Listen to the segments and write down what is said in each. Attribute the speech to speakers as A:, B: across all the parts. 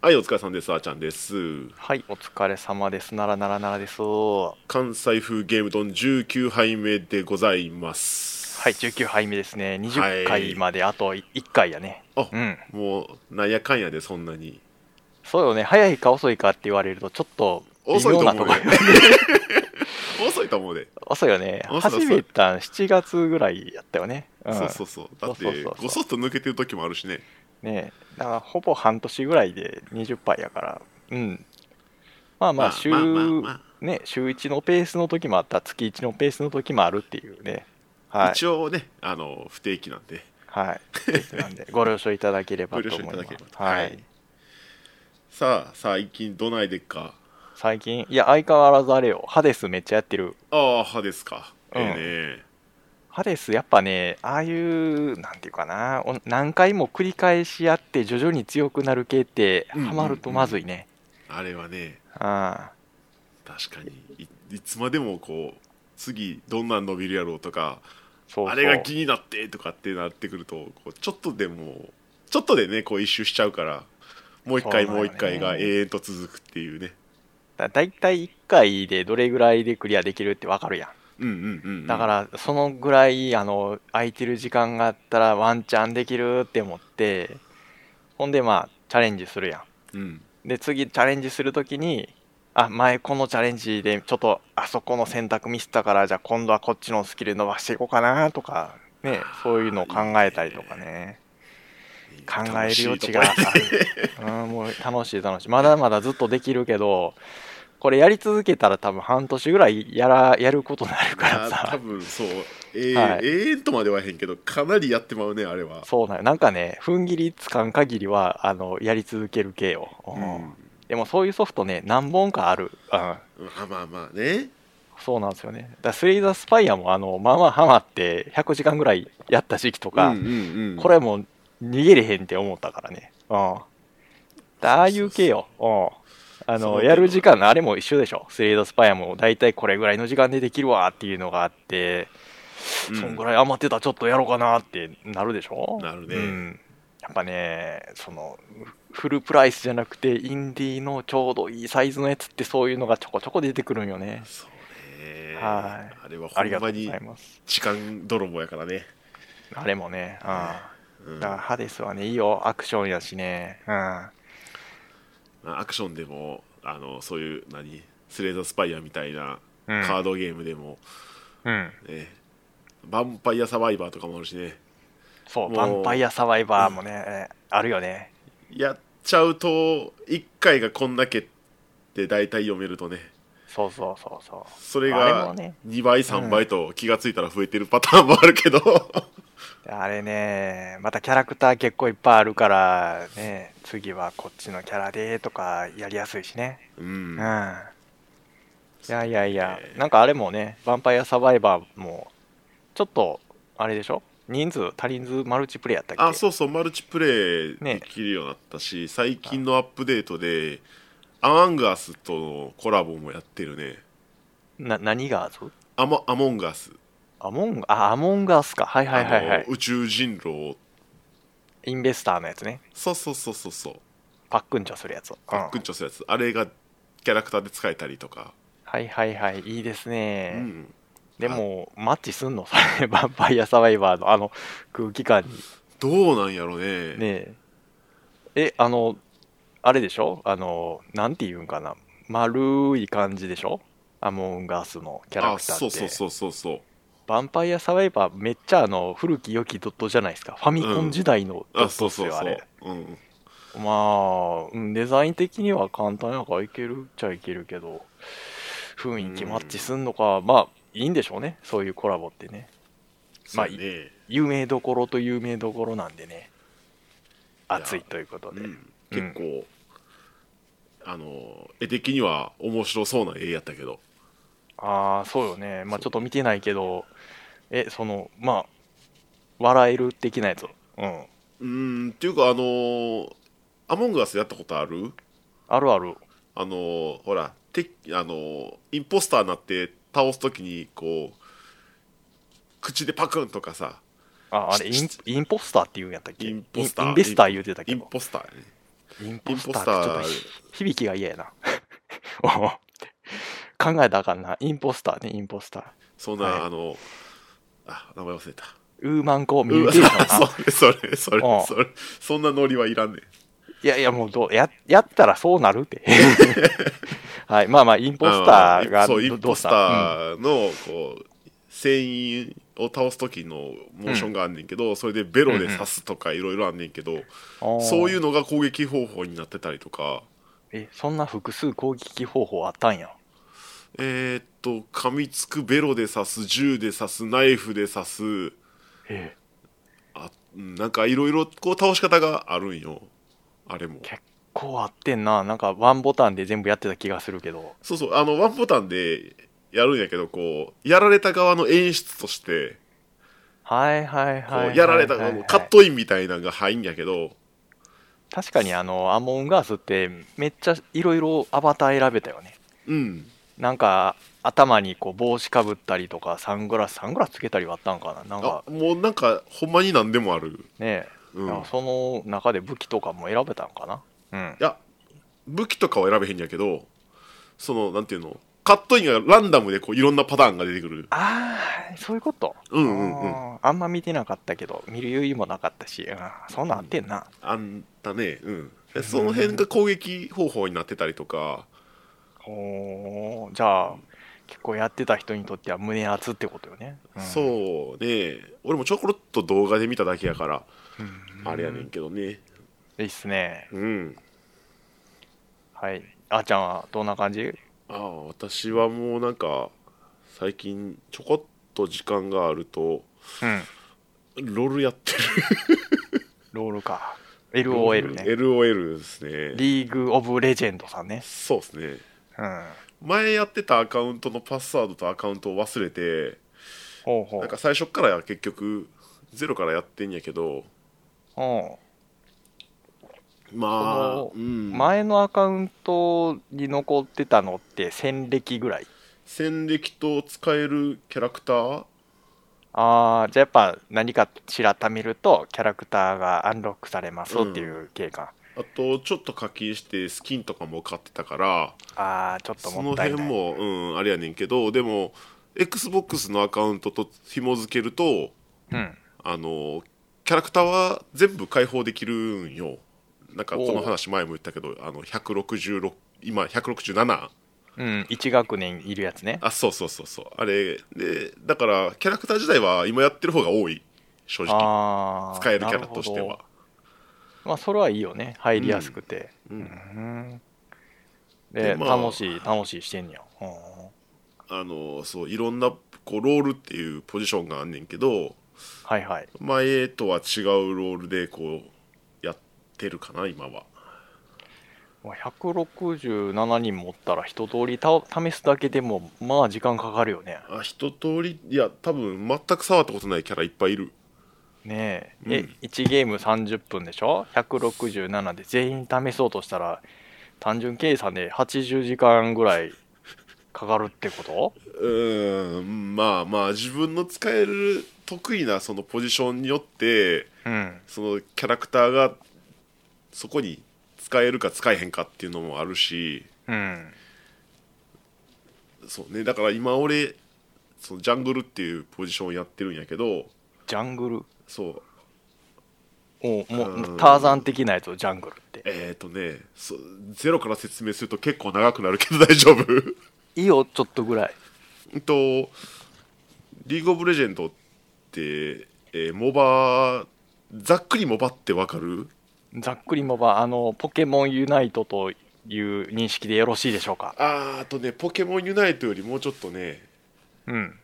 A: はい、お疲れさんです。あーちゃんです。
B: はい、お疲れ様です。ならならならです。は
A: 関西風ゲームドン19杯目でございます。
B: い、19杯目ですね。
A: はい
B: 20回まであと1回やね。
A: あ、
B: うん。
A: もう、なんやかんやで、そんなに。
B: そうよね、早いか遅いかって言われると、ちょっと微
A: 遅いと
B: 妙な
A: 思
B: と
A: う
B: ころ
A: で。 遅いと思うで。
B: 遅いよね。
A: 遅い遅い
B: 始めたん7月ぐらいやったよね。うん。
A: そうそうそう。だっ
B: そうそ
A: て
B: うそう、そう
A: ごそっと抜けてる時もあるしね。
B: ねえだからほぼ半年ぐらいで20杯やから、うん。まあま
A: まあ
B: あ、週、
A: まあまあま
B: ね、週1のペースの時もあった、月1のペースの時もあるっていうね。はい。
A: 一応ね、あの、不定期なんで、
B: はい。なんで、ご了承いただければ
A: ご
B: と
A: 了
B: 思
A: 承
B: い
A: い
B: ま
A: た
B: す。
A: だければと。
B: はい。。
A: さあ、最近どないでっか。
B: 最近いや相変わらずあれよハデスめっちゃやってる
A: ああ、派ですか。
B: うん
A: ええね。
B: ハデスやっぱねああいうなんていうかなお何回も繰り返しやって徐々に強くなる系って
A: うんうんうん
B: ハマるとまずいね、
A: あれはね、
B: ああ
A: 確かにいいつまでもこう次どんなん伸びるやろうとか
B: そうそう
A: あれが気になってとかってなってくるとこうちょっとでもちょっとでねこう一周しちゃうからもう一回
B: そう
A: も
B: なん
A: う一
B: よね
A: 回が永遠と続くっていうね
B: だだいたい1回でどれぐらいでクリアできるってわかるや
A: うんうんうんうん
B: んだかららそのぐらいあの空いてる時間があったらワンチャンできるって思ってほんでまあチャレンジするやん
A: うん
B: で次チャレンジするときにあ前このチャレンジでちょっとあそこの選択ミスったからじゃあ今度はこっちのスキル伸ばしていこうかなとかねそういうのを考えたりとかね考える余地があ る、うん、もう楽しい楽しいまだまだずっとできるけどこれやり続けたら多分半年ぐらいやらやることになるか
A: い
B: ら
A: や多
B: さ
A: 分そう、えー
B: はい
A: 永遠とまではへんけどかなりやってまうねあれは
B: そうなのなんかね踏ん切りつかん限りはあのやり続ける系よ、うん
A: うん
B: でもそういうソフトね何本かある、うん、
A: まあまあまあね
B: そうなんですよね。だスリーザスパイアもあのまあまあハマって100時間ぐらいやった時期とか、
A: うんうんうん
B: これもう逃げれへんって思ったからね。うん。だああいう系よ。うん。
A: そうだ
B: あの、
A: けど
B: やる時間のあれも一緒でしょ。スリーザスパイアも大体これぐらいの時間でできるわっていうのがあって、
A: うん
B: そんぐらい余ってたらちょっとやろうかなってなるでしょ。
A: なるね
B: うんやっぱね、そのフルプライスじゃなくて、インディーのちょうどいいサイズのやつって、そういうのがちょこちょこ出てくるんよね。
A: そうね
B: はい
A: あれは
B: あ
A: ほ
B: り
A: ん
B: がと
A: ま
B: うご
A: に
B: ざいます。
A: 時間泥棒やからね、
B: あれもね、うん。だか
A: うん
B: らハデスはね、いいよ、アクションやしね、うん。
A: まあアクションでもあのそういう何スレーザースパイアみたいな
B: うん
A: カードゲームでも、
B: うん。
A: ねヴァンパイアサバイバーとかもあるしね
B: そう、
A: もう
B: ヴァンパイアサバイバーもね、あるよね。
A: やっちゃうと1回がこんだけって大体読めるとね
B: そうそうそうそ
A: それ
B: あれ
A: が
B: もね
A: 2倍3倍と気がついたら増えてるパターンもある けど
B: う。あれね、またキャラクター結構いっぱいあるから、ね、次はこっちのキャラでとかやりやすいしね。
A: うん、
B: うん。いやいやいや
A: そうね、
B: なんかあれもね、ヴァンパイアサバイバーも、ちょっと、あれでしょ人数、多人数マルチプレイやったっけ
A: あそうそうマルチプレイ
B: ね
A: できるようになったし、最近のアップデートでアンガースとのコラボもやってるね
B: な何がある
A: アモアモンガス
B: アモンあアモンガスかはいはいはいは
A: あ
B: い
A: の宇宙人狼
B: インベスターのやつね
A: そうそうそうそうそう
B: パックンチョするやつ
A: パックンチョするやつあれがキャラクターで使えたりとか、
B: はいはいはいいいですね
A: う、ん、
B: でもマッチすんのそ れヴァンパイアサバイバーのあの空気感に
A: どうなんやろね
B: ねええあのあれでしょあのなんていうんかな丸い感じでしょアモンガスのキャラ
A: あ
B: クターって
A: そうそうそうそうそう
B: ヴァンパイアサバイバーめっちゃあの古き良きドットじゃないですかファミコン時代のド
A: あ
B: ット
A: そう
B: っす
A: そう
B: よ、
A: そ
B: あれ
A: う、うん、
B: まあ、うんデザイン的には簡単やからいけるっちゃいけるけど、雰囲気マッチすんのか、まあ、いいんでしょうね、そういうコラボってね。まあ
A: そうね、
B: 有名どころと有名どころなんでね、
A: や
B: 熱いということ
A: う
B: で。
A: ん、結構、あの絵的には面白そうな絵やったけど
B: ああ、そうよね、ま
A: そ
B: あ
A: う
B: ちょっと見てないけど、え、その、まあ、笑える的なやつ、うん、
A: うーんっていうかあのーアモンガスやったことある
B: あるある、
A: あのーほらてあのーインポスターになって倒すときにこう口でパクンとかさ
B: ああれイン
A: し、
B: インポスターって言うんやったっけ
A: インポスター
B: インインベスター言うてた
A: イ
B: け
A: ン
B: ど、
A: ポスターやね
B: インポスターってちょっとひ響きが嫌やな。 おう考えたらあかんな。インポスターね、インポスター。
A: そんな、
B: はい
A: あのあ名前忘れた
B: ウーマンコミュ
A: う
B: ニ
A: わ
B: ケーションな。
A: それそれそれ
B: うん
A: それそんなノリはいらんねん
B: いやいや、もうどうや、やったらそうなるって。 はい、まあまあ、インポスター
A: あの
B: がど
A: そうイン
B: ど
A: ポ
B: う
A: ス
B: し
A: タ
B: た
A: ーのこう船員を倒す時のモーションがあんねんけど、それでベロで刺すとかいろいろあんねんけど、
B: うん
A: そうい
B: あー
A: うのが攻撃方法になってたりとか
B: え、そんな複数攻撃方法あったんや。
A: えーっと噛みつくベロで刺す銃で刺すナイフで刺す
B: ええ
A: あうんなんかいろいろこう倒し方があるんよあれも
B: こうあってんな。なんか、ワンボタンで全部やってた気がするけど。
A: そうそうあのワンボタンでやるんやけどこうやられた側の演出として
B: はいはい
A: こ
B: はい。
A: うやられた
B: はい
A: 側
B: はいは
A: の
B: い
A: カットインみたいなのが入んやけど
B: 確かにあの、アモンガースって、めっちゃいろいろアバター選べたよね。
A: うん
B: なんか、頭にこう帽子かぶったりとか、サングラス、サングラスつけたりはあったんかな。なん
A: あ
B: か
A: もうなんかほんまに何でもある、
B: ね、
A: うん、い
B: なんかその中で武器とかも選べたんかな。うん。
A: や武器とかは選べへんやけどそのなんていうのカットインがランダムでこういろんなパターンが出てくる
B: ああ、そういうこと。
A: うんうんうん
B: あーあんま見てなかったけど、見る余裕もなかったし、うん、そんなんあってんな。
A: あんたねうんでその辺が攻撃方法になってたりとか
B: おーじゃあ、結構やってた人にとっては胸熱ってことよね。ん
A: そうね俺もちょころっと動画で見ただけやから
B: うん
A: あれやねんけどね
B: いいっすね。
A: うん
B: はい。あーちゃんはどんな感じ
A: ああ私はもうなんか最近ちょこっと時間があると
B: うん。
A: ロールやってる
B: ロールか。LOL ね。
A: LOL ですね
B: リーグ・オブ・レジェンドさんね。
A: そうですね
B: うん。
A: 前やってたアカウントのパスワードとアカウントを忘れて
B: ほうほ
A: なん
B: う
A: か最初っから結局ゼロからやってんやけど
B: ほ
A: まあ
B: この
A: うん
B: う。前のアカウントに残ってたのって戦歴ぐらい。
A: 戦歴と使えるキャラクター
B: ああ、じゃあやっぱ何かしら貯めるとキャラクターがアンロックされますよっていう経過。
A: あとちょっと課金してスキンとかも買ってたから
B: ああ、ちょっと
A: そ
B: も
A: の
B: ったい
A: 辺
B: ない。
A: も、うん、あれやねんけどでも XBOX のアカウントと紐付けると
B: うん。
A: あのキャラクターは全部解放できるんよなんかこの話前も言ったけどあの166今167
B: うん。1学年いるやつね。
A: あそうそうそうそうあれでだからキャラクター自体は今やってる方が多い正直
B: ああ。
A: 使えるキャラとして
B: なる
A: は
B: ほど。まあ、それはいいよね。入りやすくて。
A: うんうん
B: ん。
A: で
B: で、
A: まあ
B: 楽しい、楽しいしてんねや。うん
A: あのそういろんなこうロールっていうポジションがあんねんけど
B: はいはい。
A: 前とは違うロールでこうやってるかな今は
B: まあ167人持ったら一通りた試すだけでもまあ時間かかるよね。
A: あ一通りいや多分全く触ったことないキャラいっぱいいる
B: ねえ、
A: うん
B: え1ゲーム30分でしょ ?167 で全員試そうとしたら単純計算で80時間ぐらいかかるってこと
A: うーんまあまあ自分の使える得意なそのポジションによって
B: うん。
A: そのキャラクターがそこに使えるか使えへんかっていうのもあるし
B: うん。
A: そうねだから今俺そのジャングルっていうポジションをやってるんやけど
B: ジャングル
A: そう
B: おうもう
A: うん
B: ターザン的なやつをジャングルって。
A: えっ、ー、とねそゼロから説明すると結構長くなるけど大丈夫
B: いいよ、ちょっとぐらい。
A: うんとリーグオブレジェンドって、えーモバざっくりモバってわかる
B: ざっくりもば、あの、ポケモンユナイトという認識でよろしいでしょうか。
A: あーあとねポケモンユナイトよりもうちょっとね
B: うん。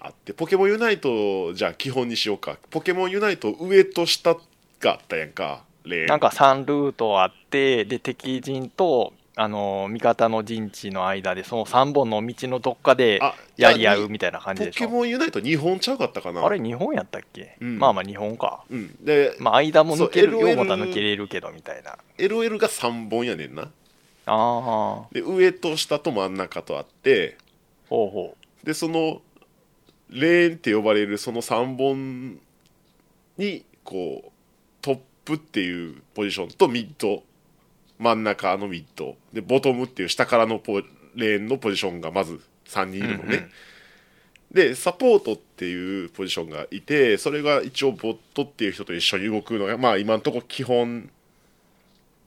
A: あってポケモンユナイトじゃあ基本にしようかポケモンユナイト上と下があったやんか例
B: なんか3ルートあって、で、敵陣と、あの、味方の陣地の間で、その3本の道のどっかで
A: あ
B: やり合
A: いう
B: みたいな感じ
A: ポ
B: でし
A: ケ
B: ょ。
A: モンユナイト日本ちゃうかったかな
B: あれ、日本やったっけ、
A: うん
B: まあまあ、日本か。
A: うんで、
B: まあ、間も抜ける
A: そう
B: よ
A: LOL
B: うもたら抜けれるけど、みたいな。
A: LOL が3本やねんな
B: ああ、ほ
A: で上と下と真ん中とあって
B: うほう。
A: でそのレーンって呼ばれるその3本にこうトップっていうポジションとミッド真ん中のミッドでボトムっていう下からのポレーンのポジションがまず3人いるのね、
B: うんうん
A: でサポートっていうポジションがいてそれが一応ボットっていう人と一緒に動くのがまあ今のところ基本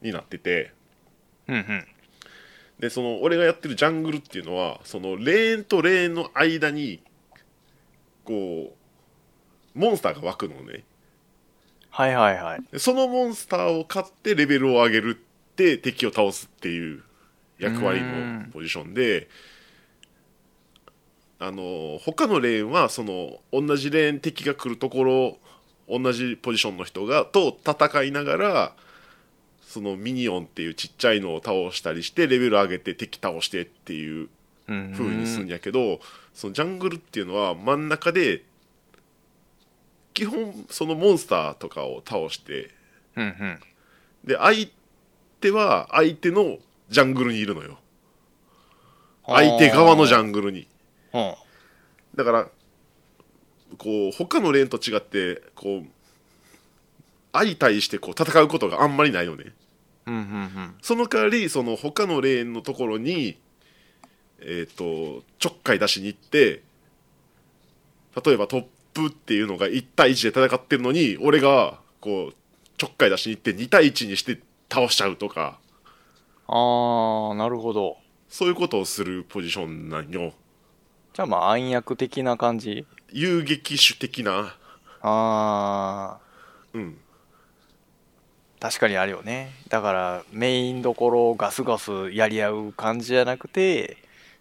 A: になってて
B: うんうん。
A: でその俺がやってるジャングルっていうのはそのレーンとレーンの間にこうモンスターが湧くのね
B: はいはいはい。
A: でそのモンスターを買ってレベルを上げるって敵を倒すっていう役割のポジションであの他のレーンはその同じレーン敵が来るところ同じポジションの人がと戦いながらそのミニオンっていうちっちゃいのを倒したりしてレベル上げて敵倒してっていう
B: うん
A: 風にするんやけど、そのジャングルっていうのは真ん中で基本そのモンスターとかを倒して
B: うんうん。
A: で相手は相手のジャングルにいるのよ相手側のジ
B: ん。
A: ャングルに
B: うん。
A: だからこう他のレーンと違ってこう相対してこう戦うことがあんまりないのね
B: うんうん
A: その代わりその他のレーンのところにえっ、とちょっかい出しに行って例えばトップっていうのが1対1で戦ってるのに俺がこうちょっかい出しに行って2対1にして倒しちゃうとか
B: うん。ああ、なるほど。
A: そういうことをするポジションなんよ
B: じゃあまあ暗躍的な感じ。
A: 遊撃手的な
B: ああ、
A: うん
B: 確かにあるよね。だからメインどころをガスガスやり合う感じじゃなくて、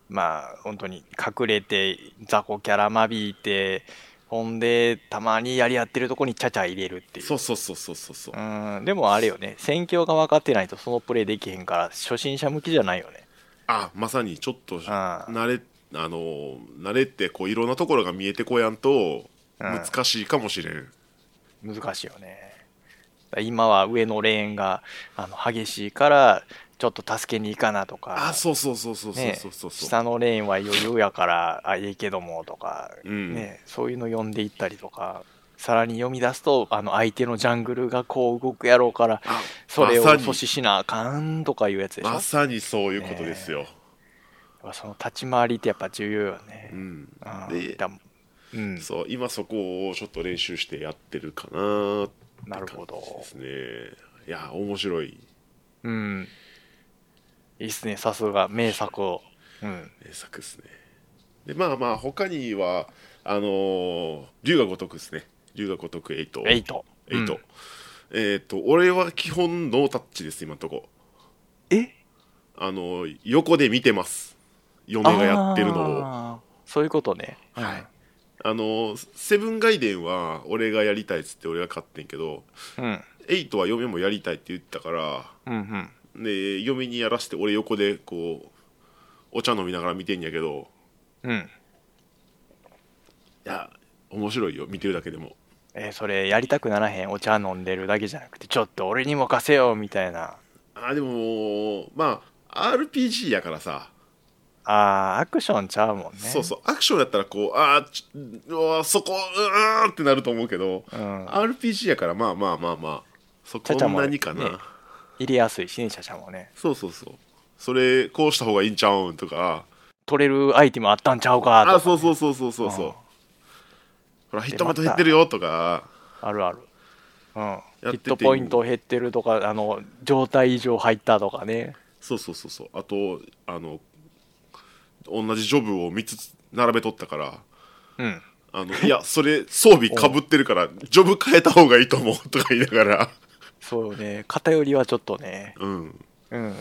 B: まあ本当に隠れて雑魚キャラ間引いて、ほんでたまにやり合ってるとこにちゃちゃ入れるっていう。
A: そうそうそうそうそうそう
B: うん、でもあれよね。戦況が分かってないとそのプレイできへんから初心者向きじゃないよね。
A: あまさにちょっと
B: あ
A: 慣れあの慣れってこういろんなところが見えてこやんと
B: うん
A: 難しいかもしれん
B: 難しいよね。だから今は上のレーンがあの激しいから、ちょっと助けに行かなとか。
A: あそうそうそうそうそう
B: ね
A: そうそうそう、
B: 下のレーンは余裕やから、あ、いいけどもとか、
A: うん
B: ね、そういうの読んでいったりとか、さらに読み出すと、あの相手のジャングルがこう動くやろうから、
A: あ
B: それを
A: まさ
B: 阻
A: に
B: 止しなあかんとかいうやつでしょ。や
A: まさにそういうことですよ、
B: っぱその立ち回りってやっぱ重要よね。
A: うん
B: ああ
A: で
B: だうん、
A: そう今そこをちょっと練習してやってるかなって
B: なる
A: 感
B: ほど。
A: じですねいや面白い
B: うん。いいっすね、さすが、名作を。うん。
A: 名作ですねでまあまあ他にはあのー龍が如くですね龍が如く8
B: エイト。
A: エイト
B: うん
A: えっ、と俺は基本ノータッチです今んとこ
B: え
A: あのー横で見てます嫁がやってるのを
B: ああそういうことね。
A: はいあのーセブンガイデンは俺がやりたいっつって俺が勝ってんけど
B: うん。
A: エイトは嫁もやりたいって言ったから
B: うんうん。
A: で嫁にやらせて俺横でこうお茶飲みながら見てんやけど
B: うん。
A: いや面白いよ見てるだけでも
B: えーそれやりたくならへんお茶飲んでるだけじゃなくてちょっと俺に任せよみたいな
A: あでもまあ RPG やからさ、
B: あーアクションちゃうもんね
A: そうそうアクションやったらこうあーちうわーそこうーんってなると思うけど、
B: うん
A: RPG やからまあまあまあまあそ
B: ちゃち
A: こ
B: ゃ
A: ん
B: も
A: なにかな、
B: ね入れやすいしねシャシャもね
A: そうそうそうそれこうした方がいいんちゃうんとか
B: 取れるアイテムあったんちゃうかとか
A: あそうそうそうそうそうそう
B: うん
A: ほらヒットマト減ってるよとか
B: あるあるうん
A: てて
B: ヒットポイント減ってるとかあの状態異常入ったとかね
A: そうそうそうそうあとあの同じジョブを3つ並べとったから
B: うん
A: あ のいやそれ装備かぶってるからジョブ変えた方がいいと思うとか言いながら
B: そうね偏りはちょっとね
A: うん
B: うん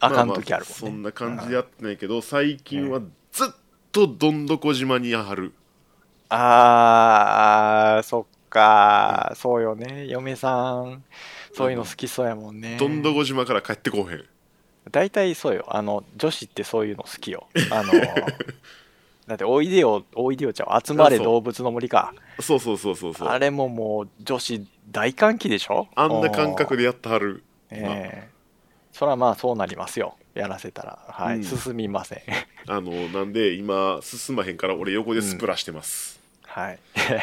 B: あかん時ある
A: ままそ
B: もん
A: ん
B: ね、
A: な感じでやってないけど最近はずっとどんどこ島にやはる
B: あーあーそっかそうよね嫁さんそういうの好きそうやもんね
A: どんどこ島から帰ってこうへん
B: 大体そうよあの女子ってそういうの好きよ あのだっておいでよおいでよちゃう集まれ
A: そう
B: 動物の森か
A: そうそうそうそうそう
B: あれももう女子大歓喜でしょ
A: あんな感覚
B: で、
A: でやってはる
B: ええそらまあそうなりますよやらせたらはい、
A: うん
B: 進みません
A: あのなんで今進まへんから俺横でスプラしてます、
B: はい。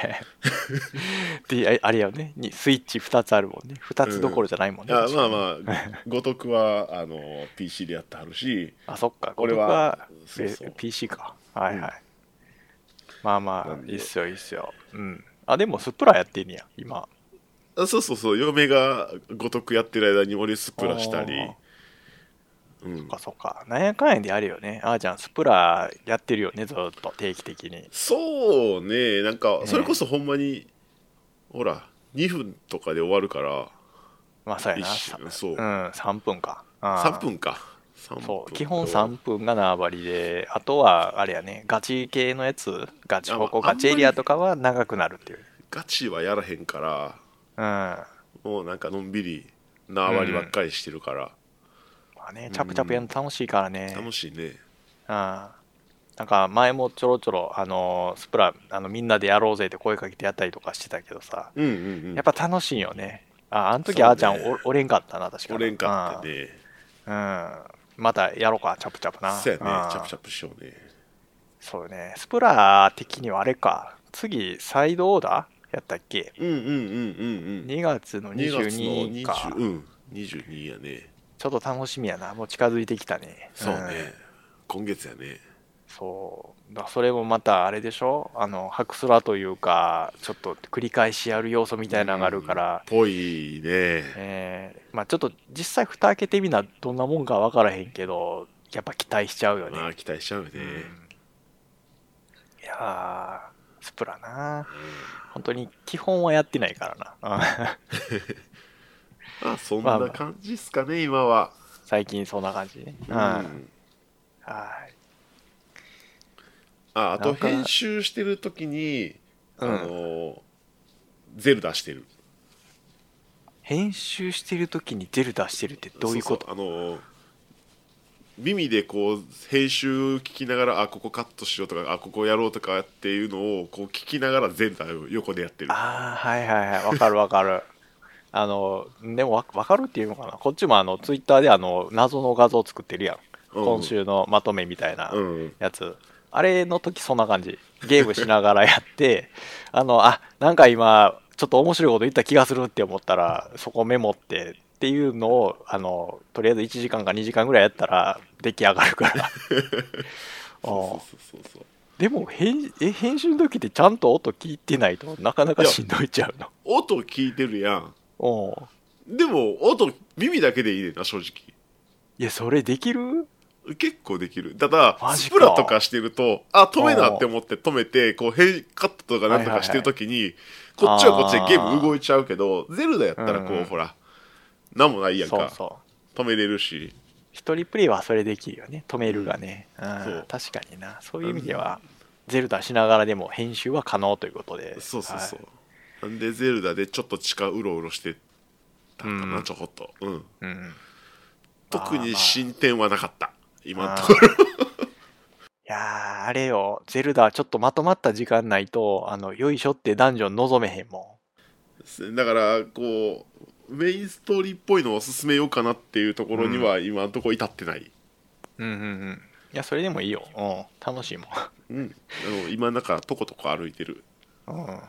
B: で、ああれやね、にスイッチ2つあるもんね。2つどころじゃないもんね。
A: あ
B: 確か
A: まあ
B: に
A: ま あごとくはあの PC でやってはるし
B: あ、そっか。こ
A: 俺
B: れ
A: は
B: は
A: そうそう
B: え PC か。はい
A: う
B: はい。
A: ん
B: まあ
A: な
B: ま
A: ん
B: あ、
A: で
B: いいっすよ、いいっすよ。うん。あ、でも、スプラやってんねや、今。
A: あそうそうそう嫁がごとくやってる間に俺スプラしたり
B: あー
A: うん
B: そっか、そっか。なんやかんやであるよね。あーじゃん、スプラやってるよね、ずーっと、定期的に。
A: そうねなんか
B: ね
A: それこそほんまに、ほら2分とかで終わるから
B: まあ、そうやな。
A: 一
B: さ
A: 瞬そう、
B: うん、3分か。あー
A: 3分か3分
B: そう、基本3分が縄張りで、あとは、あれやね、ガチ系のやつ、ガチ方
A: あ
B: 向、
A: まあ
B: ガチエリアとかは長くなるっていう。
A: ガチはやらへんから
B: うん。ま
A: もうなんかのんびり縄張りばっかりしてるから、
B: あね、チャプチャプやるの楽しいからね。
A: 楽しいね
B: ああなんか前もちょろちょろ、あのースプラあのみんなでやろうぜって声かけてやったりとかしてたけどさ、
A: うんうんうん
B: やっぱ楽しいよね。ああの時
A: そうね
B: あーちゃんおおれんかったな、確か
A: おれんかってね
B: ああうん。またやろうか、チャプチャプな。
A: そうやね
B: ああ
A: チャプチャプしようね
B: そうね。スプラ的にはあれか、次、サイドオーダーやったっけ
A: うんうんうんうんうん
B: ?2 月の
A: 2月の
B: 22
A: 20
B: か。
A: うん22やね
B: ちょっと楽しみやな。もう近づいてきたね。
A: そうね、
B: ん
A: 今月やね
B: そう。だそれもまたあれでしょあの、ハクスラというか、ちょっと繰り返しやる要素みたいなのがあるから、
A: ぽいね
B: えーまあちょっと実際蓋開けてみなどんなもんかわからへんけど、やっぱ期待しちゃうよね。
A: まあ期待しちゃうよね、
B: うんいやー、スプラな本当に基本はやってないからな。
A: まあそん
B: まあま
A: な
B: あ
A: 感じっすかね今は、
B: 最近そんな感じね。
A: うん、
B: は
A: あ
B: いはい。
A: あ
B: な
A: と
B: んか
A: 編集してる時に、
B: うん
A: あのゼルダしてる
B: 編集してる時にゼルダしてるってどういうこと
A: そそあの耳でこう編集聞きながらあここカットしようとかあここやろうとかっていうのをこう聞きながらゼルダを横でやってる
B: ああ、はいはいはい、わかるわかる。あの、でもわわかるっていうのかな。こっちもあの、ツイッターであの、謎の画像作ってるやん。
A: うん
B: 今週のまとめみたいな
A: うん
B: やつ。あれの時そんな感じ。ゲームしながらやって、 あの、あ、なんか今、ちょっと面白いこと言った気がするって思ったら、そこメモってっていうのを、あの、とりあえず1時間か2時間ぐらいやったら出来上が るから。おう
A: そうそうそうそう
B: でも編え編集の時ってちゃんと音聞いてないとなかなかしんどいちゃうの。
A: 音聞いてるやん
B: おう
A: でも音耳だけでいいねんな正直
B: いや、それできる
A: 結構できるただ
B: マジ
A: ス
B: か
A: プラとかしてるとあ止めなって思って止めてこう変カットとかなんとかしてる時に、こっちはこっちでゲーム動いちゃうけどゼルダやったらこう、
B: うん
A: ほらなんもないやんか
B: そうそう。
A: 止めれるし
B: 一人プレイはそれできるよね。止めるがね。うん
A: そう
B: 確かにな。そういう意味では、ゼルダしながらでも編集は可能ということで。
A: そうそうそうな
B: は、
A: んでゼルダでちょっと地下うろうろしてたかな、
B: うん
A: ちょこっと、うん、
B: い。うん。
A: 特に
B: い
A: 進展はなかった今のところ
B: やー、あれよ。ゼルダはちょっとまとまった時間ないと、あの、よいしょってダンジョン望めへんも
A: だからこうメインストーリーっぽいのを進めようかなっていうところには今のところ至ってない、
B: ん。うんうんうん。いや、それでもいいよ。うん。楽しいもん。
A: うん、あの今なんかとことこ歩いてる、
B: うん。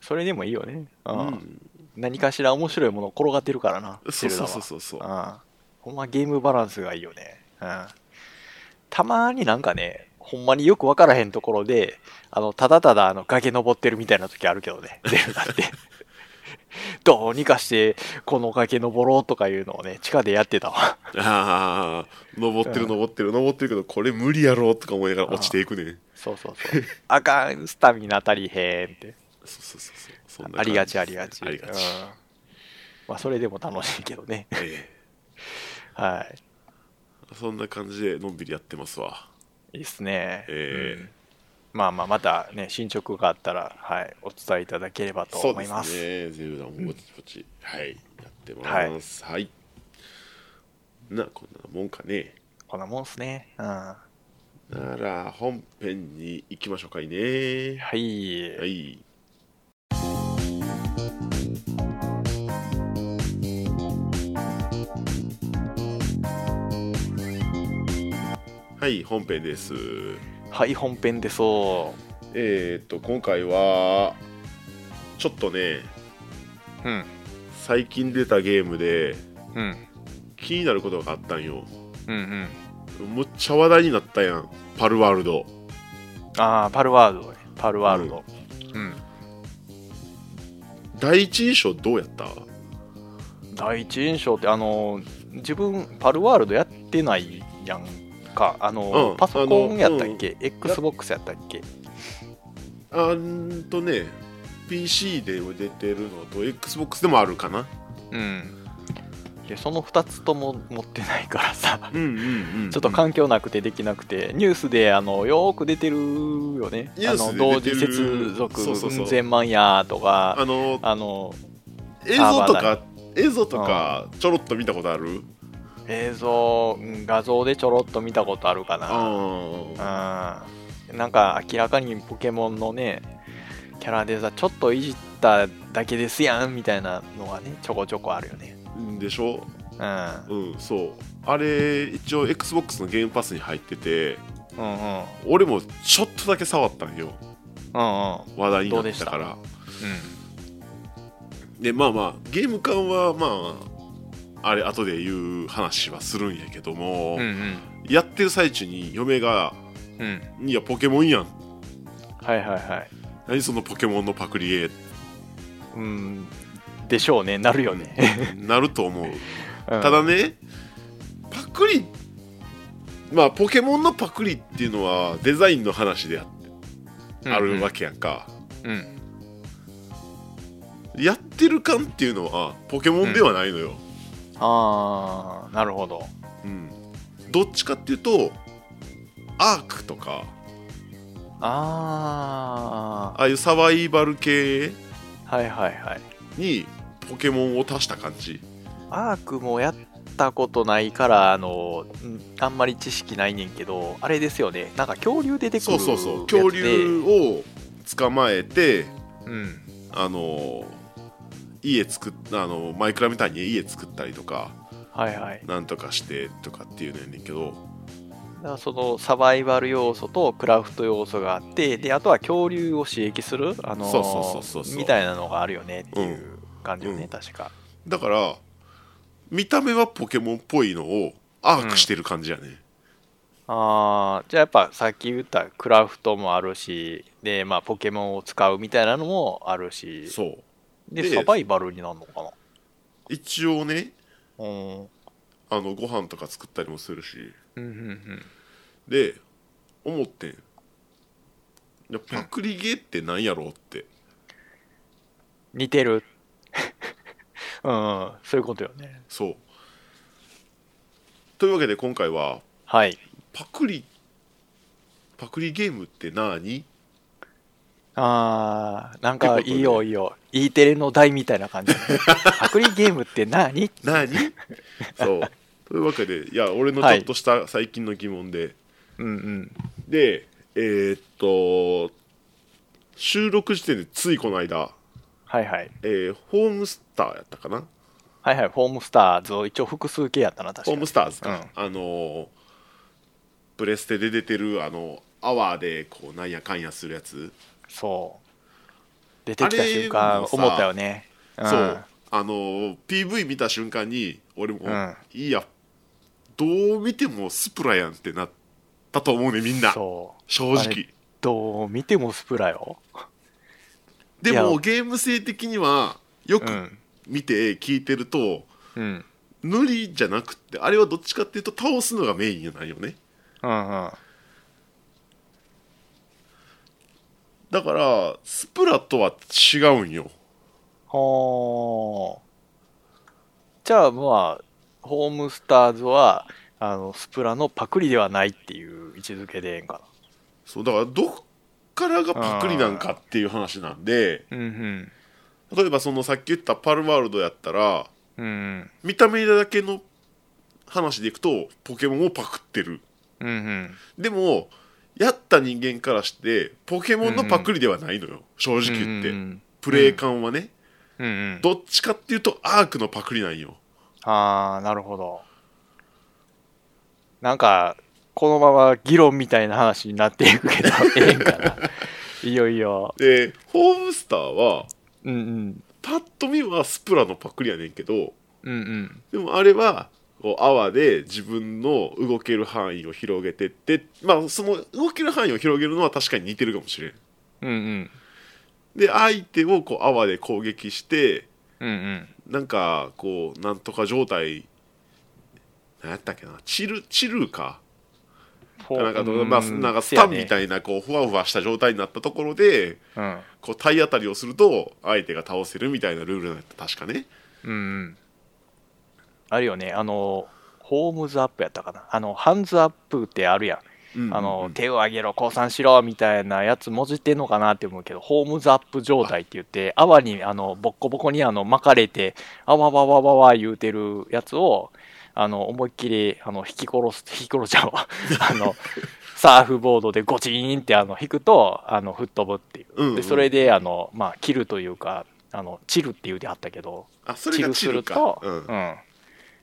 B: それでもいいよね。
A: う
B: うん。
A: ん、
B: 何かしら面白いもの転がってるからな。
A: そう
B: ゼル
A: そ
B: ダ
A: う
B: は
A: そうそうそう
B: うん。ほんまゲームバランスがいいよね。うん。たまになんかね、ほんまによくわからへんところで、あの、ただただあの崖登ってるみたいな時あるけどね、 ゼルダって。どうにかして、この崖登ろうとかいうのをね、地下でやって たわ。
A: ああ登ってる登ってる登ってるけどこれ無理やろとか思いながら落ちていくねん
B: そうそうそう。あかん、スタミナ足りへんって。
A: そうそうそうそうそんな感
B: あ
A: じ
B: りがちありがち。
A: ありがち、
B: うんまあ、それでも楽しいけどね。
A: え
B: は
A: え
B: い。
A: そんな感じでのんびりやってますわ
B: いいっすね。
A: ええ
B: うんまあまあ、またね、進捗があったら、はい、お伝えいただければと思います。
A: そうですねゼルダもぼちぼち、はいやってますはい、なこんなもんかね
B: こんなもんっすね。うん。は
A: なら本編に行きましょうかいね
B: い。
A: はいはい本編です
B: はい、本編でそ
A: えーっと今回はちょっとね
B: うん。
A: 最近出たゲームで
B: うん。
A: 気になることがあったんよ
B: うんうん。
A: むっちゃ話題になったやんパルワールド
B: ああ、パルワールドね。パルワールド。うん。
A: 第一印象どうやった
B: 第一印象って、あの、自分、パルワールドやってないやんか。あの、
A: うん
B: パソコンやったっ
A: あ
B: け、?Xbox やったっけ
A: あんとね PC で出てるのと XBOX でもあるかな
B: うん。で、その2つとも持ってないからさ。
A: うんうんうん
B: ちょっと環境なくてできなくて、ニュースであのよーく出てるよね。
A: ニュ
B: あ
A: ース
B: の
A: で出
B: 同
A: て
B: 時
A: る
B: 接続
A: そうそうそう
B: うん千万やとか、
A: あの
B: あの
A: 映像と
B: サーバ
A: か映像とかちょろっと見たことある
B: 映像、うん画像でちょろっと見たことあるかな。
A: あ
B: うんなんか明らかにポケモンのね、キャラでさ、ちょっといじっただけですやんみたいなのがね、ちょこちょこあるよね。
A: ーでしょ
B: うん。
A: うんそうあれ一応 XBOX のゲームパスに入ってて
B: うんうん。うん
A: 俺もちょっとだけ触ったんよ
B: うん。
A: 話題になってたか
B: ど
A: ら
B: うん
A: でまあまあゲーム感はまああれ後で言う話はするんやけども、
B: うんうん。
A: やってる最中に嫁が
B: うん。
A: 「いやポケモンやん
B: はいはいはい。
A: 何そのポケモンのパクリへ」
B: うん。でしょうね、なるよね。
A: なると思う
B: うん
A: ただねパクリまあポケモンのパクリっていうのはデザインの話でああるわけやんか、
B: け、うん
A: やってる感っていうのはポケモンではないのよ、
B: ああなるほど
A: うんどっちかっていうとアークとか
B: あ
A: ああいうサバイバル系
B: あはいはいはい
A: にポケモンを足した感じ
B: アークもやったことないからあのんあんまり知識ないねんけどあれですよねなんか恐竜出てくる
A: そ
B: や
A: う
B: つ
A: そ
B: で
A: うそう恐竜を捕まえて
B: うん
A: あの家作っあのマイクラみたいに家作ったりとか
B: はいはい
A: なんとかしてとかっていうのやねんけど
B: だからそのサバイバル要素とクラフト要素があってであとは恐竜を刺激するあのー
A: そうそうそうそうそう
B: みたいなのがあるよねっていう感じよね、
A: うん
B: 確か
A: だから見た目はポケモンっぽいのをアークしてる感じやね、
B: ああ、じゃあやっぱさっき言ったクラフトもあるし、で、まあポケモンを使うみたいなのもあるし、
A: そう
B: で、
A: で
B: サバイバルになるのかな
A: 一応ね
B: うん。うん
A: あのご飯とか作ったりもするし
B: うん
A: で思ってんいやパクリゲーってなんやろうって、
B: 似てる。 うんうん、そういうことよね。
A: そうというわけで今回は
B: はい。
A: パクリパクリゲームって何
B: ああ、なん
A: っ
B: か
A: てことね
B: いいよいいよ。E テレの台みたいな感じ。 パクリゲームって何
A: 何そうというわけでいや俺のちょっとした最近の疑問で、
B: うんうん。
A: でえーっと収録時点でついこの間、
B: はいはい。
A: えーホームスターやったかな
B: はいはい、ホームスターズを一応複数形やったな、確か
A: ホー
B: に。
A: ムスターズか、あのープレステで出てるあのアワーでこうなんやかんやするやつ、
B: そう。出てきた瞬間、思ったよね。ん
A: そうあのー PV 見た瞬間に俺も、
B: ん
A: いいやどう見てもスプラやんってなったと思うねみんな
B: そう。
A: 正
B: あ
A: 直
B: れどう見てもスプラよ。
A: で
B: い
A: も
B: や
A: ゲーム性的にはよく
B: ん。
A: 見て聞いてると、
B: うん。
A: 塗りじゃなくってあれはどっちかっていうと倒すのがメインなんよね
B: うんうん。
A: だからスプラとは違うんよ
B: ほー。じゃあまあ、ホームスターズは、あの、スプラのパクリではないっていう位置づけでええんか
A: そうだからどっからがパクリなんかっていう話なんで
B: な。うん
A: 例えばそのさっき言ったパルワールドやったら
B: うん。うん
A: 見た目だけの話でいくとポケモンをパクってる
B: うん。うん
A: でもやった人間からしてポケモンのパクリではないのよ、正直言って、
B: うん
A: プレイ感はね、
B: うんうん。
A: どっちかっていうとアークのパクリなんよ
B: ああ、なるほど。なんか、このまま議論みたいな話になっていくけど、ええんかな。いいよいいよ。
A: でホームスターは
B: うんうん。
A: パッと見はスプラのパクリやねんけど
B: うんうん。
A: でもあれはこう泡で自分の動ける範囲を広げてってまあその動ける範囲を広げるのは確かに似てるかもしれん
B: うんうん。
A: で相手をこう泡で攻撃して
B: うんうん。
A: なんかこうなんとか状態なんやったっけなチルチルーか
B: フ
A: なんかまあ、なんかスタンみたいなこうふわふわした状態になったところで
B: うん。
A: こう体当たりをすると相手が倒せるみたいなルールだった確かね
B: うんうん。あるよね、あの、ホームズアップやったかな。あの、ハンズアップってあるやん。あの、手を上げろ、降参しろ、みたいなやつもじってんのかなって思うけど、ホームズアップ状態って言って、泡に、あの、ボッコボコに、あの、巻かれて、あわわわわわ言うてるやつを、あの、思いっきり、あの、引き殺す、引き殺しちゃう わ。あの、サーフボードでゴチーンって、あの、引くと、あの、吹っ飛ぶっていう。
A: うんうん
B: で、それで、あの、まあ、切るというか、あの、散るって言うてはったけど、
A: あそれ
B: チ
A: が
B: ル
A: チ
B: す
A: ル
B: る
A: か
B: と、
A: う
B: うんん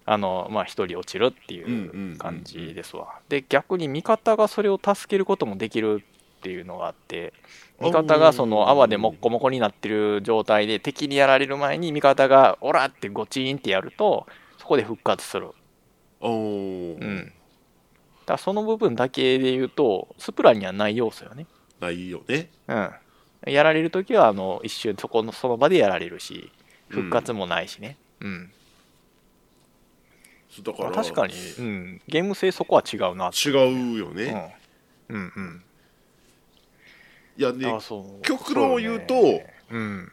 B: あのまあ、一人落ちるっていう感じですわ、で逆に味方がそれを助けることもできるっていうのがあって味方がその泡でもっこもこになってる状態で敵にやられる前に味方が「オラ!」ってゴチーンってやるとそこで復活する、
A: おお、
B: うん、だからその部分だけで言うとスプラにはない要素よね、
A: ないよね
B: うん、やられるときはあの一瞬そこのその場でやられるし復活もないしね、うん
A: そうだか
B: ま
A: ら
B: あ確かに、うん、ゲーム性そこは違うなって
A: 違うよね、
B: うん、うんうん
A: いやね
B: あそう
A: 極論を言うと
B: そねうん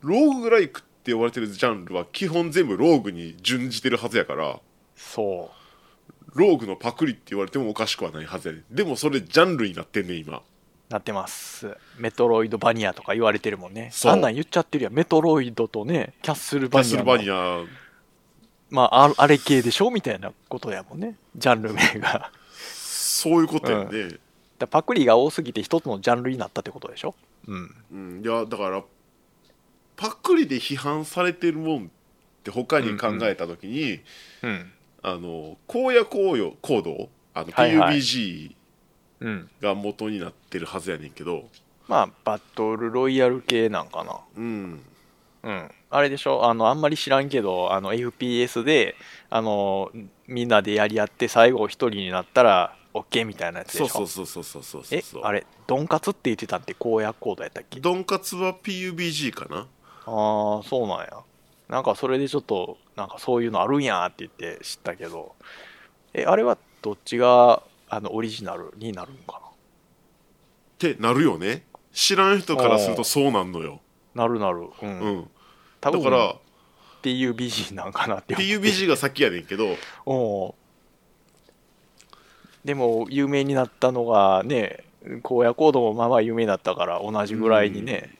A: ローグライクって呼ばれてるジャンルは基本全部ローグに準じてるはずやから
B: そ
A: ローグのパクリって言われてもおかしくはないはずやねでもそれジャンルになってんね今
B: うなってますメトロイドバニアとか言われてるもんね
A: そう
B: あんなん言っちゃってるやんメトロイドとねキャッスル
A: キャ
B: バ
A: ッ
B: ニア
A: スル
B: の
A: バニア
B: まあああれ系でしょみたいなことやもんねジャンル名がだか
A: そういうことやね、
B: らパクリが多すぎて一つのジャンルになったってことでしょうん
A: うん、いやだからパクリで批判されてるもんって他に考えた時に、
B: うん
A: あの荒野行動行動あの
B: はいはい
A: PUBG
B: うん
A: が元になってるはずやねんけど、
B: まあバトルロイヤル系なんかな
A: うん、
B: うん、あれでしょあのあんまり知らんけどあの FPS であのみんなでやり合って最後一人になったら OK みたいなやつでし
A: そ
B: ょ
A: うそうそうそうそうそうそう
B: えあれドンカツって言ってたって公約コードやったっけ
A: ドンカツは PUBG かな
B: ああそうなんやなんかそれでちょっとなんかそういうのあるんやって言って知ったけどえあれはどっちがあのオリジナルになるんか
A: ってなるよね知らん人からするとそうなんのよ、
B: ななるなるうん、
A: うん、
B: 多
A: だ
B: 分
A: から
B: PUBG なんかなって思って
A: PUBG が先やねんけど
B: おうでも有名になったのがね荒野行動もまあまあ有名だったから同じぐらいにね、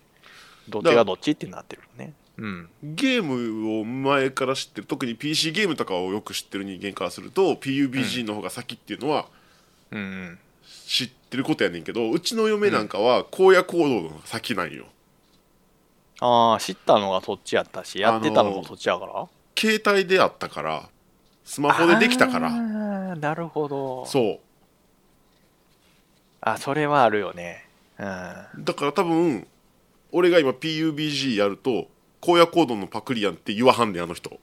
B: どっちがどっちってなってるねうん
A: ゲームを前から知ってる特に PC ゲームとかをよく知ってる人間からすると PUBG の方が先っていうのは
B: うんうん
A: 知ってることやねんけどうちの嫁なんかは荒野行動の方が先なんよ
B: ああ知ったのがそっちやったしやってたのもそっちやから、
A: 携帯であったからスマホでできたから
B: ああなるほど
A: そ
B: あそれはあるよねうん
A: うだから多分俺が今 PUBG やると荒野行動のパクリやんって言わはんねんあの人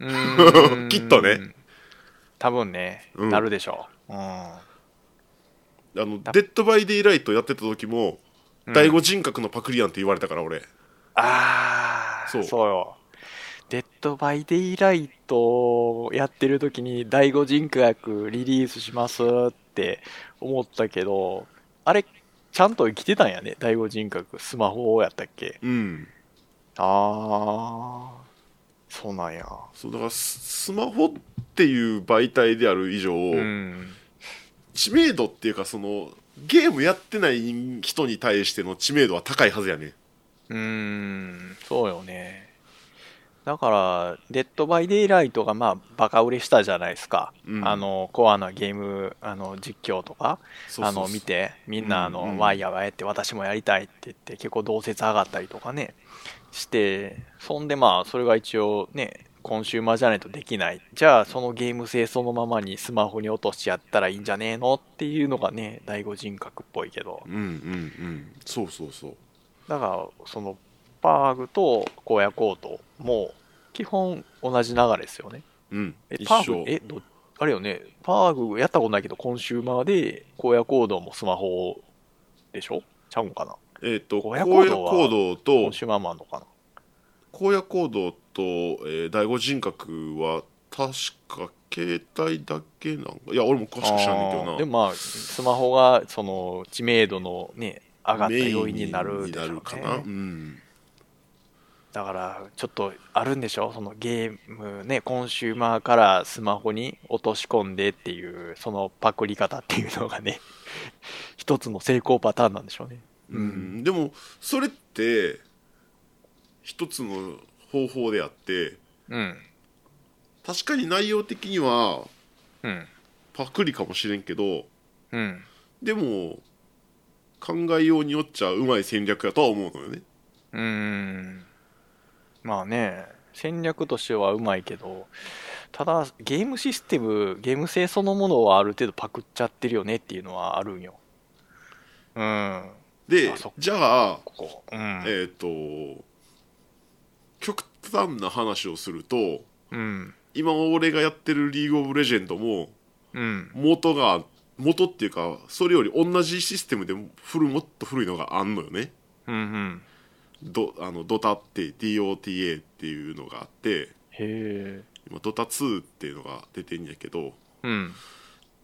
B: うー ん
A: きっとね
B: 多分ね、
A: うん
B: なるでしょううん
A: あのデッドバイデイライトやってた時も第五人格のパクリやんって言われたから俺
B: ああ、
A: そう
B: よ。デッドバイデイライトをやってる時に第五人格リリースしますって思ったけど、あれ、ちゃんと生きてたんやね、第五人格。スマホやったっけ
A: うん
B: ああ、そうなんや。
A: そうだからススマホっていう媒体である以上、
B: うん。
A: 知名度っていうかそのゲームやってない人に対しての知名度は高いはずやね
B: うーん、そうよね。だから、デッドバイデイライトがまあ、バカ売れしたじゃないですか。
A: うん
B: あの、コアなゲーム、あの、実況とか。
A: そう
B: あ
A: そうそう
B: の見てみんなあの、
A: うんうん
B: ワイヤーがやって私もやりたいって言って結構同説上がったりとかねしてそんでまあそれが一応ねコンシューマーじゃないとできない。じゃあ、そのゲーム性そのままにスマホに落としやったらいいんじゃねえのっていうのがね、第五人格っぽいけど。
A: うんうんうんそうそうそう
B: だから、その、バーグと荒野行動も、基本同じ流れですよね。
A: うん
B: え、
A: 一
B: パー
A: 緒
B: グ、え、ど、あれよね、パーグやったことないけど、コンシューマーで、荒野行動もスマホでしょちゃうんかな
A: えっ、と
B: 荒
A: 荒
B: 野行
A: 野
B: 動は
A: 行動
B: コ
A: と
B: ンシューマーもあんのかな
A: 荒野行動と、えー第五人格は確か携帯だけなんかいや俺も詳しく知らんねんけど
B: あー
A: な
B: でもまあ、スマホが、その、知名度のね、上がった
A: メイン
B: 要因になる
A: に
B: でし
A: な
B: ょうね
A: るかな、うん
B: だから、ちょっとあるんでしょそのゲームね、コンシューマーからスマホに落とし込んでっていう、そのパクリ方っていうのがね、 一つの成功パターンなんでしょうね。
A: うんでもそれって一つの方法であって
B: うん。
A: 確かに内容的には
B: うん。
A: パクリかもしれんけど
B: うん。
A: でも考えようによっちゃうまい戦略やとは思うのよね
B: うーんまあね、戦略としてはうまいけど、ただ、ゲームシステム、ゲーム性そのものはある程度パクっちゃってるよねっていうのはあるんよ。うん、
A: で
B: あそっか
A: じゃあ
B: ここ。うん。
A: えっ、と極端な話をすると
B: うん。
A: 今俺がやってるリーグ・オブ・レジェンドも
B: うん。
A: 元が元っていうかそれより同じシステムで古もっと古いのがあんのよね
B: うん。うん。
A: ドあのドタって DOTA っていうのがあって
B: へえ。
A: 今ドタ2っていうのが出てんやけど
B: うん。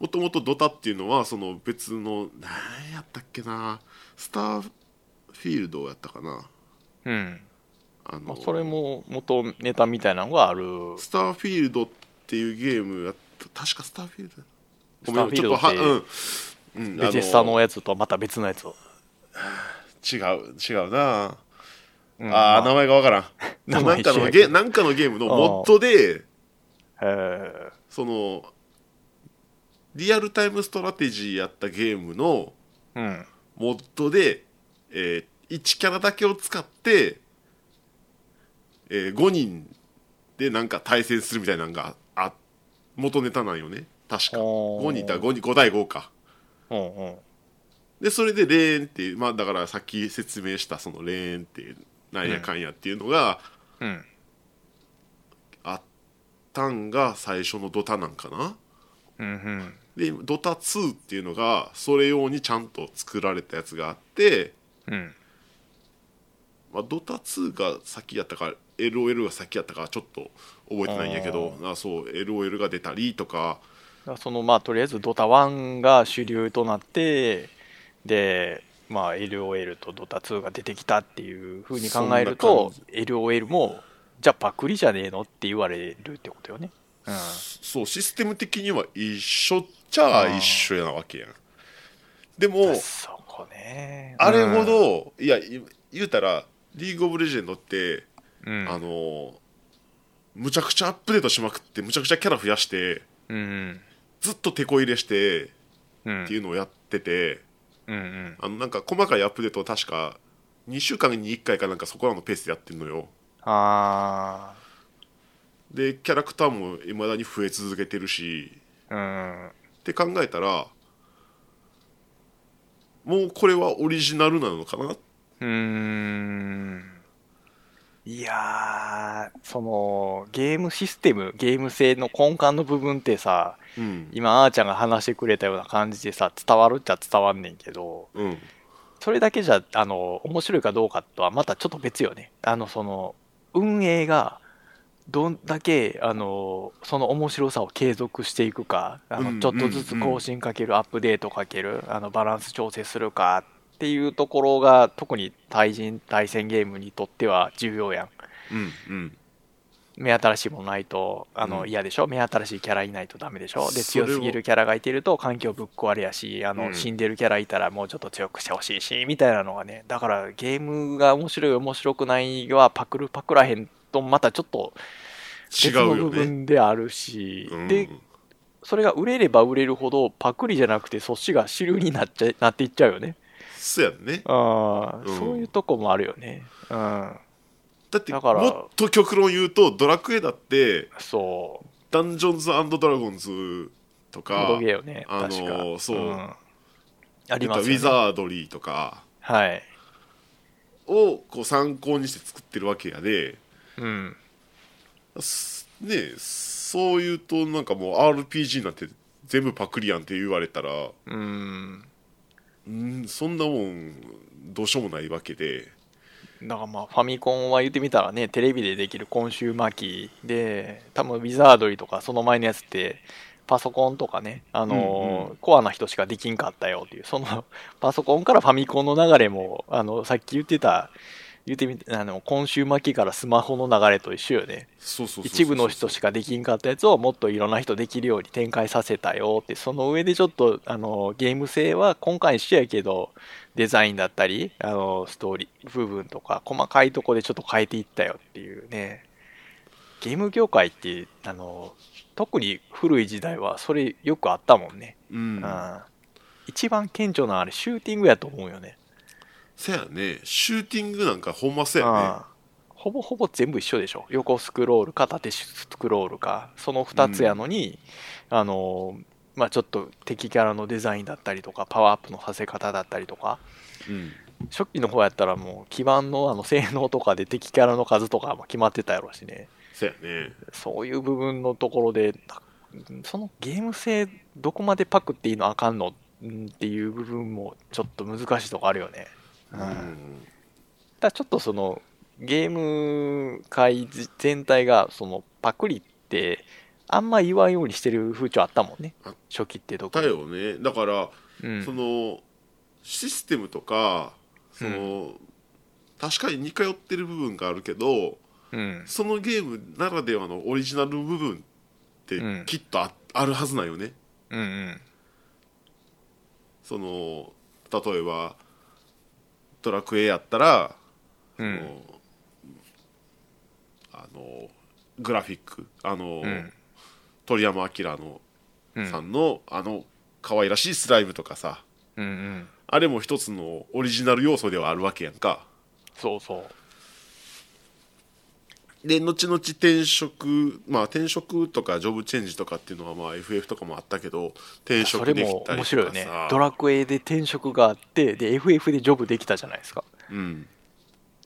A: もともとドタっていうのはその別の何やったっけなスターフィールドやったかな
B: うん。
A: あ
B: まあ
A: の、
B: それも元ネタみたいなのがある。
A: スターフィールドっていうゲームやった確かスターフィールドや
B: スター
A: ご
B: フィールド
A: めんちょ
B: っ
A: っとはうん、うん、
B: て、ベジェスタのやつとはまた別のやつを。
A: 違う違うな
B: うん
A: あー、
B: ま
A: 名前がわからん
B: 名
A: な
B: 前
A: ん
B: 一緒
A: か
B: やけど
A: のゲなんかのゲームのモッドで
B: へえ。
A: そのリアルタイムストラテジーやったゲームの
B: うん。
A: モッドで、えー1キャラだけを使って、え5人でなんか対戦するみたいなのがあ元ネタなんよね確か
B: おー
A: 5人いたら5人5対5か
B: うんうん。
A: でそれでレーンっていうまあだからさっき説明したそのレーンっていうなんやかんやっていうのが
B: うん。
A: あったんが最初のドタなんかな
B: うんうん。
A: でドタ2っていうのがそれ用にちゃんと作られたやつがあって、
B: うん。
A: まあ、ドタ2が先やったか LOL が先やったかちょっと覚えてないんやけどあそう LOL が出たりとか
B: だからそのまあとりあえずドタ1が主流となってでまあ LOL とドタ2が出てきたっていうふうに考えると
A: そ
B: LOL もじゃあパクリじゃねえのって言われるってことよねうん
A: そうシステム的には一緒っちゃ一緒やなわけやんでも
B: そこね
A: あれほど、いやい言うたらリーグ・オブ・レジェンドって、
B: うんうん
A: あのむちゃくちゃアップデートしまくってむちゃくちゃキャラ増やして
B: うん
A: ずっと手こ入れして
B: うん
A: っていうのをやってて、
B: うんうん
A: あのなんか細かいアップデートを確か2週間に1回かなんかそこらのペースでやってんのよ
B: あ
A: でキャラクターもいまだに増え続けてるし
B: あうん
A: って考えたらもうこれはオリジナルなのかな
B: うーんいやーそのゲームシステムゲーム性の根幹の部分ってさ
A: うん
B: 今あーちゃんが話してくれたような感じでさ伝わるっちゃ伝わんねんけど
A: うん
B: それだけじゃあの面白いかどうかとはまたちょっと別よねあのその運営がどんだけあのその面白さを継続していくかあ
A: う
B: の
A: ん
B: ちょっとずつ更新かける、アップデートかけるあのバランス調整するかっていうところが特に対人対戦ゲームにとっては重要やん
A: うんうん
B: 目新しいものないとあの、
A: うん
B: 嫌でしょ目新しいキャラいないとダメでしょで
A: それ
B: 強
A: を
B: すぎるキャラがいてると環境ぶっ壊れやしあの、
A: うん
B: 死んでるキャラいたらもうちょっと強くしてほしいしみたいなのがねだからゲームが面白い面白くないはパクるパクらへんとまたちょっと
A: 違
B: 別
A: う
B: の
A: よ
B: 部
A: ね、
B: 分であるし、
A: うん、
B: でそれが売れれば売れるほどパクリじゃなくてそっちが主流になっちゃなっていっちゃうよね
A: そうやんね
B: あー
A: うん
B: そういうとこもあるよねうん
A: だって
B: だから
A: もっと極論言うとドラクエだって
B: そう
A: ダンジョンズドラゴンズと
B: ボー
A: か
B: ドゲーよね
A: あの
B: 確か、
A: そうん
B: ありますよね
A: ウィザードリーとか
B: はい
A: をこう参考にして作ってるわけやで、
B: うん
A: すねえそういうとなんかもう RPG なんて全部パクリやんって言われたら
B: うん
A: うんそんなもんどうしようもないわけで
B: だからまあファミコンは言ってみたらねテレビでできるコンシューマー機で多分ウィザードリーとかその前のやつってパソコンとかねあのー
A: うんう
B: コアな人しかできんかったよっていうその パソコンからファミコンの流れもあのさっき言ってた言ってみたあのコンシューマー機からスマホの流れと一緒よね
A: そうそうそうそう
B: 一部の人しかできんかったやつをもっといろんな人できるように展開させたよってその上でちょっとあのゲーム性は今回一緒やけどデザインだったりあのストーリー部分とか細かいとこでちょっと変えていったよっていうねゲーム業界ってあの特に古い時代はそれよくあったもんね、
A: うん
B: うん一番顕著なあれシューティングやと思うよね
A: せやねシューティングなんかほんませや
B: あ
A: ね
B: あほぼほぼ全部一緒でしょ横スクロールか縦スクロールかその2つやのに、あのまあちょっと敵キャラのデザインだったりとかパワーアップのさせ方だったりとか
A: うん
B: 初期の方やったらもう基盤のあの性能とかで敵キャラの数とかも決まってたやろうしね
A: せやね
B: そういう部分のところでなそのゲーム性どこまでパクっていいのあかんのうんっていう部分もちょっと難しいとこあるよね、
A: う
B: うん
A: ん
B: ただちょっとそのゲーム界全体がそのパクリってあんま言わんようにしてる風潮あったもんね
A: あ
B: 初期ってどこ
A: だよねだから
B: うん
A: そのシステムとかその、確かに似通ってる部分があるけど
B: うん
A: そのゲームならではのオリジナル部分って
B: うん
A: きっとあ,、あるはずなんよね
B: うんうん
A: その例えば「ドラクエ」やったら、
B: う
A: そ
B: ん
A: のあのグラフィックあの、
B: うん
A: 鳥山明の、
B: うん
A: さんの、あの可愛らしいスライムとかさ
B: うんうん
A: あれも一つのオリジナル要素ではあるわけやんか。
B: そうそう
A: で後々転職まあ転職とかジョブチェンジとかっていうのはまあ FF とかもあったけど転
B: そ
A: 職
B: れ
A: できたり
B: も
A: とかさ
B: 面白いよねドラクエで転職があってで FF でジョブできたじゃないですか
A: うん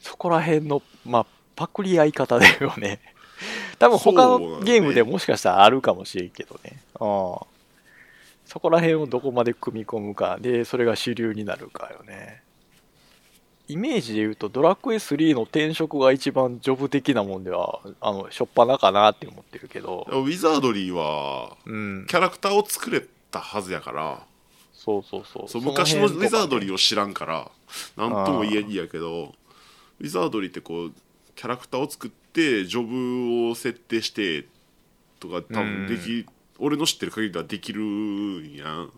B: そこら辺のまあパクリ合い方だよね 多分他
A: そうだ
B: の
A: ね
B: ゲームでもしかしたらあるかもしれんけどねああそこら辺をどこまで組み込むかでそれが主流になるかよねイメージで言うとドラクエ3の転職が一番ジョブ的なもんではあのしょっぱなかなって思ってるけど
A: でもウィザードリーは
B: うん
A: キャラクターを作れたはずやから
B: そうそうそう
A: そう昔のウィザード
B: リ
A: リーを知らんから何とも言えんやけどウィザードリーってこうキャラクターを作ってジョブを設定してとか多分でき、俺の知ってる限りではできるんやん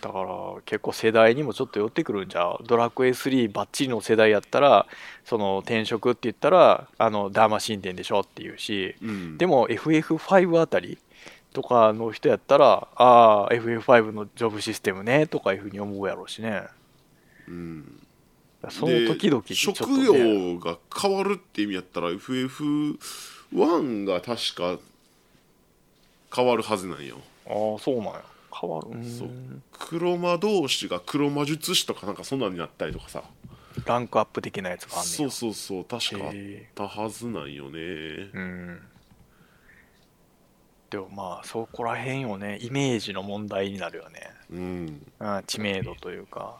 B: だから結構世代にもちょっと寄ってくるんじゃうドラクエ3バッチリの世代やったらその転職って言ったらあのダーマ神殿でしょっていうし
A: うん
B: でも FF5 あたりとかの人やったらああ FF5 のジョブシステムねとかいうふうに思うやろうしね
A: うん
B: その時々
A: で
B: でちょっと
A: 職
B: ね
A: 業が変わるって意味やったら FF1 が確か変わるはずなんよ
B: ああそうなんや変わるうん
A: そう黒魔同士が黒魔術師とかなんかそんなんになったりとかさ
B: ランクアップ的なやつがあんねん
A: そうそうそう確かあっ
B: へえ
A: たはずなんよね
B: うんでもまあそこら辺よねイメージの問題になるよね
A: うん
B: うん知名度というか。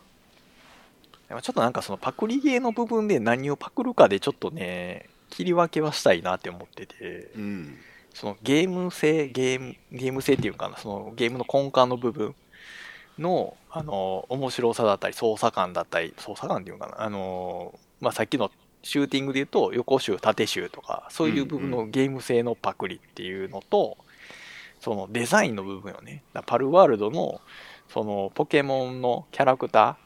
B: でもちょっとなんかそのパクリ系の部分で何をパクるかでちょっとね、切り分けはしたいなって思ってて、
A: うん
B: そのゲーム性、ゲーム、ゲーム性っていうかな、そのゲームの根幹の部分の、あの、面白さだったり、操作感だったり、操作感っていうのかな、あの、まあ、さっきのシューティングで言うと、横集、縦集とか、そういう部分
A: うん
B: のゲーム性のパクリっていうのと、そのデザインの部分よね。だからパルワールドの、そのポケモンのキャラクタ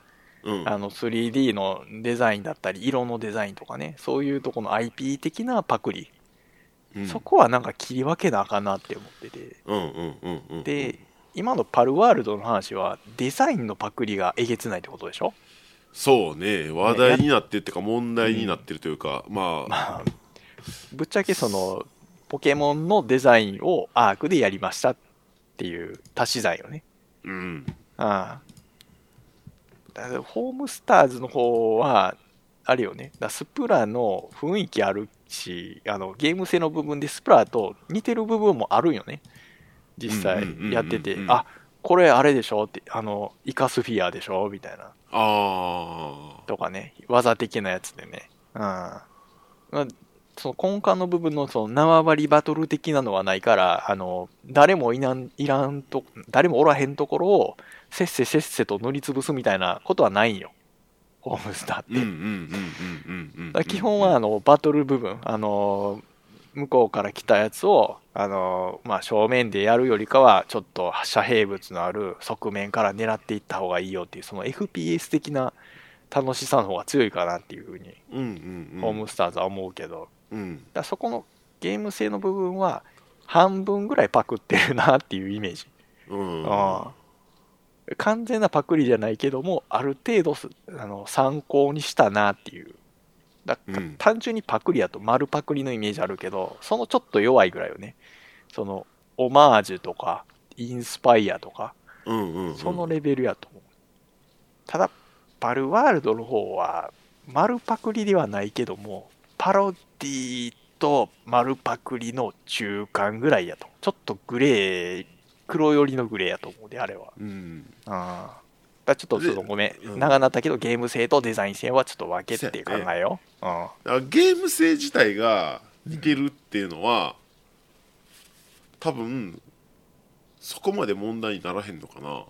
A: うん
B: ー、あの 3D のデザインだったり、色のデザインとかね、そういうとこの IP 的なパクリ、
A: うん
B: そこはなんか切り分けなあかんなって思ってて。
A: うんうんうんうん
B: で、今のパルワールドの話は、デザインのパクリがえげつないってことでしょ
A: そうね話題になってっていうか問題になってるというか、まあ
B: まあ、ぶっちゃけその、ポケモンのデザインをアークでやりましたっていう足し算よね。
A: うん
B: ああ。だからホームスターズの方は、あれよね、だからスプラの雰囲気あるし、あのゲーム性の部分でスプラと似てる部分もあるんよね。実際
A: うんうんうんうんうん
B: やってて、あこれあれでしょって、あの、イカスフィアでしょみたいな。
A: ああ
B: とかね、技的なやつでね。うん。まあ、その根幹の部分のその縄張りバトル的なのはないから、あの、誰もいなん、いらんと、誰もおらへんところを、せっせせっせと塗りつぶすみたいなことはないんよ。ホームスターって。
A: うんうんうんうんうんうん
B: だから基本はあのバトル部分、あの向こうから来たやつを、あのまあ、正面でやるよりかはちょっと遮蔽物のある側面から狙っていった方がいいよっていうその FPS 的な楽しさの方が強いかなっていうふうに
A: うんうんうん
B: ホームスターズは思うけど、だか
A: うん
B: らそこのゲーム性の部分は半分ぐらいパクってるなっていうイメージ。
A: うん
B: うん完全なパクリじゃないけどもある程度すあの参考にしたなっていうだから
A: うん
B: 単純にパクリやと丸パクリのイメージあるけどそのちょっと弱いぐらいよねそのオマージュとかインスパイアとか
A: うんうんうん
B: そのレベルやと思う、ただパルワールドの方は丸パクリではないけどもパロディと丸パクリの中間ぐらいやとちょっとグレー黒寄りのグレーやと思うであれは
A: うん
B: ああ。だからちょっと
A: で
B: ちょっとごめ
A: うん
B: ん。長なったけど、ゲーム性とデザイン性はちょっと分けて考えよう。うん。
A: だからゲーム性自体が似てるっていうのは、多分そこまで問題にならへんのかな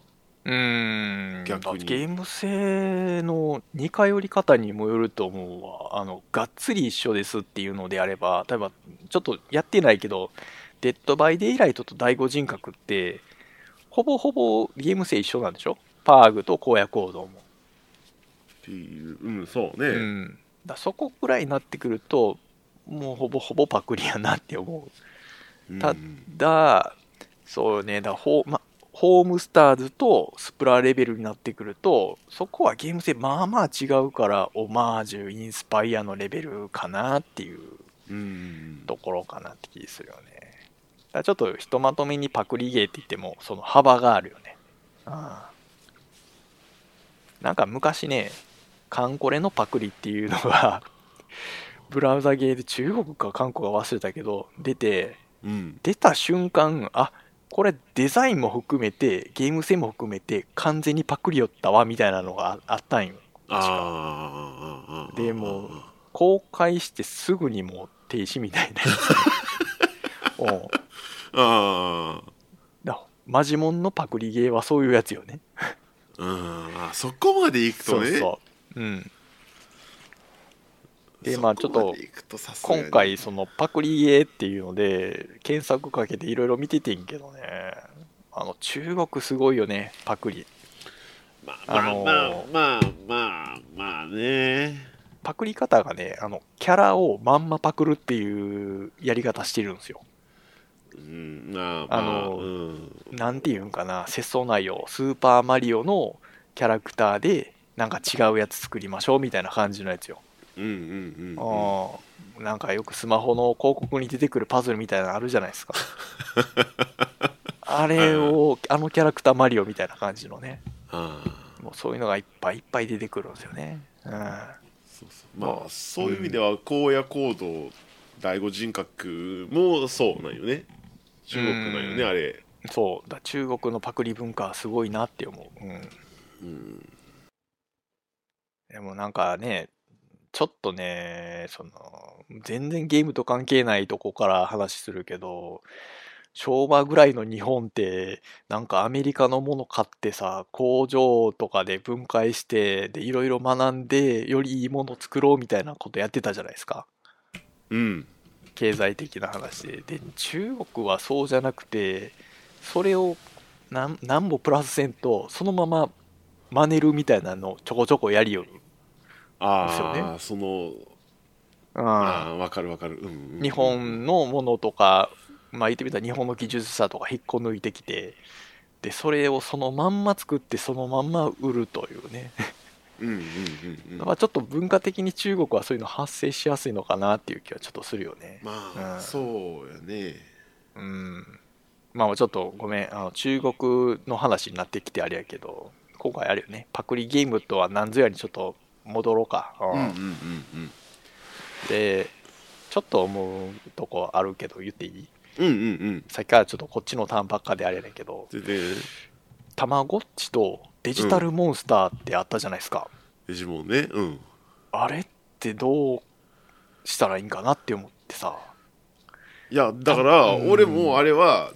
B: うーん
A: 逆に
B: ゲーム性の似通り方にもよると思うわあのがっつり一緒ですっていうのであれば例えばちょっとやってないけど「デッド・バイ・デイライト」と「第五人格」ってほぼほぼゲーム性一緒なんでしょパーグと荒野行動も、
A: っていううんそうね、
B: うんだそこくらいになってくるともうほぼほぼパクリやなって思う
A: うん
B: ただ、そうね、だホ,、ま、ホームスターズとスプラレベルになってくると、そこはゲーム性まあまあ違うから、オマージュ、インスパイアのレベルかなっていう
A: うん
B: ところかなって気するよね。だからちょっとひとまとめにパクリゲーって言っても、その幅があるよね。ああなんか昔ね、カンコレのパクリっていうのが、ブラウザゲーで中国か韓国か忘れたけど、出て、
A: うん
B: 出た瞬間あこれデザインも含めてゲーム性も含めて完全にパクリよったわみたいなのがああったんよ
A: あー
B: でも公開してすぐにもう停止みたいな おう
A: あー
B: だマジモンのパクリゲーはそういうやつよね
A: うんあそこまでいくと
B: そう
A: ね
B: そううんでまあちょっ
A: そ
B: と
A: こまでいくとさすがに
B: 今回そのパクリゲーっていうので検索かけていろいろ見ててんけどねあの中国すごいよねパクリ
A: まあまあ
B: あの
A: まあまあまあね
B: パクり方がね、あの、キャラをまんまパクるっていうやり方してるんですよ。
A: うんまあまあ
B: あの
A: うん
B: なんていうんかな、世相内容、スーパーマリオのキャラクターで、なんか違うやつ作りましょうみたいな感じのやつよ。
A: うんうんうんうん
B: あーなんかよくスマホの広告に出てくるパズルみたいなのあるじゃないです か。あれを、あのキャラクターマリオみたいな感じのね、
A: あー
B: もうそういうのがいっぱいいっぱい出てくるんですよね。うん。
A: そうそうま
B: う
A: あ
B: ん
A: そういう意味では荒野行動第五人格もそうなんよね中国なんよね
B: うん
A: あれ
B: そう、だ中国のパクリ文化はすごいなって思う。うん。
A: うん
B: でもなんかね、ちょっとね、その、全然ゲームと関係ないとこから話するけど、昭和ぐらいの日本って、なんかアメリカのもの買ってさ、工場とかで分解して、で、いろいろ学んで、よりいいもの作ろうみたいなことやってたじゃないですか。
A: うん
B: 経済的な話で。で、中国はそうじゃなくて、それをなん、なんぼプラスせんと、そのまま真似るみたいなのをちょこちょこやりよる。
A: あ
B: です
A: あ、
B: よ
A: その
B: うん。
A: ああわかるわかる、うんうん、
B: 日本のものとか、まあ言ってみたら日本の技術さとか引っこ抜 いてきて、で、それをそのまんま作ってそのまんま売るというね。
A: うんうんうんうん
B: まあ、ちょっと文化的に中国はそういうの発生しやすいのかなっていう気はちょっとするよね。
A: まあ、
B: うん
A: そうやね
B: うん。まあちょっとごめん、あの中国の話になってきてあれやけど、今回あるよね、パクリゲームとは何ぞやにちょっと戻ろうか。う
A: うんんうんうん
B: で、ちょっと思うとこあるけど言っていい
A: うんうんうんうん
B: さっきからちょっとこっちのターンばっかであれやねんけど、
A: でで
B: たまごっちとデジタルモンスターってあったじゃないですか。
A: デジモンねうん
B: あれってどうしたらいいんかなって思ってさ。
A: いやだから
B: うん
A: 俺もあれは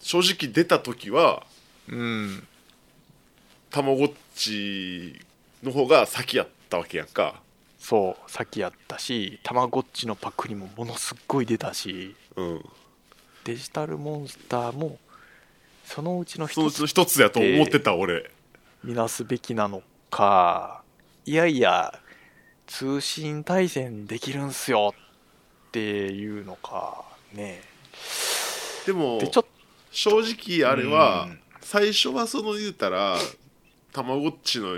A: 正直出た時は
B: うん。
A: たまごっちの方が先やったわけやんか
B: そう、さっきやったし、たまごっちのパクリもものすっごい出たし、
A: うん
B: デジタルモンスターも、そのうちの
A: その
B: 一
A: うちの
B: つ
A: 一つやと思ってた俺
B: 見なすべきなのか、いやいや、通信対戦できるんすよっていうのか、ね
A: でも
B: で、ちょっ
A: 正直あれは
B: うん
A: 最初はその言うたらたまごっちの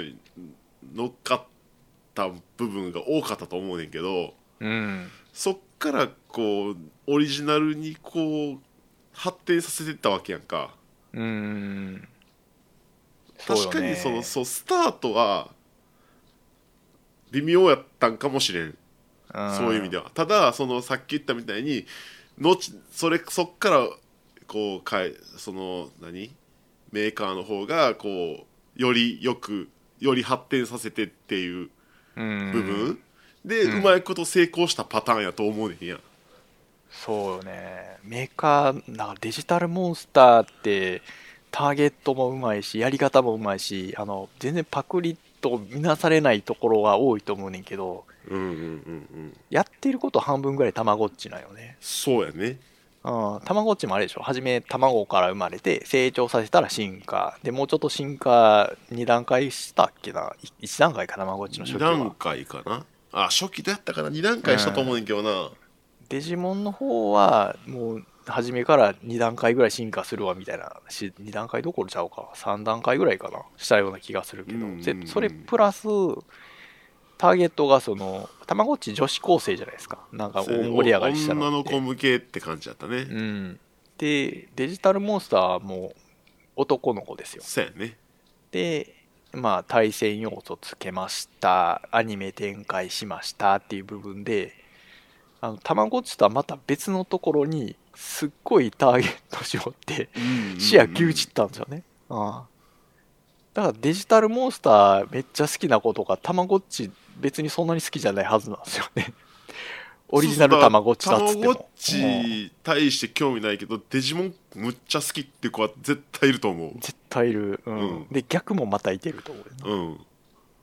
A: 乗っかった部分が多かったと思うねんけど
B: うん、
A: そっからこうオリジナルにこう発展させてったわけやんか
B: うん、そうよ
A: 確
B: ね
A: かにそのそうスタートは微妙やったんかもしれんそういう意味ではただそのさっき言ったみたいにのちそれそっからこうかえその何メーカーの方がこうよりよくより発展させてっていう
B: うん
A: 部分、で、う
B: うん
A: まいこと成功したパターンやと思うねんや
B: そうよねメーカーなんかデジタルモンスターってターゲットもうまいしやり方もうまいしあの全然パクリと見なされないところが多いと思うねんけど
A: うんうんうんうん
B: やってること半分ぐらいたまごっちなんよね
A: そうやね
B: うんたまごっちもあれでしょ初め卵から生まれて成長させたら進化でもうちょっと進化2段階したっけな1段階かたまごっちの初
A: 2
B: 期は
A: 段階かなあ初期だったかな2段階したと思うねんけどな、
B: デジモンの方はもう初めから2段階ぐらい進化するわみたいなし2段階どころちゃうか3段階ぐらいかなしたような気がするけど、
A: うん
B: でそれプラスターゲットがそのたまごっち女子高生じゃないですかなんか
A: そうやね
B: 大盛り上がりした
A: 女
B: の
A: の
B: って
A: 子向けって感じだったね、
B: うん、でデジタルモンスターも男の子ですよ
A: そうやね
B: でまあ対戦要素つけましたアニメ展開しましたっていう部分であのたまごっちとはまた別のところにすっごいターゲット絞って視野牛耳ったんですよね、ああだからデジタルモンスターめっちゃ好きな子とかたまごっち別にそんなに好きじゃないはずなんですよ ねオリジナルたまごっちだっつって
A: たま
B: も
A: ごっち対して興味ないけどデジモンむっちゃ好きって子は絶対いると思う
B: 絶対いる、うん
A: うん
B: で逆もまたいてると思うよ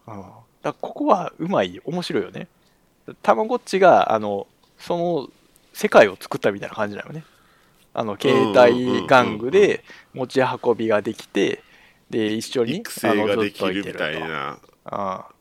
B: な
A: うん
B: うんだからここはうまい面白いよねたまごっちがあのその世界を作ったみたいな感じなのねあの携帯玩具で持ち運びができてで一緒に
A: 育成ができ
B: あの
A: る
B: ず
A: み
B: っと
A: た
B: い
A: い
B: てる
A: な
B: と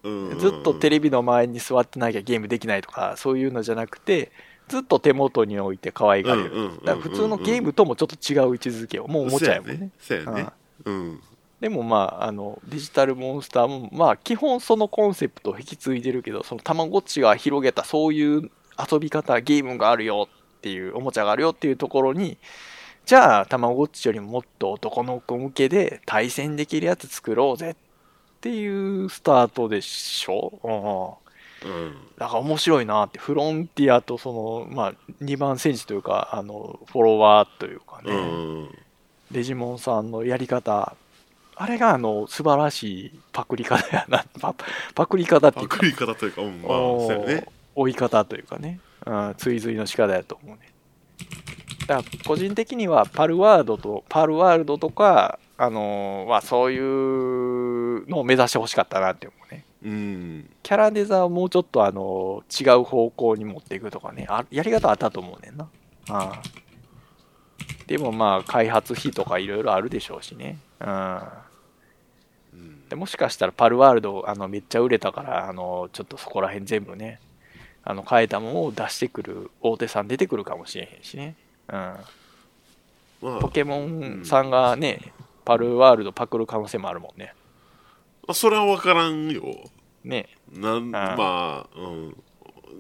B: うん
A: うん
B: ずっとテレビの前に座ってなきゃゲームできないとかそういうのじゃなくてずっと手元に置いて可愛がれる、
A: うんうんうんうん
B: だから普通のゲームともちょっと違う位置づけをもうおもちゃやもんね
A: そうやねそうやね
B: うん
A: うん
B: でもまあ、あの、デジタルモンスターも、まあ、基本そのコンセプトを引き継いでるけど、そのたまごっちが広げたそういう遊び方、ゲームがあるよっていう、おもちゃがあるよっていうところに、じゃあ、たまごっちよりももっと男の子向けで対戦できるやつ作ろうぜっていうスタートでしょうん。
A: うん
B: だから面白いなって、フロンティアとその、まあ、2番戦士というか、あの、フォロワーというかね、
A: うん
B: デジモンさんのやり方あれがあの素晴らしいパクリ方やな パパクリ方って
A: パ
B: いうか
A: クリ方というかうんまあ
B: お
A: そ
B: ー
A: うやね
B: 追い方というかね、うん、追随の仕方やと思うねだから個人的にはパルワードとパルワールドとかあのーはそういうのを目指してほしかったなって思うね
A: うん
B: キャラデザをもうちょっとあのー違う方向に持っていくとかねあやり方あったと思うねんなあでもまあ開発費とかいろいろあるでしょうしねうん
A: うん
B: でもしかしたらパルワールドあのめっちゃ売れたからあのちょっとそこら辺全部ねあの変えたものを出してくる大手さん出てくるかもしれへんしね、うん、
A: まあ
B: ポケモンさんがね、パルワールドパクる可能性もあるもんね
A: まあそれは分からんよ
B: ね
A: なん
B: ああ
A: まあ、う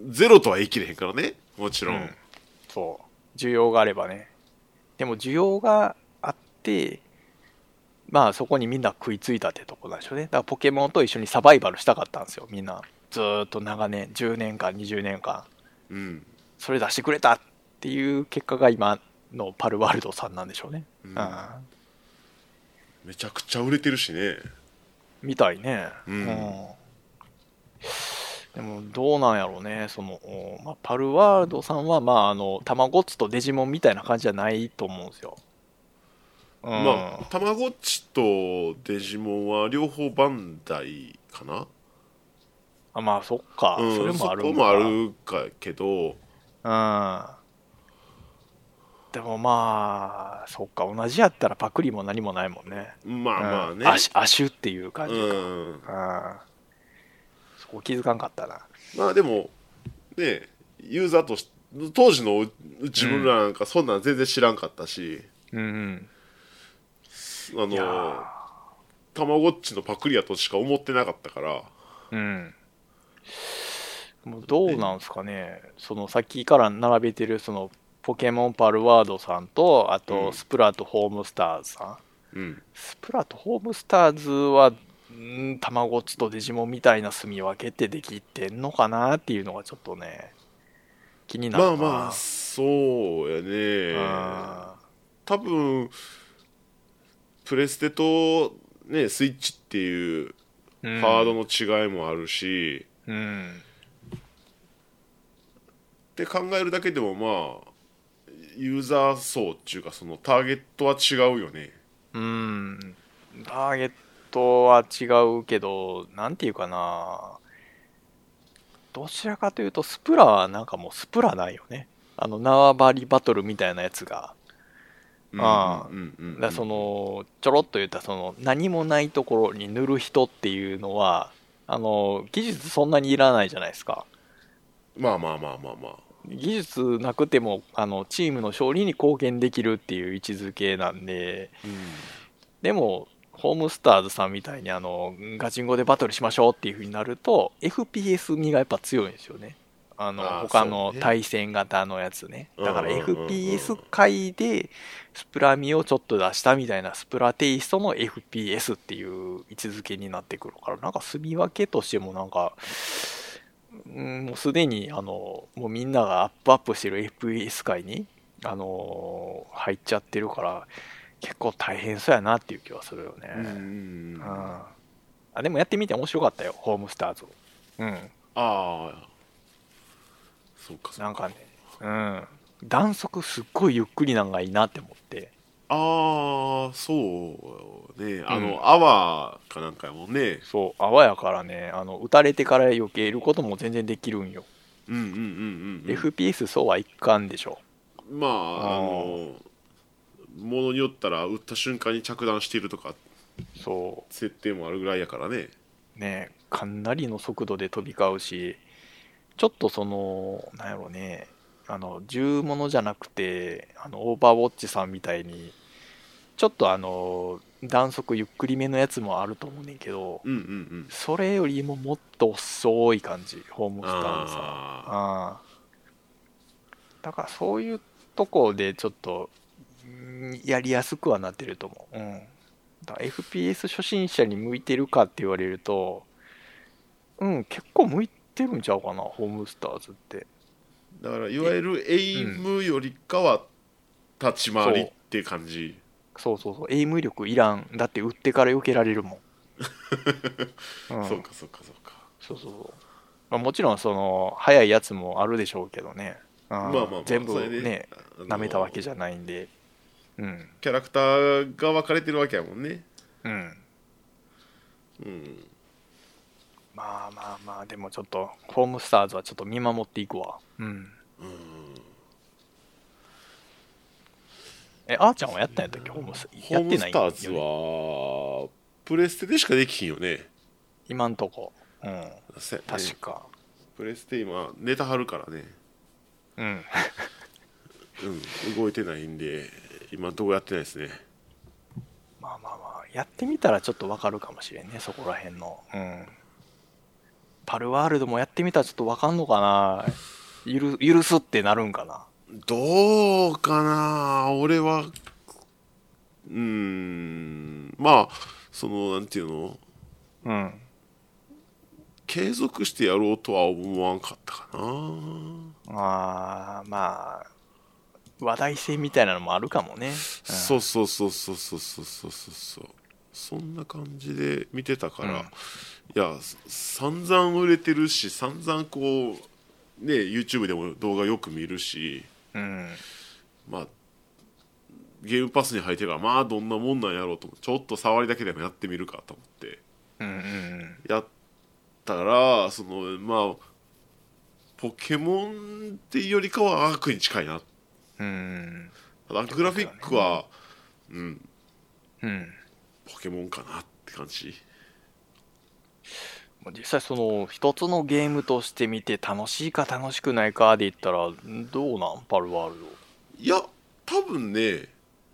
A: ん、ゼロとは言い切れへんからねもちろん、
B: うんそう需要があればねでも需要があってまあそこにみんな食いついたってとこなんでしょうねだからポケモンと一緒にサバイバルしたかったんですよみんなずーっと長年10年間20年間
A: うん
B: それ出してくれたっていう結果が今のパルワールドさんなんでしょうね
A: う
B: うんん、
A: めちゃくちゃ売れてるしね
B: みたいね
A: うん
B: でもどうなんやろうねその、おまあ、パルワールドさんはまああのたまごっちとデジモンみたいな感じじゃないと思うんですよ、うん、
A: まあたまごっちとデジモンは両方バンダイかな
B: あまあそっか、
A: うん、
B: それもある
A: そこ
B: ん
A: も
B: か
A: あるかけど
B: うんでもまあそっか同じやったらパクリも何もないもんね
A: まあまあ
B: うん
A: ね
B: アシアシュっていう感じ、うん、
A: うん、
B: そこ気づかんかったな
A: まあでもねユーザーとし当時のう自分らなんかそんなん全然知らんかったし、
B: うんうん
A: あ
B: いや
A: のたまごっちのパクリやとしか思ってなかったから
B: ーうんもうどうなんすかねそのさっきから並べてるそのポケモンパルワードさんとあ
A: う
B: と
A: ん
B: スプラトホームスターズさん、
A: うん
B: スプラトホームスターズはうんたまごっちとデジモンみたいな住み分けってできてんのかなっていうのがちょっとね気になる
A: ま
B: な
A: あまあそうやね多分プレステとねスイッチっていう
B: うん
A: ハードの違いもあるし、
B: うん
A: って考えるだけでもまあユーザー層っていうかそのターゲットは違うよね
B: うんターゲットは違うけどなんていうかなどちらかというとスプラはなんかもうスプラないよねあの縄張りバトルみたいなやつがああ
A: うんうんうん
B: だからそのちょろっと言ったその何もないところに塗る人っていうのはあの技術そんなにいらないじゃないですか
A: まあまあまあまあまあ
B: 技術なくてもあのチームの勝利に貢献できるっていう位置づけなんででもホームスターズさんみたいにあのガチンコでバトルしましょうっていう風になると FPS 味がやっぱ強いんですよねあの
A: あー
B: 他
A: そう
B: の
A: ね
B: 対戦型のやつねだから
A: うんうんうんうん
B: FPS 界でスプラ味をちょっと出したみたいなスプラテイストの FPS っていう位置づけになってくるからなんか住み分けとしてもなんかうんもうすでにあのもうみんながアップアップしてる FPS 界にあの入っちゃってるから結構大変そうやなっていう気はするよね、
A: うんうんうんあ
B: ああでもやってみて面白かったよホームスターズをうん
A: あそうかそう
B: な
A: か
B: んかねうん弾速すっごいゆっくりなんがいいなって思って
A: ああそうねあの、アワーかなんかやもんね
B: そう泡やからねあの打たれてから避けることも全然できるんよ、
A: うんうんうんうん、うん、
B: FPS そうはいかんでしょ
A: まああ
B: あー
A: のものによったら撃った瞬間に着弾しているとか
B: そ
A: 設定もあるぐらいやからね
B: うねかなりの速度で飛び交うしちょっとそのなんやろねあの銃物じゃなくてあのオーバーウォッチさんみたいにちょっとあの弾速ゆっくりめのやつもあると思うねんけど、
A: うんうんうん
B: それよりももっと遅い感じ、ホームスターズさん。あ
A: ああ
B: あだからそういうとこでちょっと、うんやりやすくはなってると思う。うん。だから FPS 初心者に向いてるかって言われると、うん、結構向いてるんちゃうかな、ホームスターズって。
A: だからいわゆるエイムよりかは立ち回りって感じ、
B: そうそうそう、エイム力いらん。だって打ってから避けられるもん。う ん
A: そうかそうかそうか、
B: そうそうそう、まあ、もちろんその早いやつもあるでしょうけどね、うん
A: まあまあまあ
B: 全部
A: それで
B: ね
A: あの
B: 舐めたわけじゃないんでうん
A: キャラクターが分かれてるわけやもんね
B: うん
A: うん
B: まあまあまあでもちょっとホームスターズはちょっと見守っていくわうんえあーちゃんはやったんやったっけホームス
A: ホ
B: や
A: ー
B: って
A: ム
B: な
A: ス
B: いん
A: タ
B: よね
A: ーズはプレステでしかできひんよね
B: 今んとこうん
A: せ
B: 確
A: ね
B: か
A: プレステ今ネタ張るからね、
B: うん
A: うん、動いてないんで今どうやってないですね
B: まあまあまあやってみたらちょっとわかるかもしれんね、そこら辺の。うん。パルワールドもやってみたらちょっとわかんのかな許許すってなるんかな
A: どうかな俺は、うーん、まあ、その、なんていうの
B: うん。
A: 継続してやろうとは思わんかったかな
B: あーまあ、話題性みたいなのもあるかもね。
A: そうそうそうそうそうそうそうそうそうそんな感じで見てたから、
B: うん
A: いやさ散々売れてるし散々こうね YouTube でも動画よく見るし
B: うん。
A: まあゲームパスに入ってるからまあどんなもんなんやろうと思ってちょっと触りだけでもやってみるかと思って
B: うんうん
A: やったらそのまあポケモンっていうよりかはアークに近いな
B: うん。うん。
A: ただグラフィックはうん
B: うん。
A: ポケモンかなって感じ
B: 実際その一つのゲームとして見て楽しいか楽しくないかで言ったらどうなんパルワール
A: いや多分ね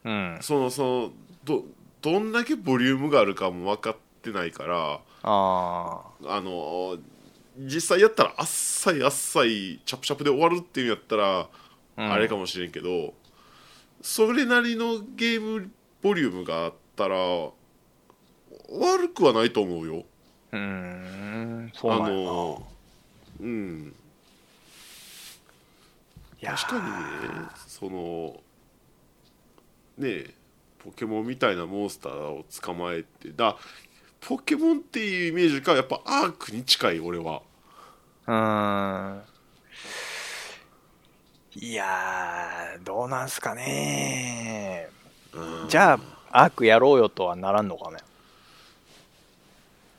B: ドうん
A: そのそのどどんだけボリュームがあるかも分かってないから
B: あ
A: あの実際やったらあっさいあっさいチャプチャプで終わるっていうんやったら、
B: あ、
A: あれか
B: も
A: もしれんけどそれなりのゲームボリュームがあったら悪くはないと思うよ
B: うーんそう
A: あ
B: なんやな、
A: のうん
B: いやー
A: 確かにねそのねえポケモンみたいなモンスターを捕まえてだポケモンっていうイメージかやっぱアークに近い俺は
B: うーんいやーどうなんすかね
A: うん
B: じゃあアークやろうよとはならんのかね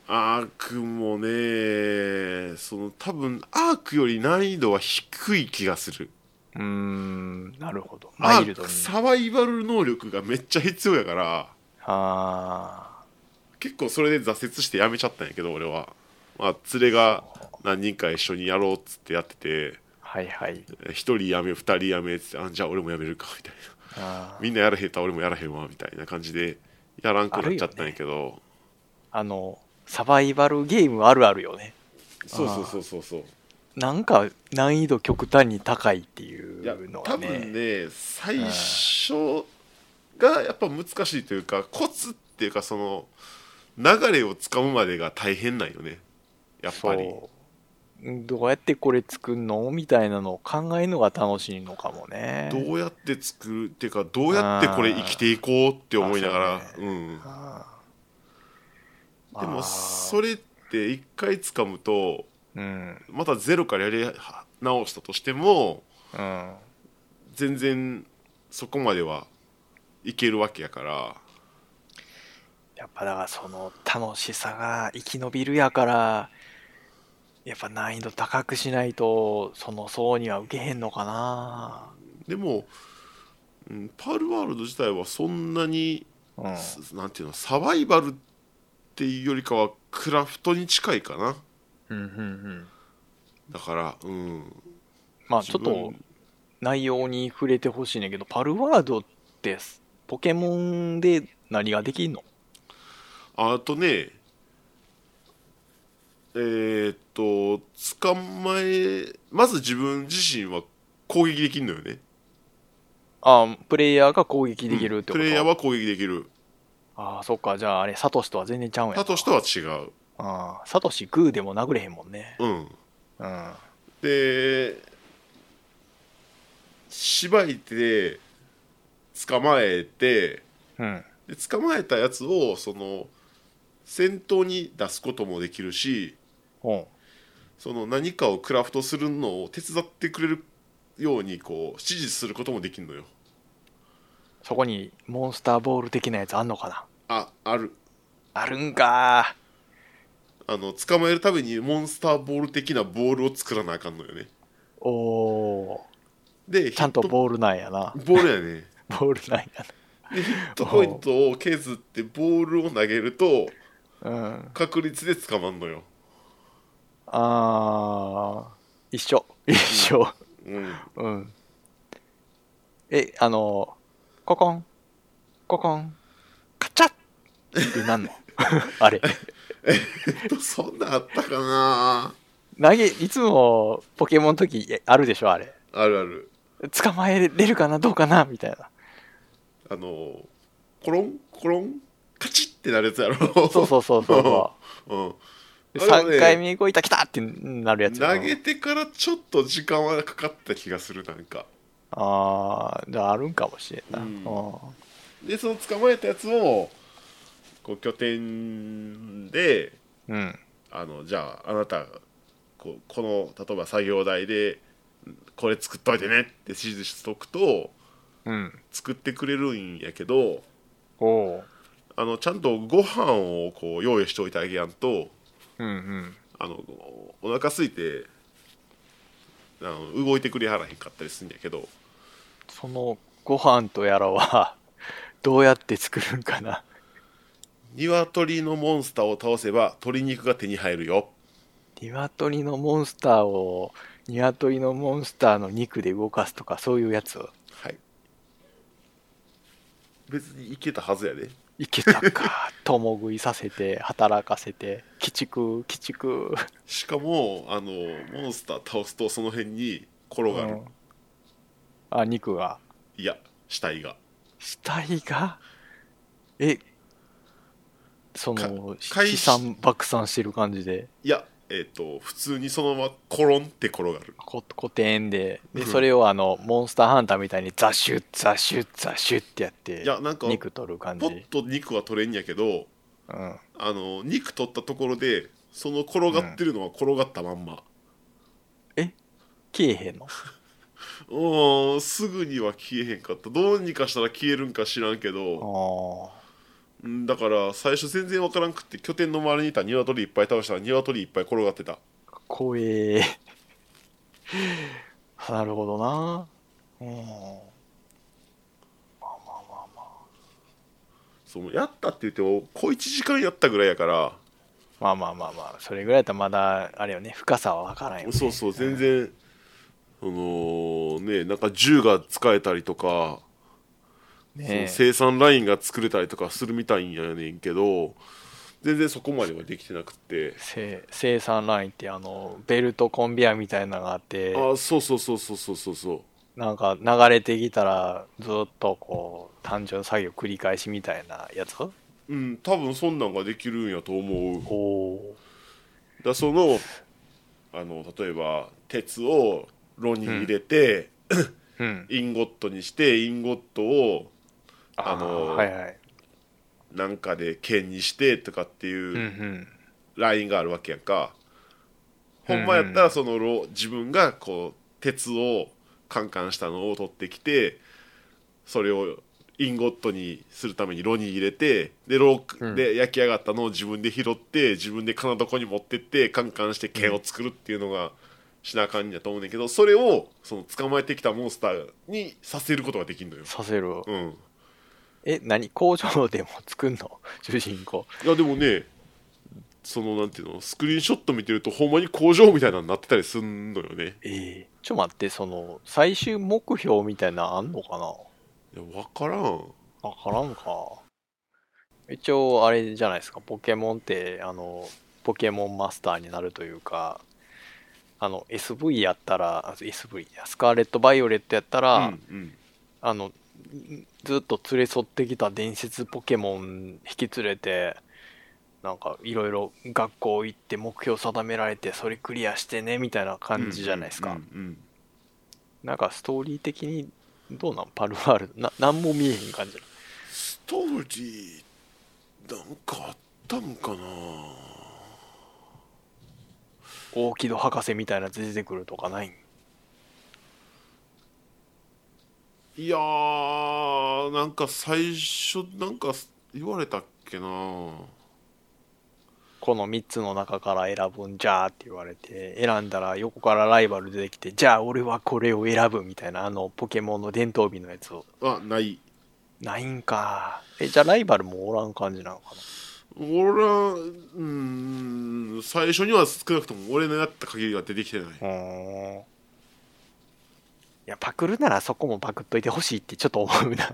A: アークもねその多分アークより難易度は低い気がする
B: うーんなるほど
A: ア
B: マイル
A: ー
B: ドに
A: クサバイバル能力がめっちゃ必要やから
B: あ
A: 結構それで挫折してやめちゃったんやけど俺はまあ連れが何人か一緒にやろうっつってやってて
B: ーはいはい
A: 1人辞め2人辞めっつってあじゃあ俺も辞めるかみたいな
B: あー
A: みんなやらへんと俺もやらへんわみたいな感じでやらんくなっちゃったんやけど、
B: あのサバイバルゲームあるあるよね
A: そうそうそうそうそう
B: なんか難易度極端に高いってい
A: いや
B: うの
A: 多
B: がね。
A: 分ね最初がやっぱ難しいというかコツっていうかその流れをつかむまでが大変なんよねやっぱり
B: そう。どうやってこれ作んのみたいなのを考えるのが楽しいのかもね。
A: どうやって作るっていうかどうやってこれ生きていこうって思いながら、
B: あーあそう
A: ん、
B: ああ
A: で
B: ま
A: も
B: あ
A: それって一回つかむと
B: うん。
A: またゼロからやり直したとしても
B: うん。
A: 全然そこまではいけるわけやから
B: やっぱだからその楽しさが生き延びるやから、やっぱ難易度高くしないと、その層には受けへんのかな。
A: でも、うん、パールワールド自体はそんなに、
B: うん。
A: すなんていうのサバイバルっていうよりかはクラフトに近いかな
B: うんうんうん。
A: だからうん
B: まあちょっ
A: 自
B: と
A: 分
B: 内容に触れてほしいねんだけど、パルワードってポケモンで何ができんの
A: あとねえーっと捕まえまず自分自身は攻撃できるのよね
B: あプレイヤーが攻撃できるってこと、
A: プレイヤーは攻撃できる
B: ああ、そっか、じゃああれ、サトシとは全然ちゃうんや。
A: 他としては違う
B: ああサトシグーでも殴れへんもんね。
A: うん
B: うん。
A: でしばいて捕まえて
B: うん。
A: で捕まえたやつをその戦闘に出すこともできるし
B: おう
A: その何かをクラフトするのを手伝ってくれるようにこう指示することもできるのよ
B: そこにモンスターボール的なやつあんのかな
A: あある
B: あるんか
A: あの捕まえるためにモンスターボール的なボールを作らなあかんのよね
B: おお
A: で
B: ーちゃんと
A: ヒット
B: ボールなんやな。
A: ボールやね
B: ボールなんや
A: でヒットポイントを削ってボールを投げると
B: な。うん。
A: 確率で捕まんのよ
B: ああ、一 緒。一緒。
A: うん
B: うん。え、あの、ココン、ココン、カチャッえ、なんの あれ。
A: えっとそんなんあったかな
B: 投げ、いつもポケモンの時えあるでしょ、あれ。
A: あるある
B: 捕まえれるかな、どうかな、みたいな。
A: あのコロンコロンカチッってなるやつやろ
B: そうそうそうそうそ
A: うん
B: う。
A: あれはね
B: 3回目動いた、来たってなるやつ。
A: 投げてからちょっと時間はかかった気がするなんか
B: ああ、じゃああるんかもしれんな。
A: う
B: うんん、
A: でその捕まえたやつをこう拠点で
B: うん。
A: あのじゃああなたこうこの例えば作業台でこれ作っといてねって指示しとくと
B: うん。
A: 作ってくれるんやけど
B: おお。
A: あのちゃんとご飯をこう用意しておいてあげやんと
B: うんうん。
A: あのおお腹空いてあの動いてくれはらへんかったりするんやけど
B: そのご飯とやらは、どうやって作るんかな。
A: 鶏のモンスターを倒せば鶏肉が手に入るよ
B: 鶏のモンスターを、鶏のモンスターの肉で動かすとか、そういうやつ。
A: はい別にいけたはずやで
B: いけた か。共食いさせて、働かせて、鬼畜、鬼畜。
A: しかもあのモンスター倒すとその辺に転がる、
B: うんあ、肉が。
A: いや死体が
B: 死体がえそ
A: か
B: の
A: 開始
B: 飛散爆散してる感じで
A: いやえっ、と普通にそのままコロンって転がる
B: こコテンでで
A: うん
B: それをあのモンスターハンターみたいにザシュッザシュッザシュッってやって
A: いやなんか
B: 肉取る感
A: ポッ
B: じ、
A: と肉は取れんやけど
B: うん、
A: あの肉取ったところでその転がってるのは転がったまんま
B: 消えへんの
A: うーんすぐには消えへんかったどうにかしたら消えるんか知らんけど
B: あ
A: うんだから最初全然わからんくって拠点の周りにいた鶏いっぱい倒したら鶏いっぱい転がってた
B: ー怖え なるほどなうん
A: そうやったって言っても小1時間やったぐらいやから
B: まあまあまあまあそれぐらいだったらまだあれよね深さは分からんよ、ね、
A: そうそう全然あのーねなんか銃が使えたりとか、その
B: ね
A: 生産ラインが作れたりとかするみたいんやねんけど全然そこまではできてなくって
B: せ生産ラインってあのベルトコンベヤーみたいなのがあって
A: あそうそうそうそうそうそうそう
B: なんか流れてきたらずっとこう単純作業繰り返しみたいなやつ
A: うん多分そんなんができるんやと思う
B: おお
A: だそのあの例えば鉄を炉に入れて、
B: うん
A: インゴットにしてインゴットをあの
B: ーはいはい
A: なんかで剣にしてとかって
B: うんう
A: いうんラインがあるわけやんか、
B: うん
A: ほんまやったらその炉自分がこう鉄をカンカンしたのを取ってきてそれをインゴットにするために炉に入れてで炉
B: うん
A: で焼き上がったのを自分で拾って自分で金床に持ってってカンカンして剣を作るっていうのがしなあかんやと思うねんだけどそれをその捕まえてきたモンスターにさせることができるのよ。
B: させる
A: うん、
B: え何工場でも作んの 主人公
A: いやでもねそのなんていうのスクリーンショット見てるとほんまに工場みたいなのになってたりすんのよね
B: ええちょ待ってその最終目標みたいなのあんのかない
A: や分からん
B: わからんか。一応、あれじゃないですか、ポケモンって、あの、ポケモンマスターになるというか、あの、SV やったら、あ SV や、スカーレット・バイオレットやったら、
A: うん
B: あの、んずっと連れ添ってきた伝説ポケモン引き連れて、なんか、いろいろ学校行って目標定められて、それクリアしてね、みたいな
A: うん
B: 感じじゃないですか。
A: うんうん
B: なんか、ストーリー的に、どうなんパルワールド、な、なんも見えへん感じ。
A: ストーリーなんかあったんかな
B: 大木戸博士みたいなやつ出てくるとかないん
A: いやーなんか最初なんか言われたっけな
B: この3つの中から選ぶんじゃーって言われて選んだら横からライバル出てきてじゃあ俺はこれを選ぶみたいなあのポケモンの伝統美のやつを
A: あない
B: ないんかえじゃあライバルもおらん感じなのかな
A: 俺はうん最初には少なくとも俺のやった限りは出てきてないう
B: ーんいやパクるならそこもパクっとい てほしいってちょっと思うな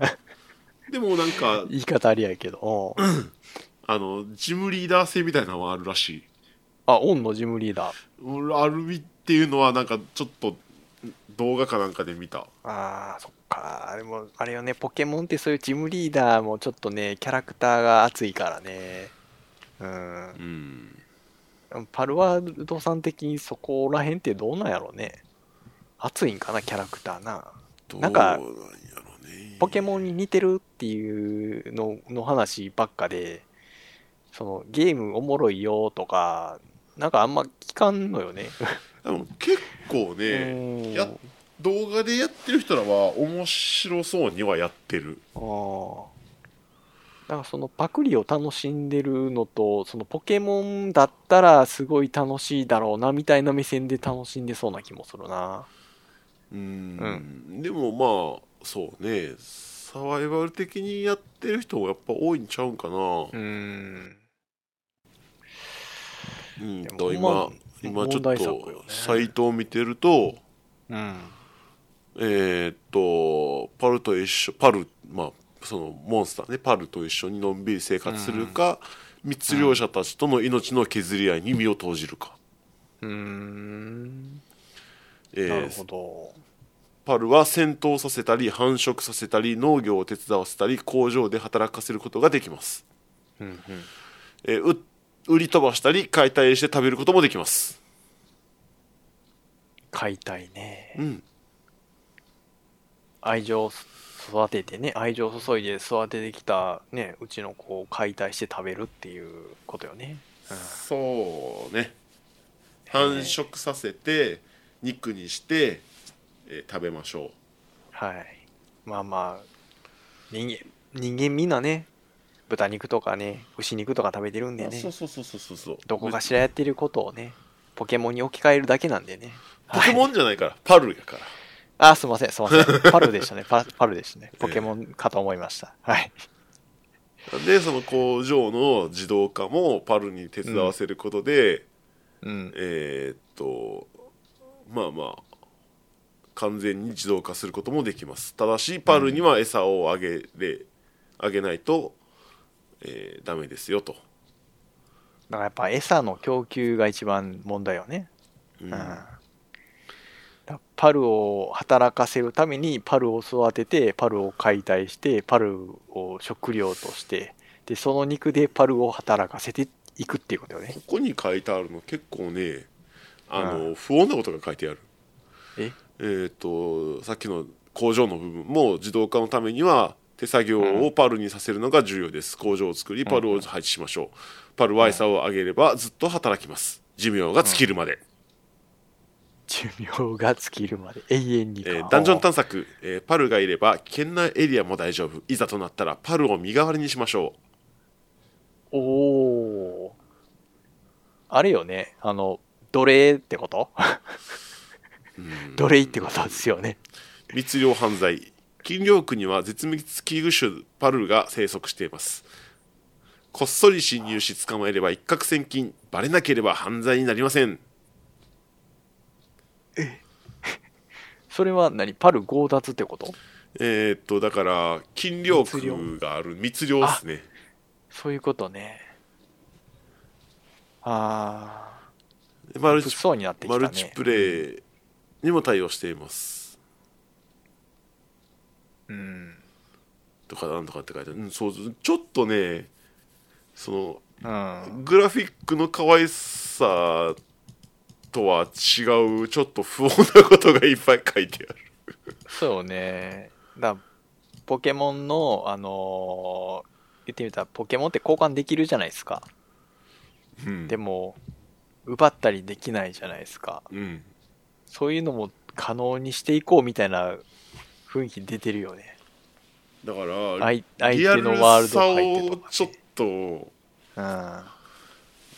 A: でもなんか
B: 言い方ありやけどうん
A: あのジムリーダー制みたいなのはあるらしい
B: あ、オンのジムリーダー。
A: 俺アルミっていうのはなんかちょっと動画かなんかで見た
B: ああ、そっか。でも、あれよね、ポケモンってそういうジムリーダーもちょっとね、キャラクターが熱いからね。うん。
A: うん
B: パルワールドさん的にそこら辺ってどうなんやろうね。熱いんかな、キャラクターな。なんか
A: どうなんやろうね
B: ポケモンに似てるっていうのの話ばっかで、そのゲームおもろいよとか、なんかあんま聞かんのよね。
A: でも結構ね
B: うん
A: やっ動画でやってる人らは面白そうにはやってる
B: あーだからそのパクリを楽しんでるのと、そのポケモンだったらすごい楽しいだろうなみたいな目線で楽しんでそうな気もするな。
A: うん、でもまあそうねサバイバル的にやってる人がやっぱ多いんちゃうんかな、
B: うん。
A: うん
B: いや
A: と
B: ほん
A: 今
B: ま
A: 今ちょっ
B: 問題作よね
A: とサイトを見てると、
B: うん。
A: えーっとパルと一緒パルまあそのモンスターねパルと一緒にのんびり生活するか、密漁者たちとの命の削り合いに身を投じるか、
B: うーん。
A: えー
B: なるほど。
A: パルは戦闘させたり繁殖させたり農業を手伝わせたり工場で働かせることができます、
B: うんうん。
A: えーう売り飛ばしたり解体して食べることもできます
B: 買いたいね。
A: うん
B: 愛情を育ててね愛情を注いで育ててきたねうちの子を解体して食べるっていうことよね
A: そうね繁殖させて肉にして、えー食べましょう
B: はいまあまあ人間人間みんなね豚肉とかね牛肉とか食べてるんで
A: あ
B: ね
A: そうそうそうそうそうそう
B: どこかしらやってることをねポケモンに置き換えるだけなんでね
A: ポケモ
B: はい
A: ンじゃないから、パルやから。
B: あすいませんすいませんパルでしたねパパルでしたねポケモンかと思いましたはい
A: で、その工場の自動化もパルに手伝わせることで、
B: うん
A: えーっと、まあまあ、完全に自動化することもできます。ただし、パルには餌をあげれ、あげないと、えーダメですよと。
B: だからやっぱ餌の供給が一番問題よね
A: うん
B: うんパルを働かせるためにパルを育ててパルを解体してパルを食料としてでその肉でパルを働かせていくっていうことよね
A: ここに書いてあるの結構ね、あの、
B: う
A: 不穏なことが書いてある。
B: え
A: えーっと、さっきの工場の部分も自動化のためには手作業をパルにさせるのが重要です。工場を作り、パルを配置しましょう。パルは餌をあげればずっと働きます。寿命が尽きるまで。
B: 寿命が尽きるまで永遠にか、
A: えーダンジョン探索、えーパルがいれば危険なエリアも大丈夫いざとなったらパルを身代わりにしましょ
B: おおーあれよねあの奴隷ってこと
A: う、うん
B: 奴隷ってことですよね
A: 密漁犯罪金領区には絶滅危惧種パルが生息していますこっそり侵入し捕まえれば一攫千金バレなければ犯罪になりません
B: それは何パル強奪ってこと
A: えーっとだから金領区がある密漁ですね
B: そういうことねああ
A: マル
B: 物
A: チ
B: 騒になってきた
A: マ
B: ね
A: ルチプレイにも対応しています
B: うん
A: とかなんとかって書いてある、うん、そうちょっとねその
B: うん、
A: グラフィックの可愛さとは違うちょっと不穏なことがいっぱい書いてある
B: そうね。だポケモンの、あのー言ってみたら、ポケモンって交換できるじゃないですか。
A: うん
B: でも、奪ったりできないじゃないですか。
A: うん
B: そういうのも可能にしていこうみたいな雰囲気出てるよね。
A: だから
B: 相相
A: リア
B: 手
A: ル
B: のワールド
A: さ
B: 入って
A: を
B: とか
A: ちょっ
B: ね、
A: と
B: うん。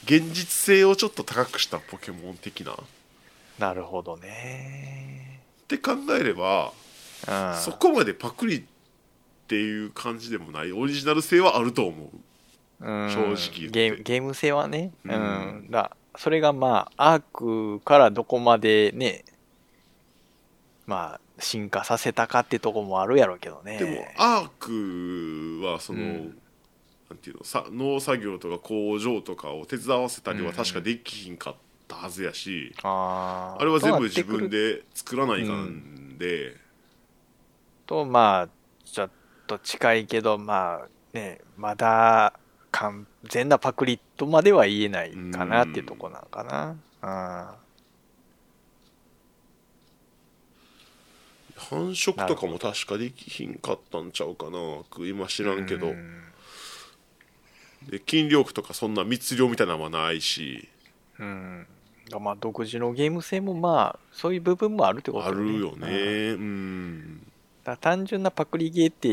A: 現実性をちょっと高くしたポケモン的なっ
B: なるほどね。
A: て考えれば
B: うん。
A: そこまでパクリっていう感じでもないオリジナル性はあると思う
B: うん
A: 正直言って
B: ゲームゲーム性はね、うん
A: うん
B: だそれがまあアークからどこまでねまあ進化させたかってとこもあるやろうけどね
A: でもアークはその、
B: うん
A: なんていうのさ農作業とか工場とかを手伝わせたりは確かできひんかったはずやし、
B: あー
A: あれは全部
B: となって
A: 自
B: くる
A: 分で作らないかんで、
B: とまあちょっと近いけどまあねまだ完全なパクリとまでは言えないかなっていうとこなんかなあ
A: 繁殖とかも確かできひんかったんちゃうかな今知らんけど、
B: うん
A: で禁猟区とかそんな密漁みたいなのはないし
B: うんだからまあ独自のゲーム性もまあそういう部分もあるってこと
A: あるよね
B: うん
A: うん
B: だから単純なパクリゲーって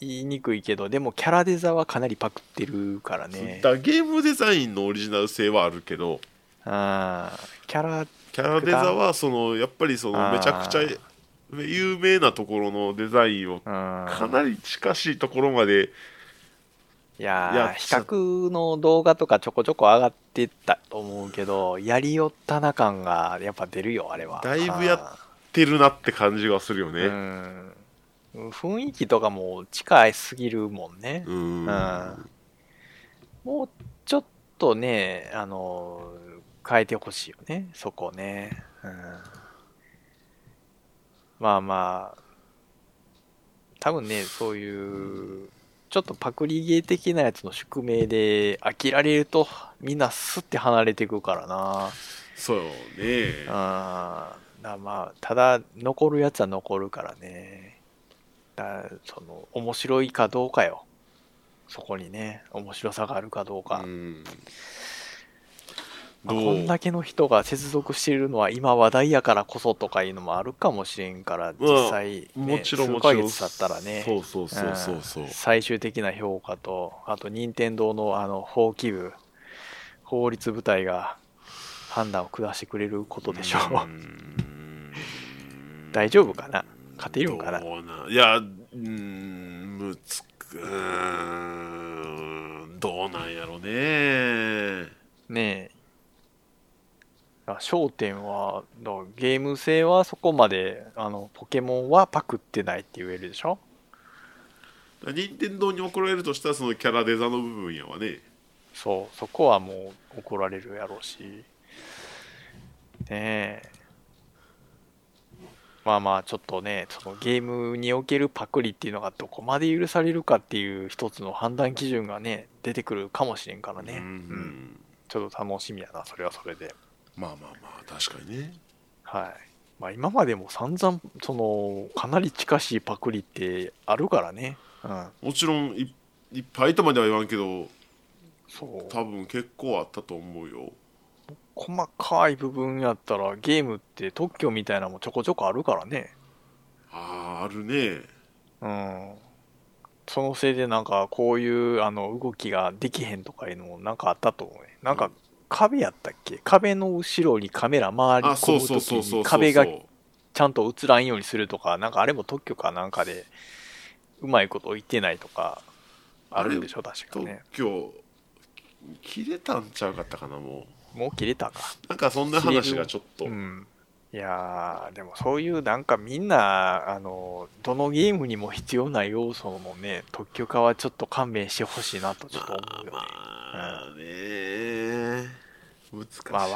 B: 言いにくいけどでもキャラデザはかなりパクってるからね
A: だからゲームデザインのオリジナル性はあるけど
B: あーキャラ
A: キャラデザはそのやっぱりその
B: あー
A: めちゃくちゃ有名なところのデザインをか
B: か
A: なり近しいところまで
B: いやー
A: いや
B: 比較の動画とかちょこちょこ上がってったと思うけどやりよったな感がやっぱ出るよあれは
A: だいぶやってるなって感じがするよ
B: う
A: ね
B: んうん雰囲気とかも近いすぎるもんね
A: うん
B: うんもうちょっとねあの変えてほしいよねそこね、うん、まあまあ多分ねそういうちょっとパクリゲー的なやつの宿命で飽きられるとみんなスッて離れていくからな
A: そうよ
B: うん
A: ね
B: だからまあただ残るやつは残るからねだからその面白いかどうかよそこにね面白さがあるかどうか、
A: うん
B: まあ
A: どう
B: こんだけの人が接続しているのは今話題やからこそとかいうのもあるかもしれんから実際、ね
A: もちろんも
B: 数
A: ちろ
B: ヶ
A: ん
B: 月経ったらね
A: そうそうそうそうそう
B: うん最終的な評価とあと任天堂のあの法規部法律部隊が判断を下してくれることでしょう、
A: ん
B: 大丈夫かな勝てるんかな
A: どうないやうんむつくうーんどうなんやろね
B: ねえあ焦点はだからゲーム性はそこまであのポケモンはパクってないって言えるでしょ
A: 任天堂に怒られるとしたらそのキャラデザの部分やわね
B: そう、そこはもう怒られるやろうし。ねえ。まあまあ、ちょっとね、そのゲームにおけるパクリっていうのがどこまで許されるかっていう一つの判断基準がね、出てくるかもしれんからね。
A: うんう
B: うん
A: ん
B: ちょっと楽しみやな、それはそれで。
A: まあまあまあ確かにね
B: はい。まあ今までも散々、その、かなり近しいパクリってあるからね。うん。
A: もちろんいいっぱいとまでは言わんけど
B: そう。
A: 多分結構あったと思うよ
B: 細かい部分やったらゲームって特許みたいなのもちょこちょこあるからね
A: あああるね
B: うんそのせいでなんかこういうあの動きができへんとかいうのもなんかあったと思うねなんか壁やったっけ壁の後ろにカメラ回り
A: あそう
B: 込
A: そうそ
B: む時
A: うそうそうそう
B: に壁がちゃんと映らんようにするとかなんかあれも特許かなんかでうまいこと言ってないとかあるんでしょ確か
A: 特
B: ね
A: 許切れたんちゃうかったかなも
B: もう切れたか
A: うなんかそんな話がちょっと
B: うん、いやーでもそういうなんかみんなあのどのゲームにも必要な要素のね特許化はちょっと勘弁してほしいなとちょっと思うよね
A: まあね、
B: まあ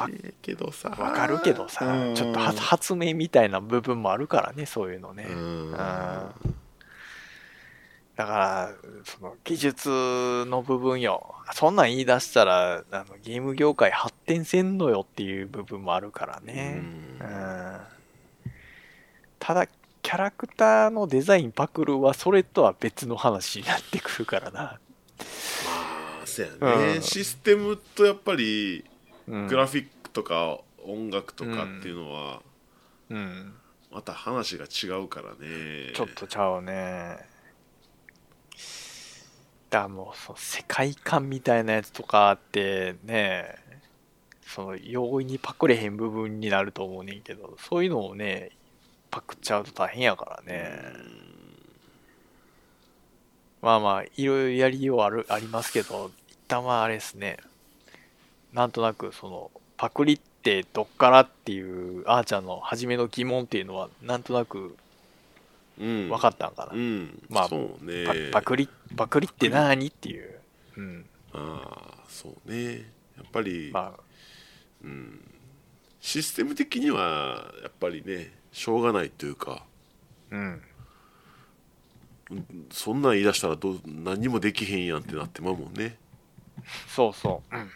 A: 難しいけどさ
B: わかるけどさ、
A: うん
B: ちょっとは発明みたいな部分もあるからねそういうのね、
A: うん
B: うんだからその技術の部分よそんなん言い出したらあのゲーム業界発展せんのよっていう部分もあるからね、うんただキャラクターのデザインパクるはそれとは別の話になってくるからな、
A: まあそうやね、
B: うん
A: システムとやっぱり
B: うん
A: グラフィックとか音楽とかっていうのは
B: うん、
A: また話が違うからね
B: ちょっとちゃうねだからもうその世界観みたいなやつとかってねその容易にパクれへん部分になると思うねんけどそういうのをねパクっちゃうと大変やからね、まあまあ、いろいろやりようある、ありますけど、一旦はあれですね。なんとなく、その、パクリってどっからっていう、あーちゃんの初めの疑問っていうのは、なんとなく
A: うん
B: 分かったんかな。
A: うん
B: まあ
A: そうね
B: パパクリ、パクリって何っていう。うん、
A: ああそうねやっぱり、
B: まあ
A: システム的にはやっぱりねしょうがないというか
B: うん
A: そんなん言い出したらどう何にもできへんやんってなってまうもんね
B: そうそう、うん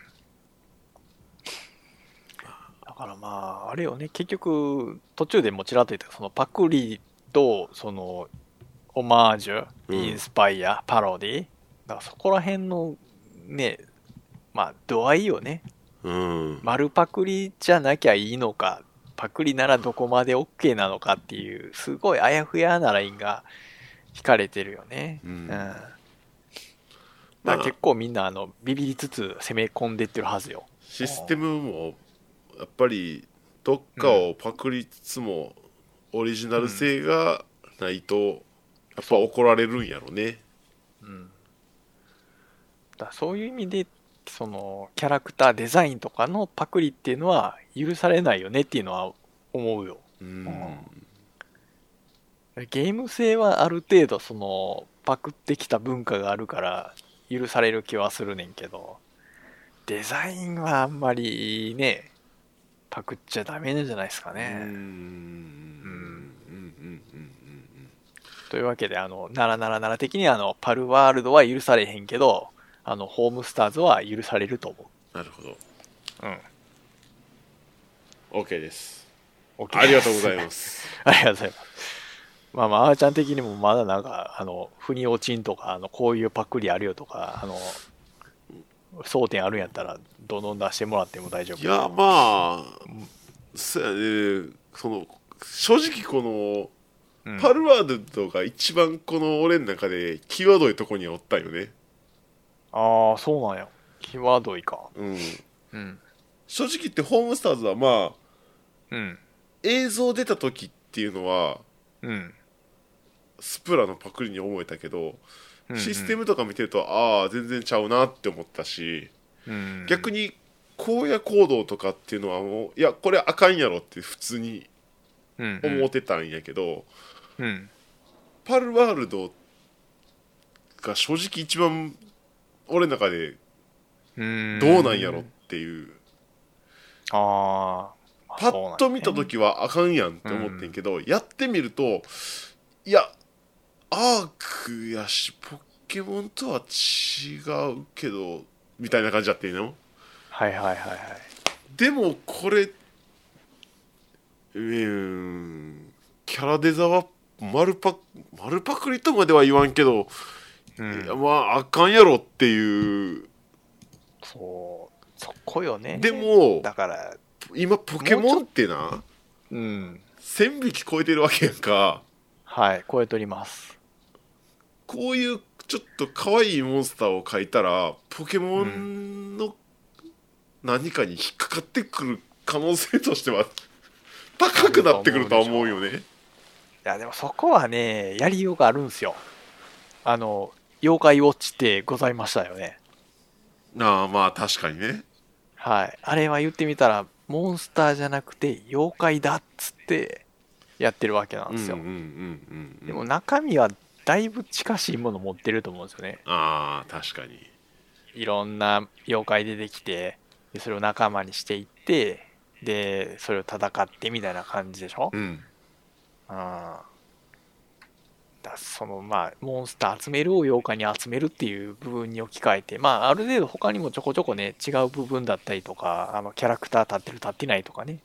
B: だからまああれよね結局途中でもちらっと言ったそのパクリとそのオマージュ
A: うん
B: インスパイア、パロディだからそこら辺のねまあ度合いよね
A: うん
B: 丸パクリじゃなきゃいいのかパクリならどこまで OK なのかっていうすごいあやふやなラインが引かれてるよね。
A: うん
B: だか
A: ま
B: ら
A: あ
B: 結構みんなあのビビりつつ攻め込んでってるはずよ。
A: システムもやっぱりどっかをパクりつつもオリジナル性がないとやっぱ怒られるんやろね
B: うん、だからそういう意味でそのキャラクターデザインとかのパクリっていうのは許されないよねっていうのは思うよ。
A: うん
B: ゲーム性はある程度そのパクってきた文化があるから許される気はするねんけどデザインはあんまりねパクっちゃダメなんじゃないです
A: う
B: か
A: んうん
B: ね、
A: うんうん
B: というわけであのならならなら的にあのパルワールドは許されへんけどあのホームスターズは許されると思
A: なるほど
B: ううん
A: OK です
B: オッケー
A: ありがとうございます
B: ありがとうございますまあまああーちゃん的にもまだなんかあの腑に落ちんとかあのこういうパクリあるよとかあの争点あるんやったらどんどん出してもらっても大丈夫
A: いやまあそやねその正直この
B: うん
A: パルワールドが一番この俺の中で際どいとこにはおったよね
B: ああそうなんや際どいか
A: うん
B: うん
A: 正直言ってホームスターズはまあ
B: うん
A: 映像出た時っていうのは
B: うん
A: スプラのパクリに思えたけど、
B: うん
A: システムとか見てるとああ全然ちゃうなって思ったし、
B: うん
A: 逆に荒野行動とかっていうのはもういやこれあかんやろって普通に
B: うんうん
A: 思ってたんやけど、
B: うん
A: パルワールドが正直一番俺の中で
B: うん
A: どうなんやろっていう、
B: あーまあ
A: パッと見た
B: き
A: 時はあかんやんって思ってんけど、やってみるといやアークやしポケモンとは違うけどみたいな感じだってんの
B: はいはいはいはい
A: でもこれうーんキャラデザは丸パ丸パクリとまでは言わんけど、
B: うん
A: いやまああかんやろっていう
B: そうそこよね
A: でも
B: だから
A: 今ポケモンってな
B: うん
A: 1000匹超えてるわけやんか
B: はい超えております
A: こういうちょっと可愛いモンスターを描いたらポケモンの何かに引っかかってくる可能性としては高くなってくるとは思うよね。
B: いやでもそこはねやりようがあるんすよあの妖怪ウォッチってございましたよね
A: ああまあ確かにね。
B: はいあれは言ってみたらモンスターじゃなくて妖怪だっつってやってるわけなんですよ、
A: うんうんうんうん
B: でも中身はだいぶ近しいもの持ってると思うんですよね
A: ああ確かに。
B: いろんな妖怪出てきてでそれを仲間にしていってでそれを戦ってみたいな感じでしょ、
A: うん
B: あーだそのまあモンスター集めるを妖怪に集めるっていう部分に置き換えてまあある程度他にもちょこちょこね違う部分だったりとかあのキャラクター立ってる立ってないとかね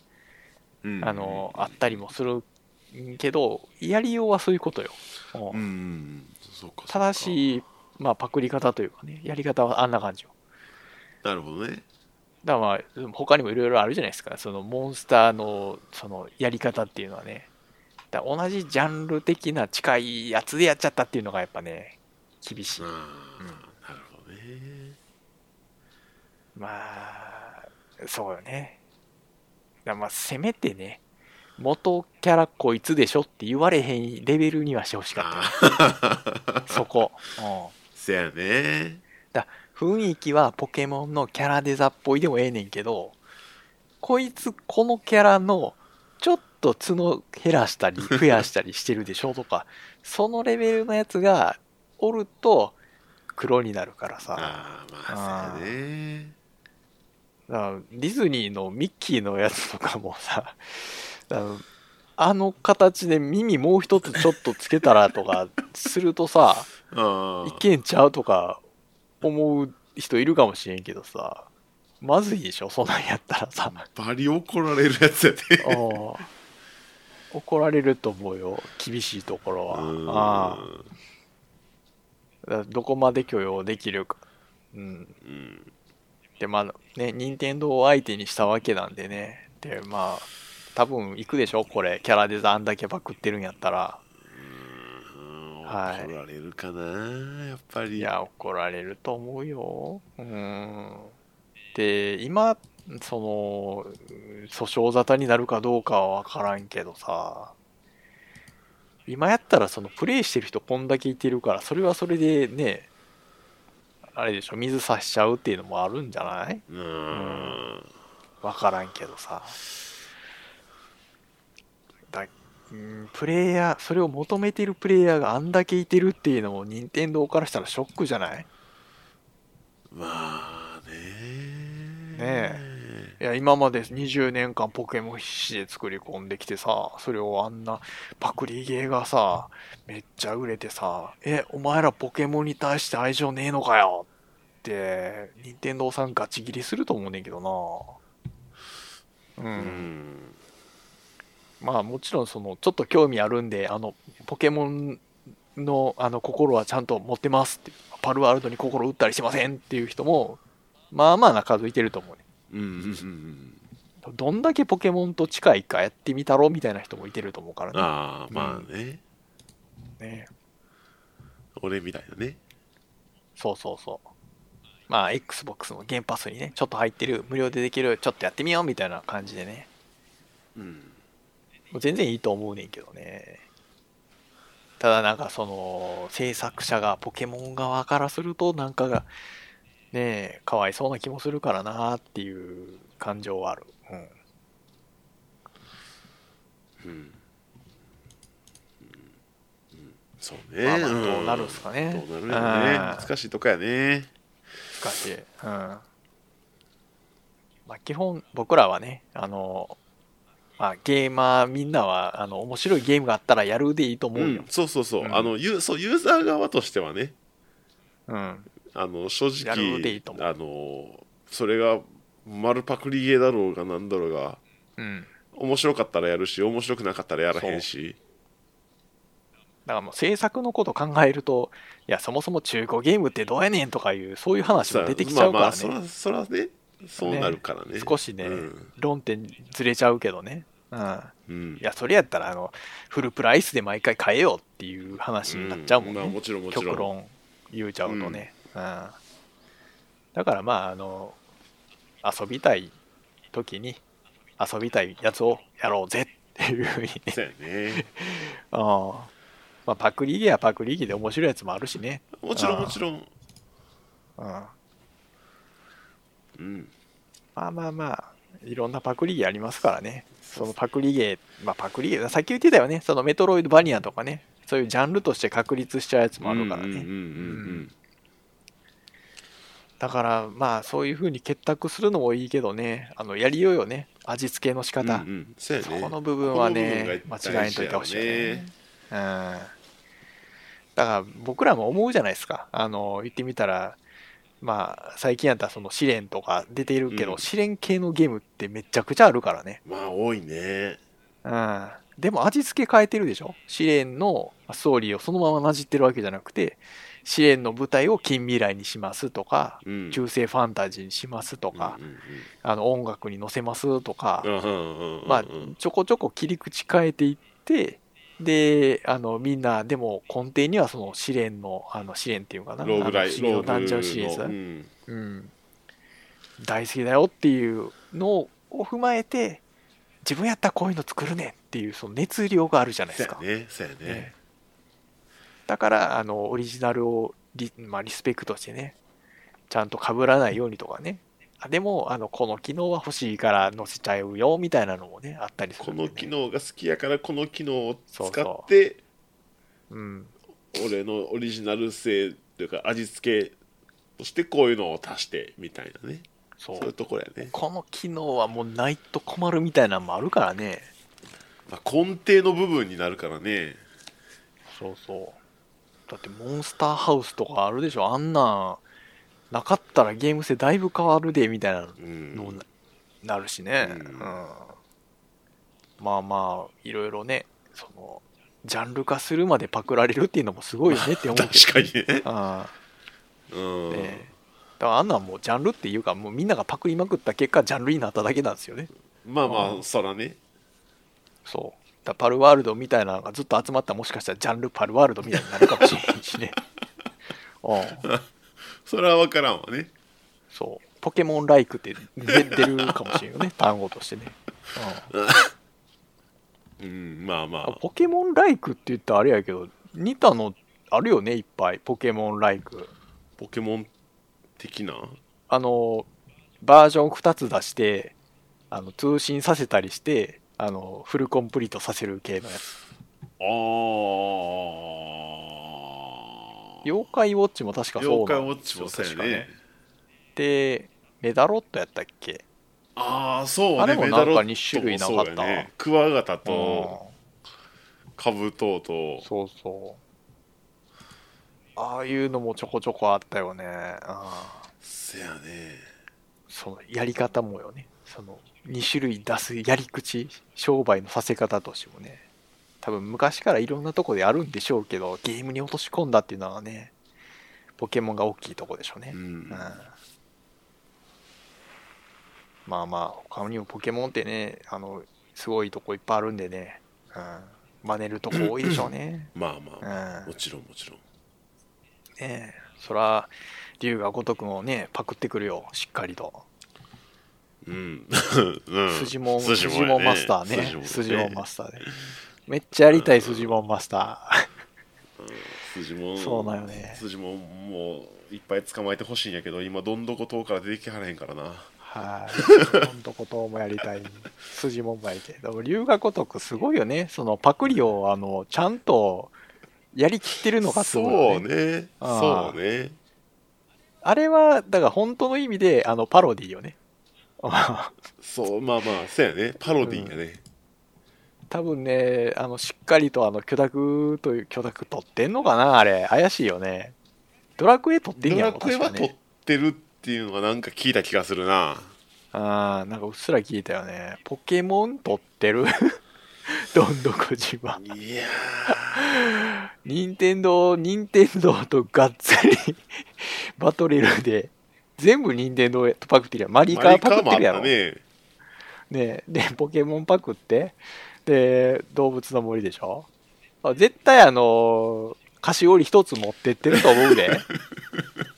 A: うん
B: あのあったりもするけどやりようはそういうことよ、うん
A: うんうんそうかそうか
B: 正しい、まあ、パクリ方というかねやり方はあんな感じよ
A: なるほどね。
B: だからまあ他にもいろいろあるじゃないですかそのモンスターのそのやり方っていうのはねだから同じジャンル的な近いやつでやっちゃったっていうのがやっぱね厳しい
A: ああ、なるほどね。
B: まあそうよねだからまあせめてね元キャラこいつでしょって言われへんレベルにはしてほしかっ
A: ああ
B: たそこ、う
A: せやね。
B: ん、雰囲気はポケモンのキャラデザっぽいでもええねんけどこいつこのキャラのちょっと角減らしたり 増やしたりしてるでしょとかそのレベルのやつがおると黒になるからさ。
A: ああまあそうやね
B: だからディズニーのミッキーのやつとかもさ、 あのあの形で耳もう一つちょっとつけたらとかするとさ、
A: あ
B: いけんちゃうとか思う人いるかもしれんけどさ、まずいでしょ、そんなんやったらさ。
A: あバリ怒られるやつやで、ね、
B: おう怒られると思うよ厳しいところは
A: うん
B: ああだからどこまで許容できるかうん
A: うん
B: でまあね任天堂を相手にしたわけなんでねでまあ多分行くでしょこれキャラデザあんだけバクってるんやったら
A: うん
B: はい
A: 怒られるかな、やっぱり
B: いや怒られると思うようんで今そのうん訴訟沙汰になるかどうかは分からんけどさ今やったらそのプレイしてる人こんだけいてるからそれはそれでねあれでしょ水差しちゃうっていうのもあるんじゃない
A: うん
B: 分からんけどさだうんプレイヤーそれを求めてるプレイヤーがあんだけいてるっていうのも任天堂からしたらショックじゃない
A: まあね
B: ねえいや今まで20年間ポケモン必死で作り込んできてさそれをあんなパクリゲーがさめっちゃ売れてさえお前らポケモンに対して愛情ねえのかよって任天堂さんガチギリすると思うねんけどなう、
A: うんん
B: まあもちろんそのちょっと興味あるんであのポケモンのあの心はちゃんと持ってますってパルワールドに心打ったりしませんっていう人もまあまあな数いてると思うね
A: うんうんうんうん
B: どんだけポケモンと近いかやってみたろみたいな人もいてると思うからね。
A: ああまあね、
B: ね
A: 俺みたいなね
B: そうそうそう。まあ、Xbox のゲームパスにね、ちょっと入ってる、無料でできる、ちょっとやってみようみたいな感じでね。
A: うん
B: もう全然いいと思うねんけどね。ただなんかその、制作者がポケモン側からするとなんかが、ねえ、かわいそうな気もするからなっていう感情はある。うん。
A: うんうんそうね、
B: まあまあどうなるんすかね
A: どうなるよね
B: うん
A: 難しいとこやね
B: しかし、うん。まあ、基本、僕らはね、あの、まあ、ゲーマーみんなは、あの、面白いゲームがあったらやるでいいと思
A: う
B: うよ
A: ん。そうそうそう,、
B: うん
A: あのユそうユーザー側としてはね
B: うん。
A: あの正
B: やるでい
A: 直
B: いと思う
A: あのそれが丸パクリゲーだろうがなんだろうが
B: うん。
A: 面白かったらやるし面白くなかったらやらへんし
B: だからもう制作のこと考えると、いや、そもそも中古ゲームってどうやねんとかいう、そういう話も出てきちゃうからね。
A: まあまあそらそらねそうなるからね
B: 少しね、
A: うん
B: 論点ずれちゃうけどね。うん。
A: うん
B: いや、それやったら、あの、フルプライスで毎回買えよっていう話になっちゃうもんね。
A: まあ、もちろんもち
B: 極
A: ろん
B: 論言うちゃうとね、うんだからまああの遊びたい時に遊びたいやつをやろうぜっていうふうに ね、
A: そうやね
B: うんまあ、パクリゲやパクリゲで面白いやつもあるしね、
A: もちろん
B: あー
A: もちろん
B: うん、ま
A: うん
B: あまあまあいろんなパクリゲありますからねそのパクリゲまあパクリゲさっき言ってたよねそのメトロイドバニアとかねそういうジャンルとして確立しちゃうやつもあるからね、
A: うんうんうん
B: だからまあそういうふうに結託するのもいいけどねあのやりようよね味付けの仕
A: うんうん
B: 方、
A: うんうんそうやね
B: そこの部分はね
A: この部分が
B: 間違えんといてほしいよねうんだから僕らも思うじゃないですかあの言ってみたらまあ最近やったらその試練とか出てるけど、
A: うん
B: 試練系のゲームってめちゃくちゃあるからね
A: まあ多いね
B: うんでも味付け変えてるでしょ試練のストーリーをそのままなじってるわけじゃなくて試練の舞台を近未来にしますとか
A: うん
B: 中世ファンタジーにしますとか、
A: うんうん
B: あの音楽に乗せますとか、
A: うんうんうんうんうん
B: まあ、ちょこちょこ切り口変えていって、で、あの、みんな、でも根底にはその試練の、あの試練っていうかな、
A: ローブラ
B: あの
A: イ
B: 不思議
A: ロー
B: の
A: ブ
B: ダンジョンシリーズ、
A: のう
B: うん
A: ん
B: 大好きだよっていうのを踏まえて、自分やったらこういうの作るねんっていう、その熱量があるじゃないで
A: そう
B: すか。
A: やねそうやね
B: ねだから、あの、オリジナルをリ,、まあ、リスペクトしてね、ちゃんと被らないようにとかね。あでも、あの、この機能は欲しいから載せちゃうよ、みたいなのもね、あったりする
A: こ
B: んでね、
A: の機能が好きやからこの機能を使
B: そうそ
A: って
B: うん。
A: 俺のオリジナル性というか味付けとしてこういうのを足してみたいなね
B: そ
A: そういう
B: う。
A: ところやね、
B: この機能はもうないと困るみたいなのもあるからね。
A: まあ、根底の部分になるからね
B: そうそう。だってモンスターハウスとかあるでしょあんなんなかったらゲーム性だいぶ変わるでみたいな
A: うん
B: のな,、なるしね、
A: うん
B: うんまあまあいろいろねそのジャンル化するまでパクられるっていうのもすごいよねって思うけど
A: 確かにね
B: あ
A: うん、
B: だからあんなんもうジャンルっていうかもうみんながパクりまくった結果ジャンルになっただけなんですよね
A: まあま
B: う
A: あ
B: ん
A: そらね
B: そうだからパルワールドみたいなのがずっと集まったらもしかしたらジャンルパルワールドみたいになるかもしれない しねうん
A: それは分からんわね
B: そう。ポケモンライクって出出るかもしれんよね、単語としてね。
A: う
B: うん
A: んまあま
B: あ
A: あ
B: ポケモンライクって言ったらあれやけど、似たのあるよね、いっぱい。ポケモンライク。
A: ポケモン的な
B: あの、バージョン2つ出して、あの通信させたりして、あのフルコンプリートさせる系のやつ。
A: ああ
B: 妖怪ウォッチも確かそう
A: 妖怪
B: なん
A: ウォッ
B: です
A: チ
B: よ
A: もそうや
B: 確か
A: ね
B: で、メダロットやったっけ
A: ああそうね
B: あれも
A: メダロット
B: なんか2種類なかった
A: もそうやねクワガタと
B: うん
A: カブトウと
B: そうそう。ああいうのもちょこちょこあったよね。ああ
A: せやね
B: そのやり方もよね。その2種類出すやり口、商売のさせ方としてもね。多分昔からいろんなとこであるんでしょうけど、ゲームに落とし込んだっていうのはね、ポケモンが大きいとこでしょうね
A: う。ん
B: うんまあまあ、他にもポケモンってね、あの、すごいとこいっぱいあるんでね、うん、真似るとこ多いでしょうね。
A: まあま
B: う
A: あ
B: ん
A: もちろんもちろん
B: ねえ、そら、竜が如くもね、パクってくるよ、しっかりと。
A: うん、うん、
B: 筋も、
A: 筋
B: 筋
A: もやね
B: もマスターね。
A: 筋
B: 筋
A: も
B: も
A: ね
B: マスターで。めっちゃやりたい筋もマスタ
A: 筋も
B: ー。そうだよね。
A: 筋ももういっぱい捕まえてほしいんやけど今どんどこ遠から出てきはれへんからな
B: はい。ほんとこともやりたい。筋もまいて。でも竜が如くすごいよね。そのパクリを、あの、ちゃんとやりきってるのがす
A: そ
B: ごいよね。
A: うね
B: あー
A: そうね
B: あれは、だから本当の意味で、あの、パロディよね。
A: そうまあまあそうやねパロディーやね、
B: 多分ね、あの、しっかりとあの、許諾という、許諾取ってんのかなあれ、怪しいよね。ドラクエ取ってん
A: ド
B: や
A: ラ
B: ろ
A: クエは
B: 確か
A: 撮っ
B: ね。
A: てるっていうのがなんか聞いた気がするな
B: ああ、なんかうっすら聞いたよね。ポケモン取ってる どんどこ島。
A: いや
B: 任天堂、任天堂とがっつり バトレルで、全部任天堂パクってるやん。マ
A: ー
B: リカ
A: マ
B: ー
A: イカ
B: パ
A: ー
B: クっ
A: もあ
B: て
A: っ
B: るや
A: た
B: ろ。
A: ね
B: ねで、ポケモンパクって、で、動物の森でしょあ絶対あのー菓子折り一つ持ってってると思うで。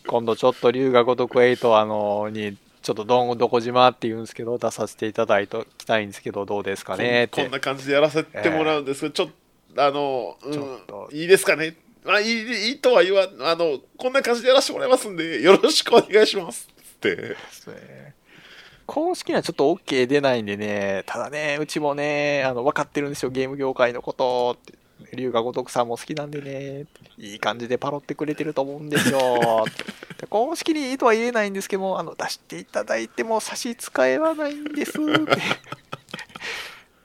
B: 今度ちょっと龍が如く8、あのーに、ちょっとどんどこ島って言うんですけど、出させていただいてきたいんですけど、どうですかねっ
A: こん
B: て。
A: こんな感じでやらせてもらうんですけど、ちょっとあの、うん
B: ちょっと
A: いいですかねあいいいいとは言わんあのこんな感じでやらせてもらいますんでよろしくお願いしますって
B: そうですね公式にはちょっと OK 出ないんでね、ただね、うちもね、あの分かってるんですよ、ゲーム業界のことって。龍が如くさんも好きなんでね、いい感じでパロってくれてると思うんです よ。で公式にいいとは言えないんですけども、あの出していただいても差し支えはないんです って。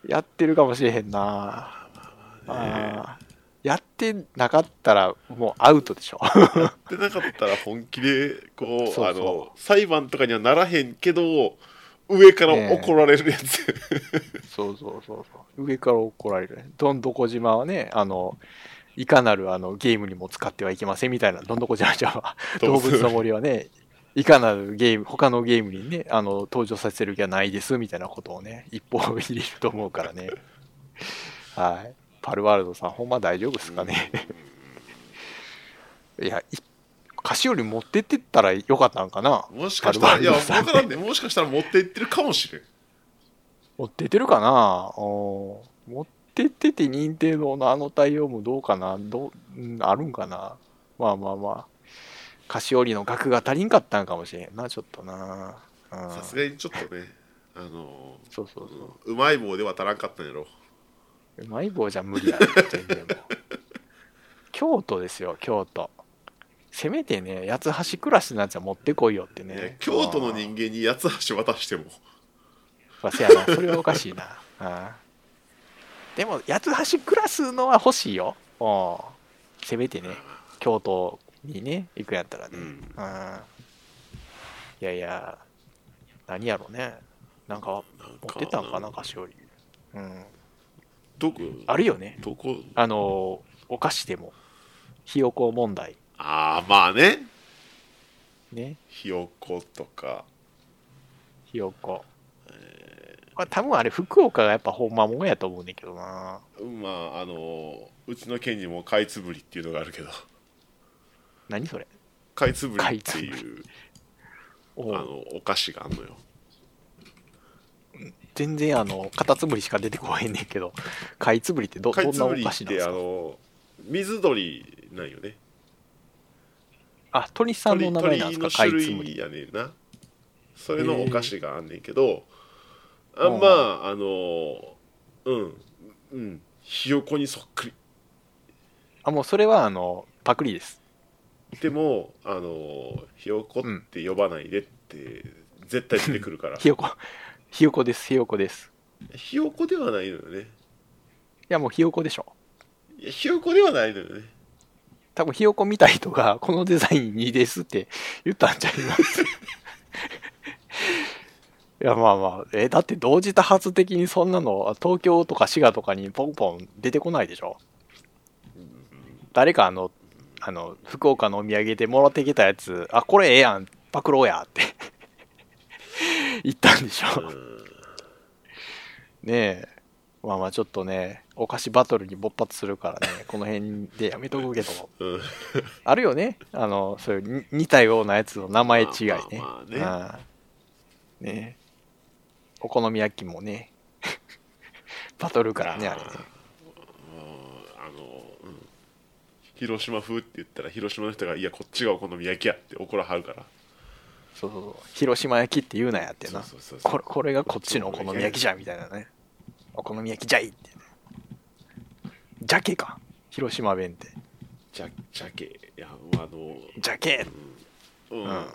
B: やってるかもしれへんな。あーやってなかったらもうアウトでしょ。
A: でなかったら本気でこう
B: そうそう
A: あの裁判とかにはならへんけど上から怒られるやつ、
B: そうそうそうそう。上から怒られるね。どんどこ島はね、あの、いかなるあのゲームにも使ってはいけませんみたいな、どんどこ島ちゃんは、 動物の森はね、いかなるゲーム、他のゲームにね、あの、登場させる気はないですみたいなことをね、一方入れると思うからね。はい。パルワールドさん、ほんま大丈夫ですかね。いや、い菓子折り持ってってったらよかったんかな
A: もしかしたらいや
B: パルバルドさん
A: 分からんねもしかしたら持っていってるかもしれん
B: 持ってってるかなおー持ってってて任天堂のあの対応もどうかなどう、うん、あるんかなまあまあまあ。菓子折りの額が足りんかったんかもしれんな、ちょっとな。うん
A: さすがにちょっとね あの
B: そうそうそう。
A: うまい棒で渡らんかったんやろ
B: うまい棒じゃ無理だね、全然もう。京都ですよ、京都。せめてね、八つ橋クラスなんちゃ持ってこいよって
A: いや
B: ね。
A: 京都の人間に八つ橋渡しても
B: まあせやな、それはおかしいな。あーでも、八つ橋クラスのは欲しいよ。うんせめてね、京都にね、行くんやったらね。
A: うん
B: あーいやいや、何やろね。なんか、
A: なん
B: 持ってたんかな、
A: か
B: 菓子折り。うん。
A: どこ
B: あるよね。
A: どこ
B: あの、お菓子でも、ひよこ問題。
A: ああまあね
B: ね、
A: ひよことか
B: ひよこ。まあ、多分あれ、福岡がやっぱ本間もんやと思うねんだけどな。
A: まああのうちの県にもかいつぶりっていうのがあるけど
B: 何それ
A: かいつぶりっていうあ
B: おう
A: のお菓子があんのよ
B: 全然あの、カタツムリしか出てこへんねんけど、カイツブリってど
A: か
B: ど
A: い
B: ん
A: つ
B: なお
A: ぶり
B: 菓
A: っ
B: 子なんで
A: て
B: す
A: あ
B: か
A: の水鳥なんよね
B: あ、鳥さんの
A: 鳥
B: 名前なん
A: 鳥
B: です
A: の
B: かカ
A: 種
B: イツブリ。
A: 類やねんなそれのお菓子があんねんけどあ
B: うん
A: まああのうんうんひよこにそっくり
B: あ、もうそれはあの、パクリです。
A: でもあのひよこって呼ばないでって絶対出てくるから
B: ひよこ、ひよこです、ひよこです。
A: ひよこではないのよね
B: いや、もうひよこでしょ。
A: いやひよこではないのよね
B: 多分ひよこ見た人が、 このデザインにですって言ったんちゃいます。い や、まあまあ、え、だって同時多発的にそんなの、東京とか滋賀とかにポンポン出てこないでしょ。誰かあの、あの、福岡のお土産でもらってきたやつ、あ、これええやん、パクろうやって 言ったんでしょ。
A: うん
B: ねえまあまあちょっとねお菓子バトルに勃発するからねこの辺でやめとくけど
A: うん
B: あるよねあのそういうに似たようなやつの名前違いね,、
A: まあまあまあね
B: うんねえお好み焼きもね バトルからねあれね
A: あの、うん、広島風って言ったら広島の人が「いやこっちがお好み焼きや」って怒らはるから
B: そうそうそう広島焼きって言うなやってな
A: そうそうそうそう
B: これこれがこっちのお好み焼きじゃんみたいなねお好み焼きじゃいってねじゃけか広島弁って
A: じゃじゃけいやまああの
B: じゃけ
A: うんうん、
B: うん
A: 多
B: っ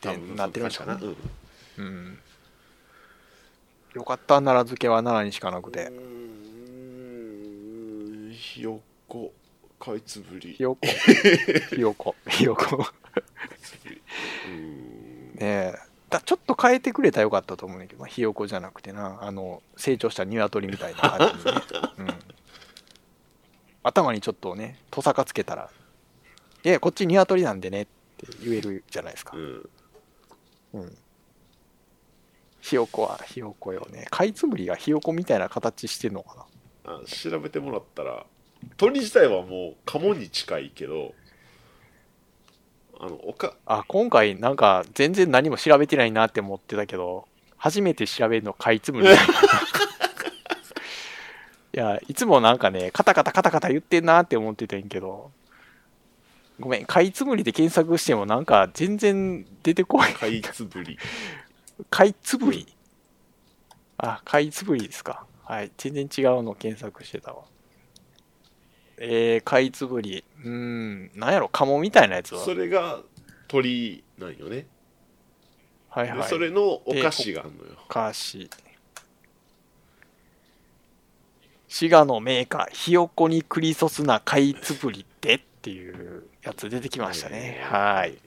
B: て
A: 分
B: なってるんでしょうね
A: うん
B: うんよかった奈良漬けは奈良にしかなくて
A: うーんひよこかいつぶり
B: ひ よこひよこひよこ
A: うん
B: ねえだちょっと変えてくれたらよかったと思うんだけど、まあひよこじゃなくてなあの成長した鶏みたいな感じで、ね うん、頭にちょっとねトサカつけたら「いやこっち鶏なんでね」って言えるじゃないですか
A: う、ん
B: うん、ひよこはひよこよねカイツムリがひよこみたいな形してんのかな
A: あ調べてもらったら鳥自体はもう鴨に近いけどあのおか
B: あ、今回なんか全然何も調べてないなって思ってたけど、初めて調べるのかいつむり。いや、いつもなんかね、カタカタカタカタ言ってんなって思ってたんやけど、ごめん、かいつむりで検索してもなんか全然出てこない。
A: かいつぶり
B: かいつぶりあ、かいつぶりですか。はい。全然違うの検索してたわ。えー、かいつぶり。うーん、なんやろ、カモみたいなやつは。
A: それが鳥なんよね
B: はい
A: で
B: はい。
A: それのお菓子があんのよ
B: お菓子滋賀のメーカーひよこにクリソスな貝つぶりってっていうやつ出てきましたねはい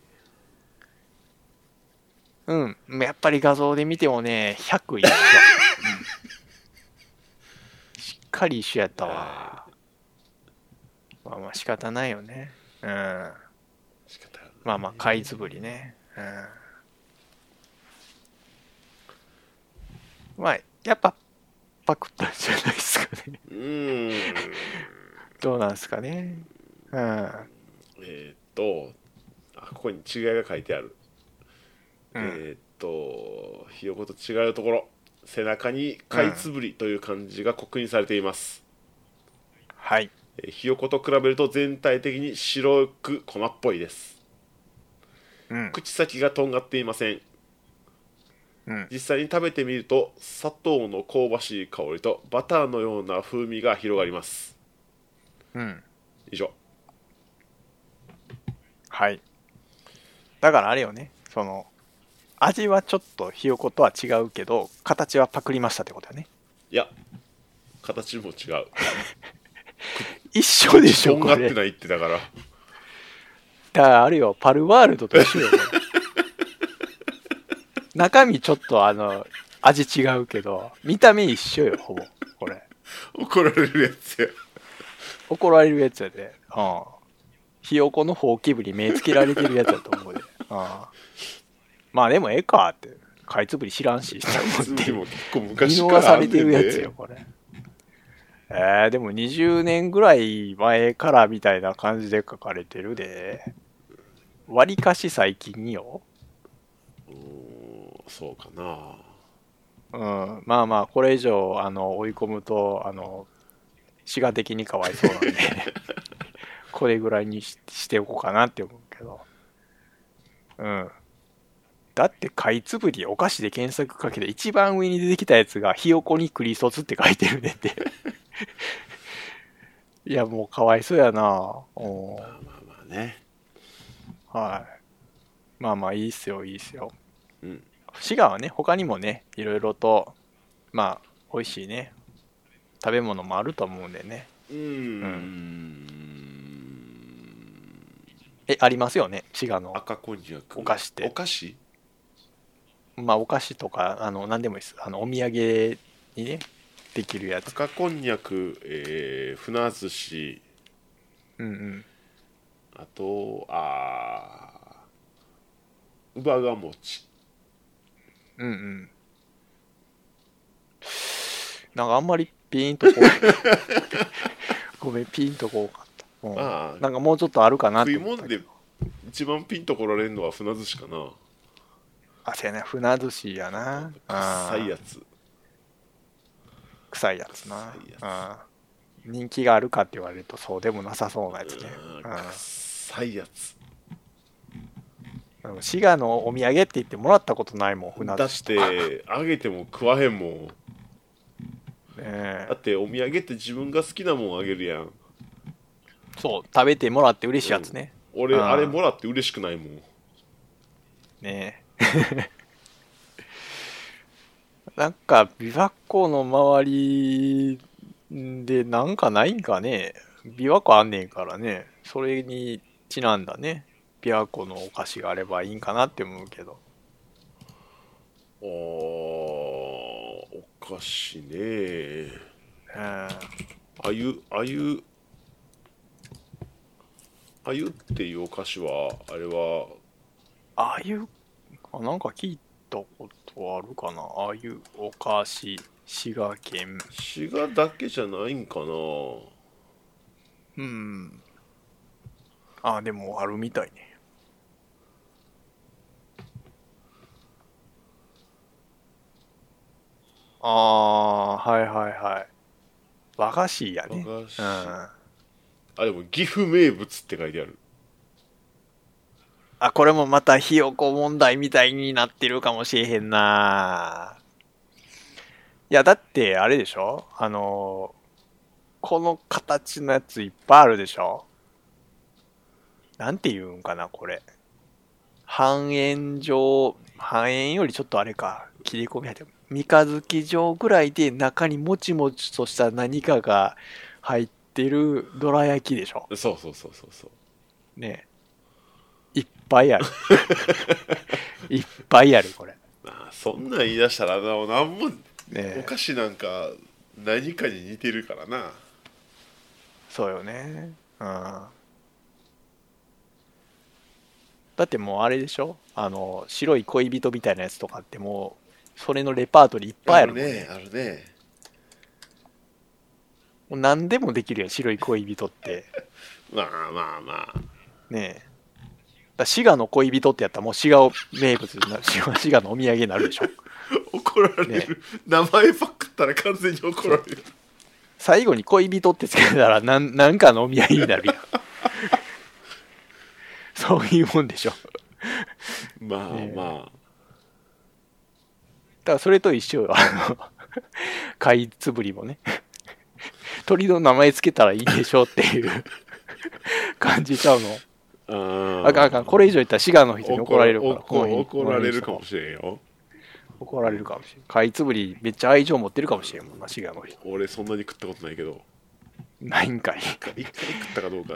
B: うんやっぱり画像で見てもね100一緒、うんしっかり一緒やったわまあまあ仕方ないよねうん
A: 仕方ない
B: まあまあ貝つぶりねうんまあ、やっぱ、パクったんじゃないですかね。
A: うーん
B: どうなんですかね。うん。
A: えーっとあここに違いが書いてある、
B: うん、
A: えーっとひよこと違うところ背中に「かいつぶり」という漢字が刻印されています、
B: はい。
A: えーひよこと比べると全体的に白く粉っぽいです
B: うん。
A: 口先がとんがっていません
B: うん。
A: 実際に食べてみると砂糖の香ばしい香りとバターのような風味が広がります
B: うん。
A: 以上
B: はい。だからあれよね、その、味はちょっとひよことは違うけど、形はパクりましたってことよね。
A: いや形も違う
B: 一緒でし
A: と
B: ょ、
A: ん
B: こ
A: がっ
B: れ。
A: て
B: だか
A: ないってだから
B: らあれよ、パルワールドと一緒よ、これ中身ちょっとあの、味違うけど、見た目一緒よ、ほぼ。これ。
A: 怒られるやつや
B: 怒られるやつやで。うん。ひよこのほうき部に目つけられてるやつやと思うで。うん。まあでもええかって。かいつぶり知らんし、と思って
A: で。も結構
B: 見
A: 昔か
B: 逃
A: ら
B: さ
A: あんね
B: れ
A: ん
B: て
A: で
B: るやつよ、これ。えー、でも20年ぐらい前からみたいな感じで書かれてるで。割かし最近によ。
A: うーんそうかな
B: うん。まあまあ、これ以上、あの、追い込むと、あの、滋賀的にかわいそうなんで、 これぐらいにししておこうかなって思うけど。うん。だって、かいつぶりお菓子で検索かけて、一番上に出てきたやつが、ひよこにクリソツって書いてるねって。 いや、もうかわいそうやなうん
A: まあまあまあね
B: はい。まあまあ、いいっすよ、いいっすよ。
A: うん
B: 滋賀はね、他にもね、いろいろと、まあ、美味しいね、食べ物もあると思うんでね。
A: うーん
B: え、ありますよね、滋賀の。
A: 赤こんにゃく
B: お菓子って
A: お菓子
B: まあ、お菓子とか、あの、何でもいいです。あの、お土産にね、できるやつ。
A: 赤こんにゃく、えー、船寿司
B: うんうん。
A: あとあーうばが餅
B: うんうん。なんかあんまりピーンとこ う。ごめん、ピーンとこうかった。うん
A: ま
B: な
A: あ
B: んかもうちょっとあるかなっ
A: 食
B: て
A: い
B: 思っ
A: も
B: た
A: ん
B: けど
A: で一番ピンとこられるのは船寿司かな
B: あ、せやな、船寿司やな。
A: 臭いや
B: つ。
A: つ
B: 臭いやつな。
A: 臭いやつ
B: うん人気があるかって言われるとそうでもなさそうなやつね。
A: うん臭いやつ
B: うん滋賀のお土産って言ってもらったことないもん、船
A: 出
B: 寿
A: し
B: 司。
A: てあげても食わへんもん
B: ね
A: だ
B: え
A: ってお土産って自分が好きなもんあげるやん
B: そう、食べてもらって嬉しいやつね。
A: 俺
B: あー
A: あれもらって嬉しくないもん
B: ね えなんか、琵琶湖の周りでなんかないんかね。琵琶湖あんねんからね。それにちなんだね。琵琶湖のお菓子があればいいんかなって思うけど。
A: あーおかしいね
B: うん
A: あゆあゆあゆっていうお菓子はあれは
B: ああいう、あなんか聞いたことあるかな。ああいうお菓子、滋賀県。
A: 滋賀だけじゃないんかな
B: うん。あ、でもあるみたいね。ああ、はいはいはい。和菓子やね。
A: 和菓子
B: うん。
A: あ
B: あ、
A: でも岐阜名物って書いてある
B: これもまたひよこ問題みたいになってるかもしれへんな。いや、だって、あれでしょあの、この形のやついっぱいあるでしょなんて言うんかな、これ。半円状、半円よりちょっとあれか、切り込み入ってる、三日月状ぐらいで中にもちもちとした何かが入ってるどら焼きでしょ
A: そうそうそうそうそう
B: ねえいっぱいある。 いっぱいある、これ。
A: あーそんなん言い出したらな何もお
B: ねえ
A: 菓子なんか何かに似てるからな
B: そうよね。うん。だってもうあれでしょあの、白い恋人みたいなやつとかってもう、それのレパートリーいっぱいあるもんね。
A: あるね
B: もう何でもできるやん、白い恋人って。
A: まあまあまあ
B: ねえ。だ滋賀の恋人ってやったらもう滋賀を名物になる、滋賀滋賀のお土産になるでしょ。
A: 怒られる、
B: ね
A: 名前パクったら完全に怒られる
B: 最後に恋人ってつけたらなん、なんかのお土産にな るやん。そういうもんでしょ。だ
A: まあ
B: ね
A: ま
B: からそれと一緒よ。あの、貝つぶりもね。鳥の名前つけたらいいでしょっていう感じちゃうの。
A: あ
B: あかんあかん、これ以上言ったら滋賀の人に怒られるから。
A: 怒怒られるかも
B: し
A: しれんよ
B: れん。怒られるかもしれん。かいつぶりめっちゃ愛情持ってるかもしれんもんな、滋賀の人。
A: 俺そんなに食ったことないけど
B: ないん かい。
A: 一回食ったかどうか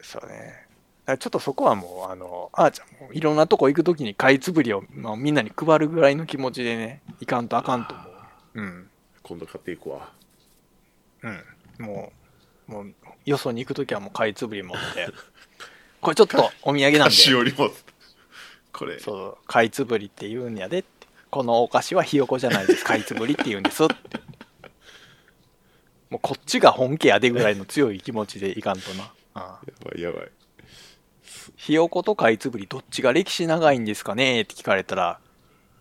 B: そうね。だからちょっとそこはもう、あの、あーちゃんもいろんなとこ行くときにかいつぶりを、まあ、みんなに配るぐらいの気持ちでね、いかんとあかんと思う。うん。
A: 今度買っていくわ
B: うん。もう、もう、よそに行くときはもうかいつぶり持 って。これちょっとお土産なん
A: 菓
B: で。
A: 子よりもこれ
B: そう、かいつぶりって言うんやでって。このお菓子はひよこじゃないです。かいつぶりって言うんですって。もうこっちが本家やでぐらいの強い気持ちでいかんとな。ああ
A: やばいやばい
B: ひよことかいつぶりどっちが歴史長いんですかねって聞かれたら、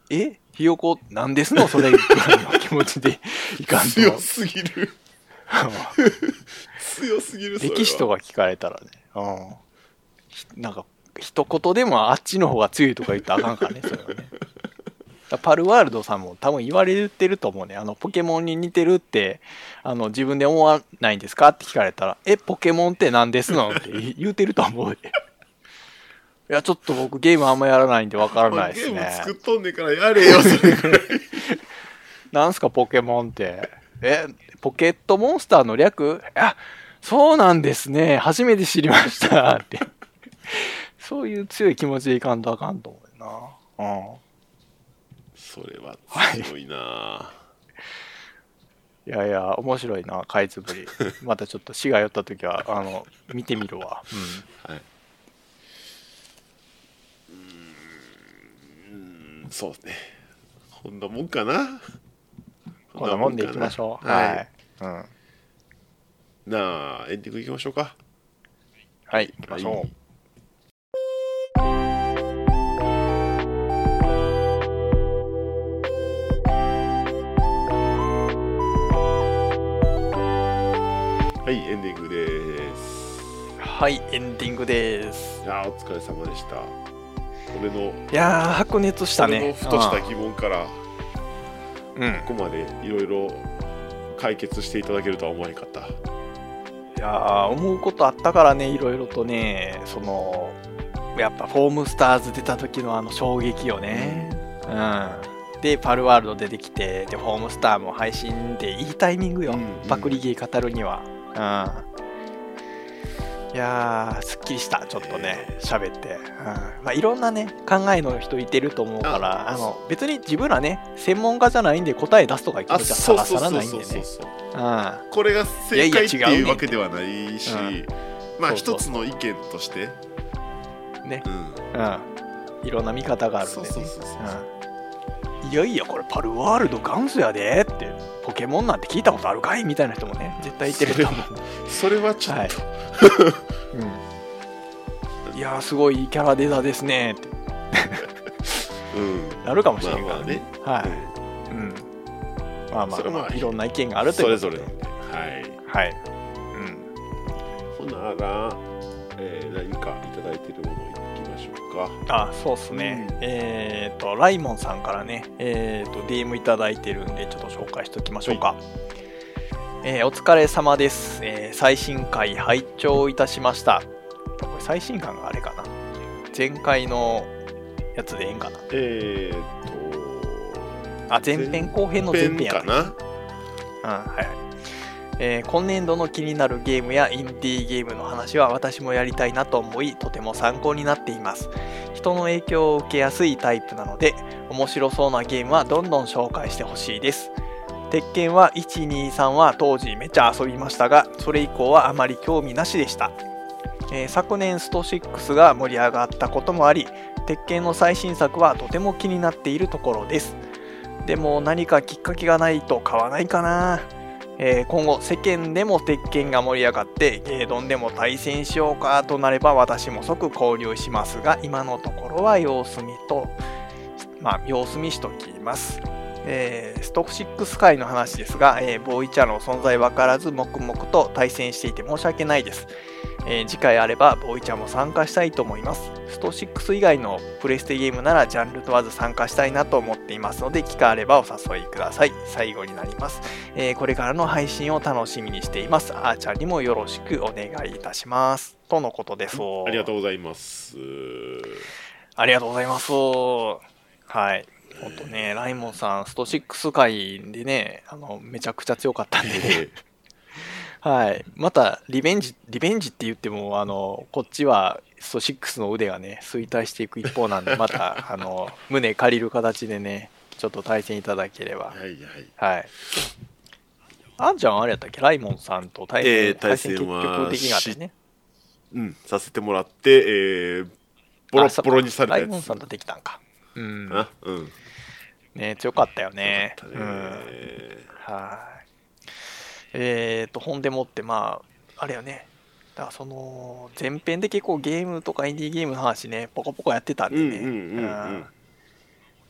B: えひよこなんですのそれぐらいの気持ちでいかんと。
A: 強すぎる強すぎるそれは
B: 歴史とか聞かれたらね。うんひなんか、一言でもあっちの方が強いとか言ったらあかんから ね、それはね。だからパルワールドさんも多分言われてると思うね。あの、ポケモンに似てるって、あの、自分で思わないんですかって聞かれたら、え、ポケモンって何ですのって言言うてると 思うで。いや、ちょっと僕ゲームあんまやらないんでわからないです
A: ゲーム
B: ね。
A: 作っとんねんからやれよそれぐらい
B: なんすかポケモンって。え、ポケットモンスターの略あ、そうなんですね。初めて知りました。って。そういう強い気持ちでいかんとあかんと思うよな。うん。
A: それは強いな、
B: いやいや、面白いな、かいつぶり。またちょっと市が寄った時は、あの、見てみるわ。
A: はい。うーん、そうですね。こんなもんかな。
B: うん。こんなもんでいきましょ
A: こ
B: う。
A: んなもんかな
B: は。
A: はい
B: うん。
A: い。なあ、エンディングいきましょうか。
B: はい、行きましょう。
A: はい、エンディングです。
B: はい、エンディングです。
A: いやあ、お疲れ様でした。俺の、
B: いやー、白熱した
A: 俺の
B: ね。
A: ふとした疑問から、
B: うん。うん
A: ここまでいろいろ解決していただけるとは思わなかった。
B: いやー思うことあったからねいろいろとねそのやっぱ「フォームスターズ」出た時のあの衝撃よねうんでパルワールド出てきてで「フォームスター」も配信でいいタイミングよ、
A: うん
B: パクリゲー語るにはうんいやーすっきりしたちょっとね喋って、うんまあ、いろんなね考えの人いてると思うから
A: あ
B: あの別に自分らね専門家じゃないんで答え出すとかいう気
A: あ、
B: 持ちは
A: そ
B: さ
A: う
B: ら
A: そう
B: さら
A: そう
B: ないん
A: そ
B: で
A: うそう
B: ね
A: そう。
B: うん
A: これが正解って
B: いやいや違
A: い
B: うね
A: うわけではないし、
B: うん
A: まあ
B: そ
A: 一
B: うそう
A: つの意見として、
B: ね
A: うん、
B: うん、いろんな見方があるんで、
A: そう
B: ね
A: そうそうそう
B: うん、いやいやこれパルワールド元祖やでってポケモンなんて聞いたことあるかいみたいな人もね絶対いてると思
A: それはちょっと、
B: う、 うん、いやーすごいキャラデザですねって
A: うん
B: なるかもしれ
A: まあ
B: ないか
A: ま
B: ら
A: あね、
B: はい、うん、まあまあ
A: それは
B: ま
A: ま
B: あ
A: あ
B: いろんな意見があ
A: うん
B: ると
A: そ
B: い
A: れ
B: う
A: ぞ
B: こと
A: れ
B: で
A: なんではい
B: はい、
A: ほなら、えー、何かいただいてるものいきましょうか
B: うん、あそうっすね、
A: うん
B: えっ、とライモンさんからねえっ、と DM いただいてるんでちょっと紹介しておきましょうか、えーお疲れ様です、えー最新回拝聴いたしましたこれ最新感があれかな前回のやつでええんかな
A: えー、っ
B: あ前編後編
A: と
B: の前
A: ペ
B: 編
A: ン
B: や
A: かな
B: なうんはいはいえー今年度の気になるゲームやインディーゲームの話は私もやりたいなと思いとても参考になっています人の影響を受けやすいタイプなので面白そうなゲームはどんどん紹介してほしいです鉄拳は123は当時めちゃ遊びましたがそれ以降はあまり興味なしでした、えー昨年スト6が盛り上がったこともあり鉄拳の最新作はとても気になっているところですでも何かきっかけがないと買わないかな、えー今後世間でも鉄拳が盛り上がってゲードンでも対戦しようかとなれば私も即交流しますが今のところは様子見とまあ様子見しときますえーストック6回の話ですが、えーボーイチャーの存在分からず黙々と対戦していて申し訳ないですえー次回あればボーイちゃんも参加したいと思いますスト6以外のプレステゲームならジャンル問わず参加したいなと思っていますので機会あればお誘いください最後になります、えーこれからの配信を楽しみにしていますあーちゃんにもよろしくお願いいたしますとのことです
A: ありがと
B: う
A: うございます。
B: ありがとうございますはいほんとねライモンさんスト6回でねあのめちゃくちゃ強かったんで
A: え
B: はい。また、リベンジ、リベンジって言っても、あの、こっちは、そう、6の腕がね、衰退していく一方な んで、また、あの、胸借りる形でね、ちょっと対戦いただければ
A: ー。はいはい。
B: はい。あんちゃん、あれやったっけライモンさんと対戦、
A: えー対戦は
B: 結局できなかったね。
A: うん、させてもらって、えー、ボロッボロにされた
B: あそ
A: や
B: っかライモン
A: つ
B: さんとできたんか。うん。
A: かな。うん。
B: ね、強かったよね。
A: よかった
B: うん。
A: ね
B: はい。えっ、と、本でもって、まあ、あれよね。だからその、前編で結構ゲームとかインディーゲームの話ね、ポコポコやってたんでね。
A: うんうんうんうん
B: あー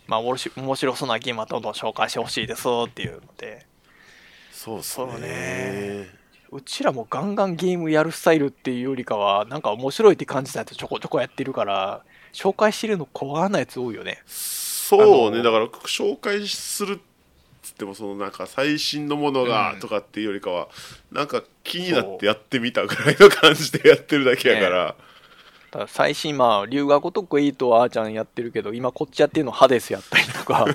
B: まあ、おろし面白そうなゲームはどんどん紹介してほしいですっていうので、
A: そうっす
B: そう
A: ね
B: ね。うちらもガンガンゲームやるスタイルっていうよりかは、なんか面白いって感じたやつちょこちょこやってるから、紹介してるの怖なやつ多いよね。
A: そう
B: あ
A: ね、
B: の
A: だから紹介するっつっても、そのなんか最新のものが
B: うん
A: とかっていうよりかは、なんか気になってやってみたぐらいの感じでやってるだけやから、
B: ただ最新、まあ、龍が如くエイトはあーちゃんやってるけど、今こっちやってるのハデスやったり とか、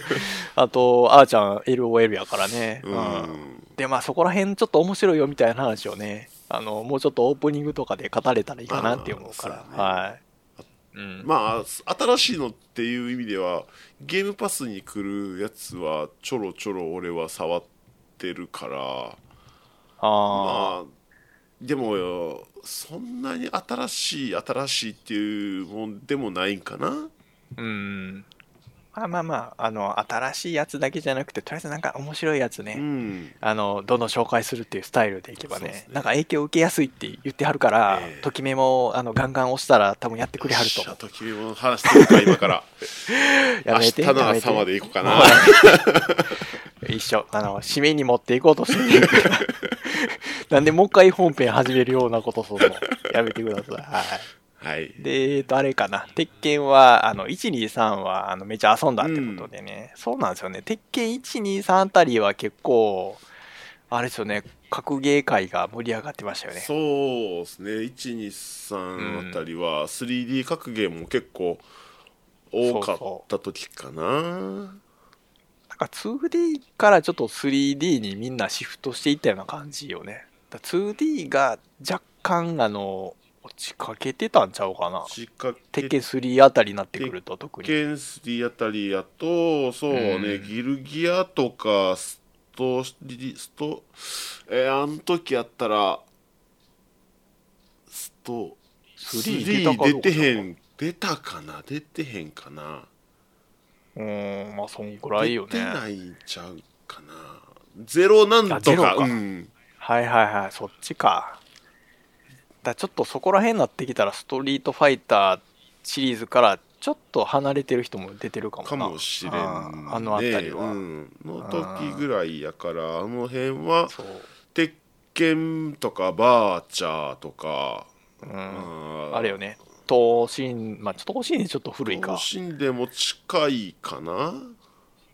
B: あと、あーちゃん LOL やからね。
A: うん。
B: で、まあそこら辺ちょっと面白いよみたいな話をね、あの、もうちょっとオープニングとかで語れたらいいかなって思うから、
A: あーそうだ
B: はい。うん。
A: まあ、新しいのっていう意味では、ゲームパスに来るやつは、ちょろちょろ俺は触ってるから、
B: あ
A: まあでもよそんなに新しい新しいっていうもんでもないんかな
B: ー、うん。まあまあまあ、あの、新しいやつだけじゃなくて、とりあえずなんか面白いやつね。
A: うん
B: あのどんどん紹介するっていうスタイルでいけば
A: そう
B: ね
A: ですね
B: なんか影響受けやすいって言ってはるから、
A: ええ
B: ときめもあのガンガン押したら多分やってくれはる
A: よっしゃ
B: と
A: ときめもの話するか今から
B: や
A: 明
B: め
A: 日
B: て
A: の朝まで行こうかな
B: 一緒あの締めに持っていこうとし てるなんでもう一回本編始めるようなことそのやめてください、は
A: はい
B: い、でえっとあれかな鉄拳はあの123はあのめっちゃ遊んだってことでね、そうなんですよね鉄拳123あたりは結構あれですよね格ゲー界が盛り上がってましたよね
A: そうですね123あたりは 3D 格ゲーも結構多かった時かな
B: なんか 2D からちょっと 3D にみんなシフトしていったような感じよね。だ 2D が若干あの、落ちかけてたんちゃうかな。
A: 仕掛け
B: 鉄拳3あたりになってくると特に。
A: ケンスティあたりやと、そうね、
B: うん
A: ギルギアとか、スト、リスト、えー、あの時やったら、スト、
B: 3出たかど
A: 3
B: うか
A: 出てへん、出たかな、出てへんかな。
B: うーん、まあそんくらいよ
A: 出て
B: ね。
A: ないんちゃうかな。ゼロなんと
B: あゼロ
A: か、
B: か
A: うん。
B: はいはいはい、そっちか。だちょっとそこら辺になってきたらストリートファイターシリーズからちょっと離れてる人も出てるかもな。
A: かもしれんね。
B: あーあのあたりは。
A: うん。の時ぐらいやから、あの辺は、
B: そう。
A: 鉄拳とか、バーチャーとか、
B: うん
A: あ
B: あれよね。東進、まあ、ちょっと東進でちょっと古いか
A: 東。進でも近いかな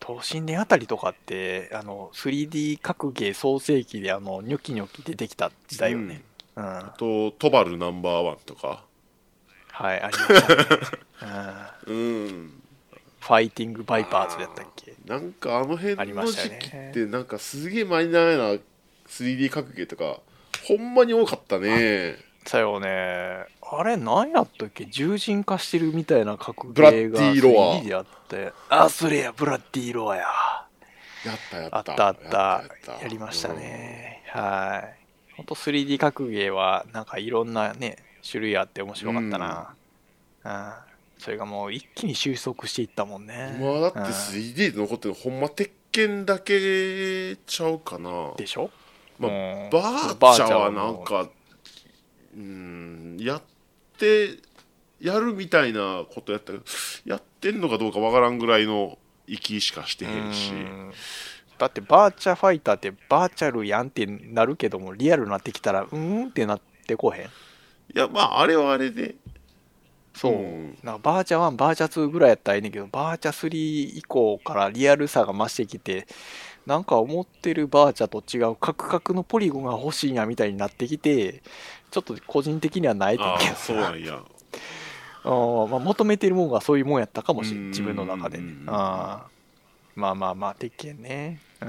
B: 東進であたりとかって、あの、3D 格ゲー創世期で、あの、ニョキニョキ出てきた時代よね。うん。
A: あとトバルナンバーワンとか
B: はい、ありましたね。うん。
A: うん
B: ファイティングバイパーズだったっけ
A: なんかあの辺
B: あり
A: の
B: ま
A: 時
B: したよね
A: 期ってなんかすげえマイナーな 3D 格ゲーとかほんまに多かったね
B: さよね。あれ、何やったっけ獣人化してるみたいな格ゲーが
A: ブラッディロア
B: 3D であって。あ、それや、ブラッディロアや。
A: やったやった
B: あったあった
A: や
B: や
A: ったやった
B: りましたね、はいほんと 3D 格ゲーはなんかいろんなね種類あって面白かったな、うん、それがもう一気に収束していったもんね
A: うんまあだって
B: うん
A: 3D で残ってるのほんま鉄拳だけちゃうかな
B: でしょ、
A: まあ
B: うん
A: バーチャーは
B: バ
A: なん
B: も
A: かうんやってやるみたいなことやったけどやってんのかどうかわからんぐらいの息しかしてへんし
B: うんだってバーチャファイターってバーチャルやんってなるけどもリアルになってきたらうーんってなってこうへん
A: いやまああれはあれで
B: そう、
A: うん
B: なんかバーチャ1バーチャ2ぐらいやったらいいねんけどバーチャ3以降からリアルさが増してきてなんか思ってるバーチャと違うカクカクのポリゴンが欲しいなみたいになってきてちょっと個人的にはないと
A: あ
B: 思う
A: あ
B: けど
A: そうなんや
B: あーまあ、求めてるもんがそういうもんやったかもしれん自分の中で
A: うんう
B: ね
A: んうん
B: あーまあまあまあ鉄拳ねうん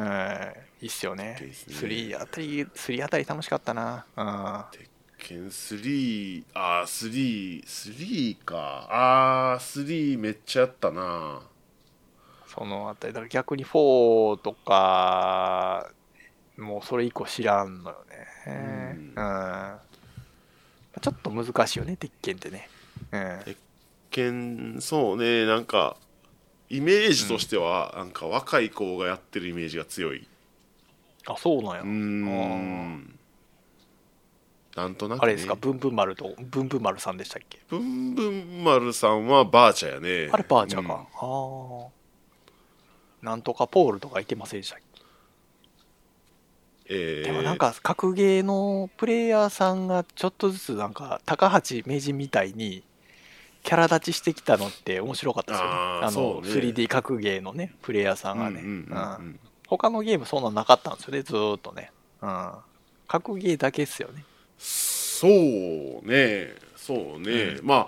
B: いいっすよね
A: ですね
B: 3あたり3あたり楽しかったなあ
A: 剣3ああ33かああ3めっちゃやったな
B: そのあたりだから逆に4とかもうそれ以降知らんのよね
A: うん
B: うんまあちょっと難しいよね鉄拳ってねうん
A: 剣そうねなんかイメージとしては、なんか若い子がやってるイメージが強い
B: あそうなんや
A: うーんなんとなく、ね、
B: あれですかブンブン丸とブンブン丸さんでしたっけ
A: ブンブン丸さんはバーチャやね
B: あれバーチャーか。
A: うん
B: ああ。なんとかポールとかいてませんでしたっけ、
A: えー
B: でもなんか格ゲーのプレイヤーさんがちょっとずつなんか高橋名人みたいにキャラ立ちしてきたのって面白かったですよね。
A: あ
B: あ
A: ーそ
B: の
A: うね
B: 3D 格ゲーのね、プレイヤーさんがね。
A: うんうんうんうん
B: 他のゲームそんななかったんですよね、ずーっとね。うん。格ゲーだけっすよね。
A: そうねそうね、
B: う
A: まあ、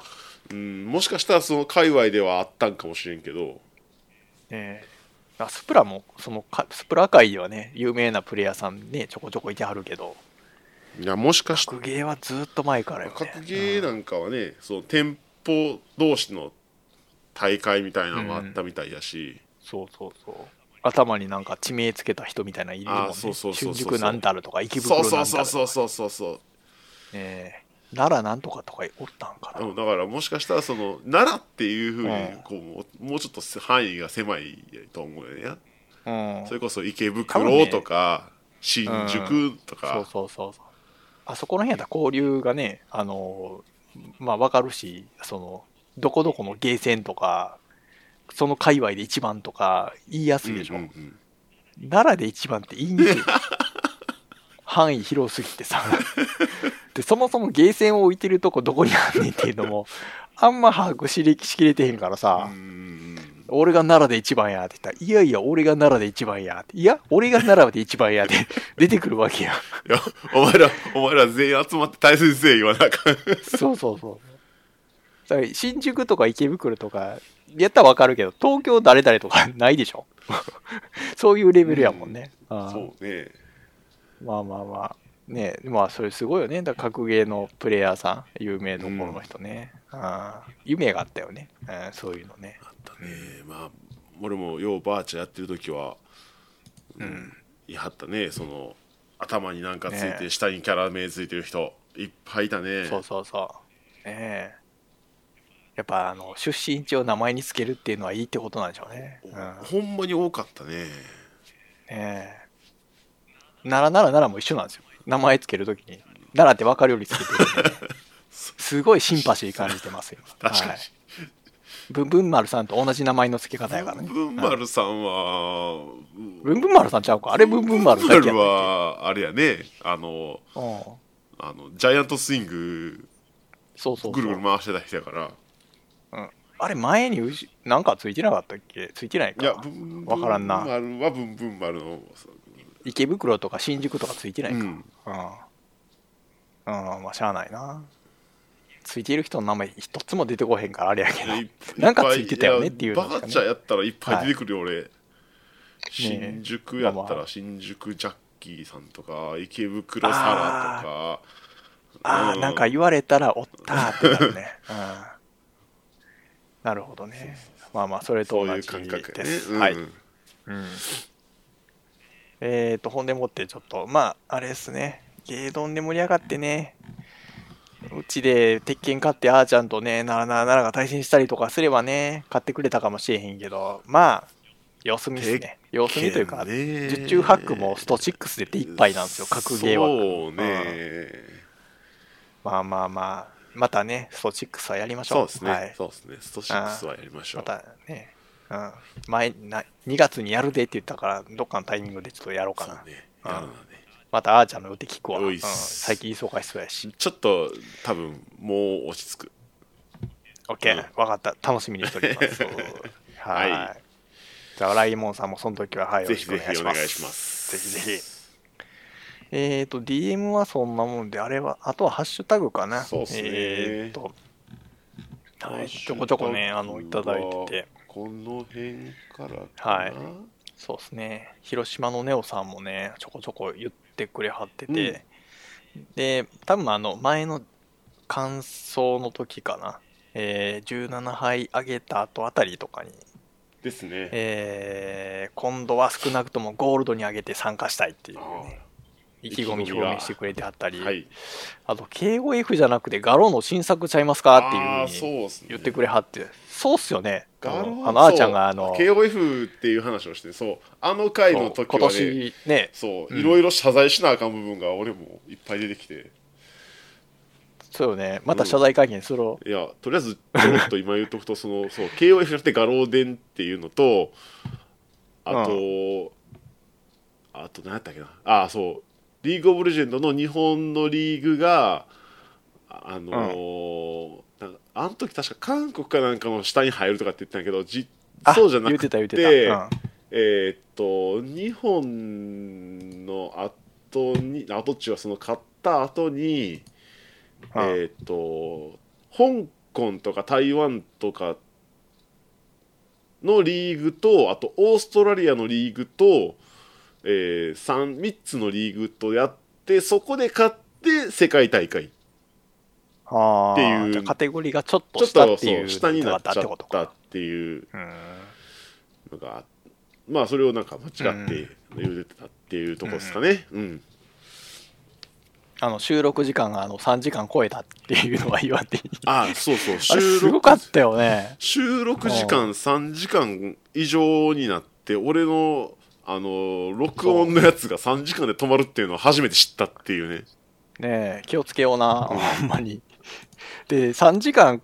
A: うん、もしかしたらその界隈ではあったんかもしれんけど
B: ええあスプラも、そのか、スプラ界ではね、有名なプレイヤーさんね、ちょこちょこいてはるけど、
A: いやもしかした
B: 格ゲーはずーっと前か
A: ら
B: らよね。
A: 格ゲーなんかはね、その店舗同士の大会みたいなのがあったみたいだし、
B: そうそうそう。頭になんか地名つけた人みたいなのいるもん
A: あ
B: ね。
A: そうそうそうそう
B: 新宿なんたるとか、池袋
A: そ
B: な
A: うん
B: たると
A: そ
B: か。
A: うそうそうそうそうそう
B: ええ奈良なんとかとかおったんかな。
A: うんだからもしかしたらその奈良っていうふう
B: うん
A: にこうもうもうちょっと範囲が狭いと思うよね
B: うん。
A: そ
B: そう
A: れこそ池袋とか新宿と
B: そう
A: か
B: そうそう。あそこら辺やったら交流がね、あのーまあわかるし、その、どこどこのゲーセンとか、その界隈で一番とか言いやすいでしょ。
A: うんうんうん
B: 奈良で一番って言いにくい範囲広すぎてさでそもそもゲーセンを置いてるとこどこにあんねんっていうのもあんま把握しれしきれてへんからさ、
A: うんうんうん
B: 俺が奈良で一番やって言ったらいやいや俺が奈良で一番やっていや俺が奈良で一番やで出てくるわけや
A: いやお前らお前ら全員集まって大先生言わなあかん
B: そうそうそうだから新宿とか池袋とかやったらわかるけど東京誰々とかないでしょそういうレベルやもんね、ああ
A: そうね
B: まあまあまあ。ねまあそれすごいよね。だから格ゲーのプレイヤーさん、有名どころの人ね。あー夢があったよね、うんそういうのね。
A: だねまあ俺もようバーチャやってる時は
B: うん。
A: いはったねその頭になんかついて
B: ね
A: 下にキャラ名ついてる人いっぱいいたね
B: そうそうそう。ねえ。やっぱあの出身地を名前につけるっていうのはいいってことなんでしょうね。うん、ね
A: ほんまに多かったね
B: え。奈良奈良奈良も一緒なんですよ。名前つけるときに。奈良って分かるようにつけてるん でね、すごいシンパシー感じてますよ。
A: 確かに、
B: はいぶんぶん丸さんと同じ名前の付け方やからね。
A: 文丸さんは、
B: ブンブン丸さんちゃうかあれブンブン丸だけや
A: 文
B: ったっ
A: はあれやねあの
B: けうん
A: あのジャイアントスイング
B: そうそうそう
A: ぐるぐる回してた人やから
B: あれ前にうしなんかついてなかったっけついてないか
A: いや文
B: わからんな
A: 丸は文文丸の、
B: 池袋とか新宿とかついてないうか
A: ん、
B: うん、うんまあしゃあないなついている人の名前一つも出てこへんからあれやけどなんかついてたよねっていうの
A: バ
B: しかね
A: カちゃんやったらいっぱい出てくるよ、俺新宿やっ
B: ま
A: た
B: あま
A: ら新宿ジャッキーさんとか池袋サラとか
B: ああ
A: うん
B: なんか言われたらおったーってな るね、うん、なるほどねまあまあそれと
A: そう
B: 同
A: いう
B: じ
A: 感覚や
B: で
A: ね、
B: す
A: うん
B: はいうん、えー、と、本でもってちょっと、まあ、あれですね、ゲードンで盛り上がってね、うちで鉄拳買って、あーちゃんとね、ならならならが対戦したりとかすればね、買ってくれたかもしれへんけど、まあ、様子見ですね。様子見というか、
A: 鉄拳ね
B: 十中八九もスト6で手いっぱいなんですよ、格ゲーは。
A: そうね、
B: まあまあまあ、またね、スト6はやりまし
A: そ
B: ょ
A: う
B: う。
A: ですね、
B: はい、
A: そうですねスト6はやりましょう
B: またね、うん、前な、2月にやるでって言ったから、どっかのタイミングでちょっとやろうか
A: そう
B: な。
A: ね
B: うん
A: やるなね
B: またあーちゃんの腕聞くわ、
A: お
B: う
A: いっ
B: ん、
A: す
B: 最近忙しそうやし
A: ちょっと多分もう落ち着く
B: OK、
A: うん
B: 分かった楽しみにしております はい
A: は
B: じゃあライモンさんもその時ははい
A: ぜひぜひお願いしますす
B: ぜひぜひえっ、と DM はそんなもんであれはあとはハッシュタグかな
A: そうっすね
B: えっ、とは
A: ハッ
B: い、
A: シュ
B: ちょ
A: タ
B: こ
A: グ
B: ちょこね、あの、いただいてて、
A: この辺から
B: はいそうですね、広島のネオさんもね、ちょこちょこ言ってくれはってて、で、多分あの、前の感想の時かな、えー17杯あげた後あたりとかに、
A: ですね
B: えー今度は少なくともゴールドにあげて参加したいっていうね、意気込み表明してくれてはったり、
A: はい
B: あと、敬語 F じゃなくて、ガロの新作ちゃいますかって
A: あー
B: いうふう
A: そう
B: に
A: すね
B: 言ってくれはって、そうっすよね。あ
A: ガロ
B: の、あのあーちゃんが、あ
A: そう
B: の、
A: KOF っていう話をしてそうあの回の時
B: 今
A: はね
B: 年ね、
A: そう
B: うん
A: いろいろ謝罪しなあかん部分が俺もいっぱい出てきて
B: そうよね、また謝罪会見する、
A: いやとりあえずちょろっと今言うとくとその そう KOF じゃなくて画廊伝っていうのとあと、あと何やったっけなあそうリーグ・オブ・レジェンドの日本のリーグがあのーなんかあの時確か韓国かなんかの下に入るとかって言ってたんやけどじ
B: あ
A: そうじゃなくて
B: 言ってた言って
A: えーっと日本の後に後っちゅうはその買った後に、
B: た、うんうん
A: えーっと香港とか台湾とかのリーグとあとオーストラリアのリーグと、えー、3, 3つのリーグとやってそこで勝って世界大会
B: あー
A: っていう
B: じゃあカテゴリーがちょっ
A: ち
B: と
A: ょっ
B: 下
A: と
B: ってい
A: そうう下になっちゃ
B: だた
A: っ
B: ってこと
A: たっ
B: か
A: ていう
B: うん
A: のがまあそれをなんか間違って言うてたっていうとこですかね。うん
B: あの収録時間があの3時間超えたっていうのは言わんでいい
A: あそうそう
B: あれ
A: 収
B: すご
A: 録
B: かったよね
A: 収録時間3時間以上になって俺のあの録音のやつが3時間で止まるっていうのを初めて知ったっていうね
B: ねえ気をつけようなほんまにで3時間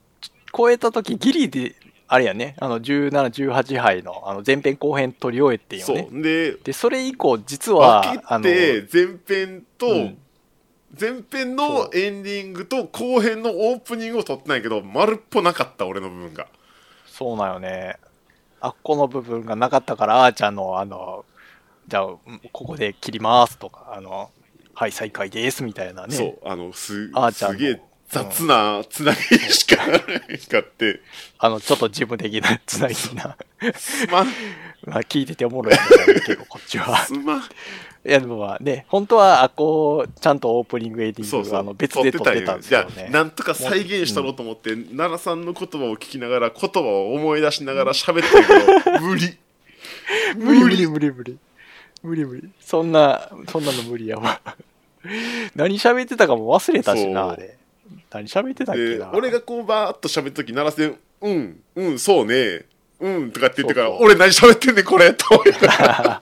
B: 超えた時ギリであれやねあの1718杯のあの前編後編取り終えてよ
A: そ
B: ね
A: うで
B: でそれ以降実は
A: 分
B: あ
A: け
B: の
A: て前編と、
B: うん
A: 前編
B: そ
A: のエンディングと後編のオープニングを撮ってないけど丸っぽなかった俺の部分が
B: そうなんよね。あっこの部分がなかったから、あーちゃんの、あの、じゃあ、うんここで切りますとか、あの、はい、再開ですみたいなね。
A: そうあのす
B: あーちゃん
A: す
B: の
A: げえ雑なつなぎしかないかって
B: あの、ちょっと事務的な、つなぎな。
A: すまん
B: まあ、聞いてておもろいけど、結構こっちは。
A: すまん
B: いや、でもまあね、本当は、あっこ、ちゃんとオープニング、エディング
A: そうそう
B: あの別で撮ってたんですよ
A: 撮ってたんよ
B: ね
A: いや。なんとか再現したろうと思って、奈良さんの言葉を聞きながら言葉を思い出しながら喋ったけど、無 理
B: 無理無理無理無理。無理無理。そんな、そんなの無理やわ。 何喋ってたかも忘れたし
A: そ
B: な、
A: う
B: あれ。何喋ってたっけ
A: で
B: な。
A: 俺がこうバーッと喋った時奈良さん「うんうんそうねうん」とかって言ってから「
B: そうそう
A: 俺何喋ってんねんこれ」と思いなが ら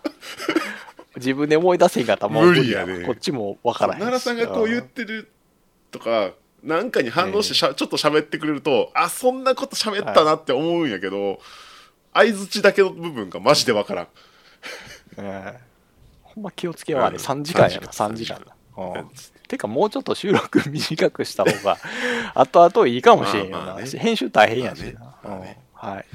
B: 自分で思い出せんかったらもう無理や
A: 無理やね
B: こっちもわからへんし
A: 奈良さんがこう言ってるとかなんかに反応してしゃ、ちょっと喋ってくれるとあそんなこと喋ったなって思うんやけど相づちだけの部分がマジでわからん
B: うんうんほんま気をつけようあれ
A: うん
B: 3時間やな3
A: 3
B: 時
A: 時
B: 間
A: 間
B: だうんてかもうちょっと収録短くした方が 後々いいかもしれんよ
A: まあ
B: な
A: まあね
B: 編集大変やしな
A: まあねまあね
B: うんはい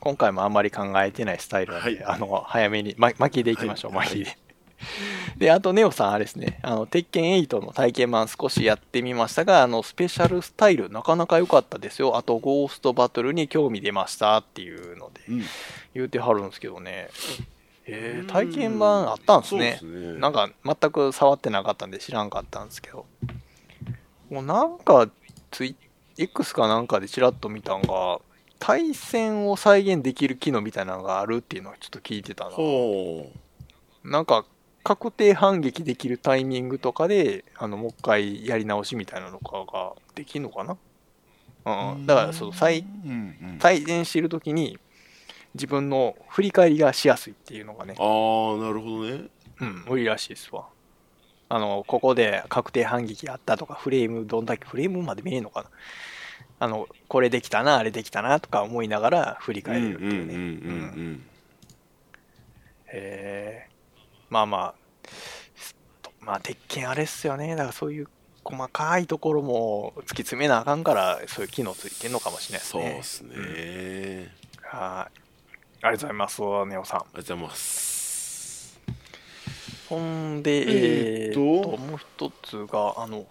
B: 今回もあんまり考えてないスタイルなんで、
A: はい
B: あの早めに、ま、巻きでいきましょう、
A: はい
B: 巻きで。 で、あと、ネオさん、あれですね、あの、鉄拳8の体験版少しやってみましたが、あの、スペシャルスタイル、なかなか良かったですよ。あと、ゴーストバトルに興味出ましたっていうので、
A: うん
B: 言うてはるんですけどね。え
A: う
B: ー
A: ん
B: 体験版あったんです
A: そうで
B: ね
A: す。ね
B: なんか、全く触ってなかったんで知らんかったんですけど。もうなんか、ツイ X かなんかでちらっと見たんが、対戦を再現できる機能みたいなのがあるっていうのをちょっと聞いてたな。
A: ほう
B: なんか確定反撃できるタイミングとかで、あの、もう一回やり直しみたいなのかができるのかなうん。だから、その再、
A: うんうん
B: 対戦してるときに、自分の振り返りがしやすいっていうのがね、
A: ああなるほどね
B: うん、無理らしいですわ。あの、ここで確定反撃あったとか、フレームどんだけ、フレームまで見えるのかなあの、これできたな、あれできたなとか思いながら振り返れるっていうね。うん
A: ん
B: へえまあまあ、ストまあ、鉄拳あれっすよね。だからそういう細かいところも突き詰めなあかんから、そういう機能ついてんのかもしれないです
A: そう
B: ね
A: で。すね。
B: はい。ありがとうございます、ネオさん。
A: ありがとうございます。
B: ほんで、え
A: えー
B: ー
A: と
B: と、もう一つが、あの、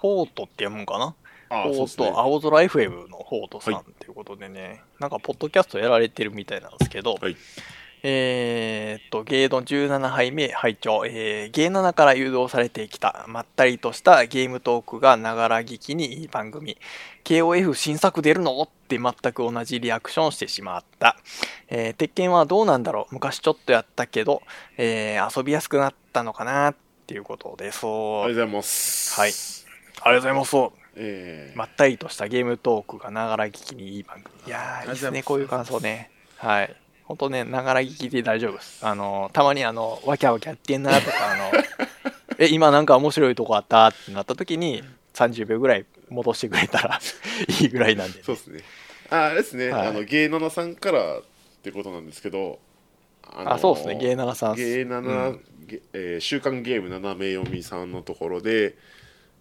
B: フォートって読むんかな
A: あそう
B: フォ
A: で
B: ー
A: す
B: ト、
A: ね。
B: 青空 FM のフォートさん
A: はい
B: っていうことでね、なんか、ポッドキャストやられてるみたいなんですけど、
A: はい
B: えーっと、ゲード17杯目、拝聴えーゲー7から誘導されてきた、まったりとしたゲームトークがながら聞きにいい番組、KOF 新作出るのって全く同じリアクションしてしまった。えー鉄拳はどうなんだろう昔ちょっとやったけど、えー遊びやすくなったのかなっていうことで、そう。
A: あ
B: あ
A: り
B: り
A: がとうございます。
B: はいがとうございます。そう
A: えー
B: まったりとしたゲームトークがながら聞きにいい番組。いやー、いいですね、こういう感想ね。はい。ほんとね、ながら聞きで大丈夫です。あのー、たまにあの、わきゃわきゃやってんなとか、あの、 え、今なんか面白いとこあったってなった時に、30秒ぐらい戻してくれたら いいぐらいなんで、ね。
A: そうですね。ああれですね、
B: はい
A: あの芸七さんからってことなんですけど、あの
B: あ、そうですね、ゲーナガさん。
A: 芸七、
B: うん
A: げえー週刊ゲーム七名読みさんのところで、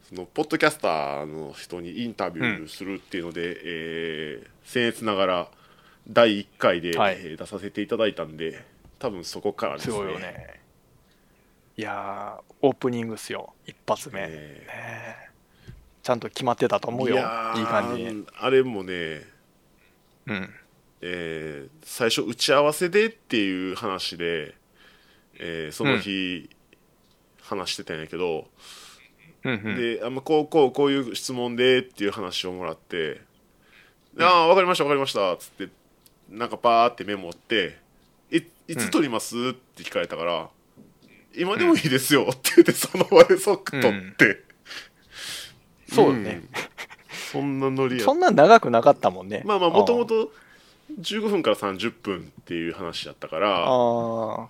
A: そのポッドキャスターの人にインタビューするっていうので、えー僭越ながら第1回で、
B: はい
A: えー出させていただいたんで、多分そこからです
B: す
A: ね。
B: ごいよね。いやー、オープニングっすよ、一発目。ね
A: え
B: えちゃんと決まってたと
A: ー
B: 思うよ、いい
A: やー
B: 感じに。
A: あれもね、
B: うん。
A: えー最初打ち合わせでっていう話で、えーその日、話してたんやけど、
B: うんうん、
A: であまこうこうこういう質問でっていう話をもらって「ああ分かりました分かりました」っつってなんかパーってメモって「いいつ撮りますって聞かれたから「今でもいいですよ」って言ってその場で即撮って、
B: そうだね、
A: そんなノリや
B: そんな長くなかったもんね。
A: まあまあもとも
B: と。
A: と15分から30分っていう話やったから
B: ああ、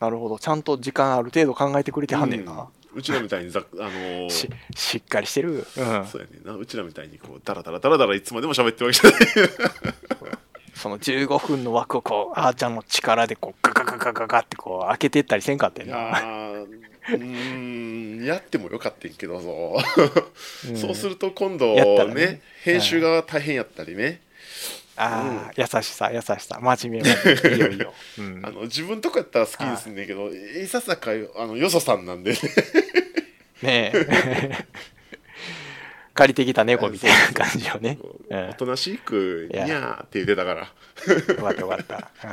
B: なるほど。ちゃんと時間ある程度考えてくれてはんねんな。
A: うんうちらみたいにざっあの ー
B: ししっかりしてる。うん。
A: そうやねんなうちらみたいにこうダラダラダラダラいつまでも喋ってるわけじゃない
B: その15分の枠をこう、あーちゃんの力でこう、ガガガガガガってこう、開けていったりせんかって
A: い
B: んな。
A: やーうーんやってもよかったんけどぞ、
B: うん
A: そうすると今度
B: やっ
A: ね
B: たらね
A: 編集が大変やったりね、
B: ああ、優しさ、優しさ。真面目真 面目。いいよいいよ。うん
A: あの自分とこやったら好きですんねんけど、いささかあのよそさんなんでね
B: ね え。借りてきた猫みたいな感じをね。う
A: お
B: ん
A: となしく
B: い
A: に
B: や
A: ゃーって言ってたから
B: よかったよかった。うん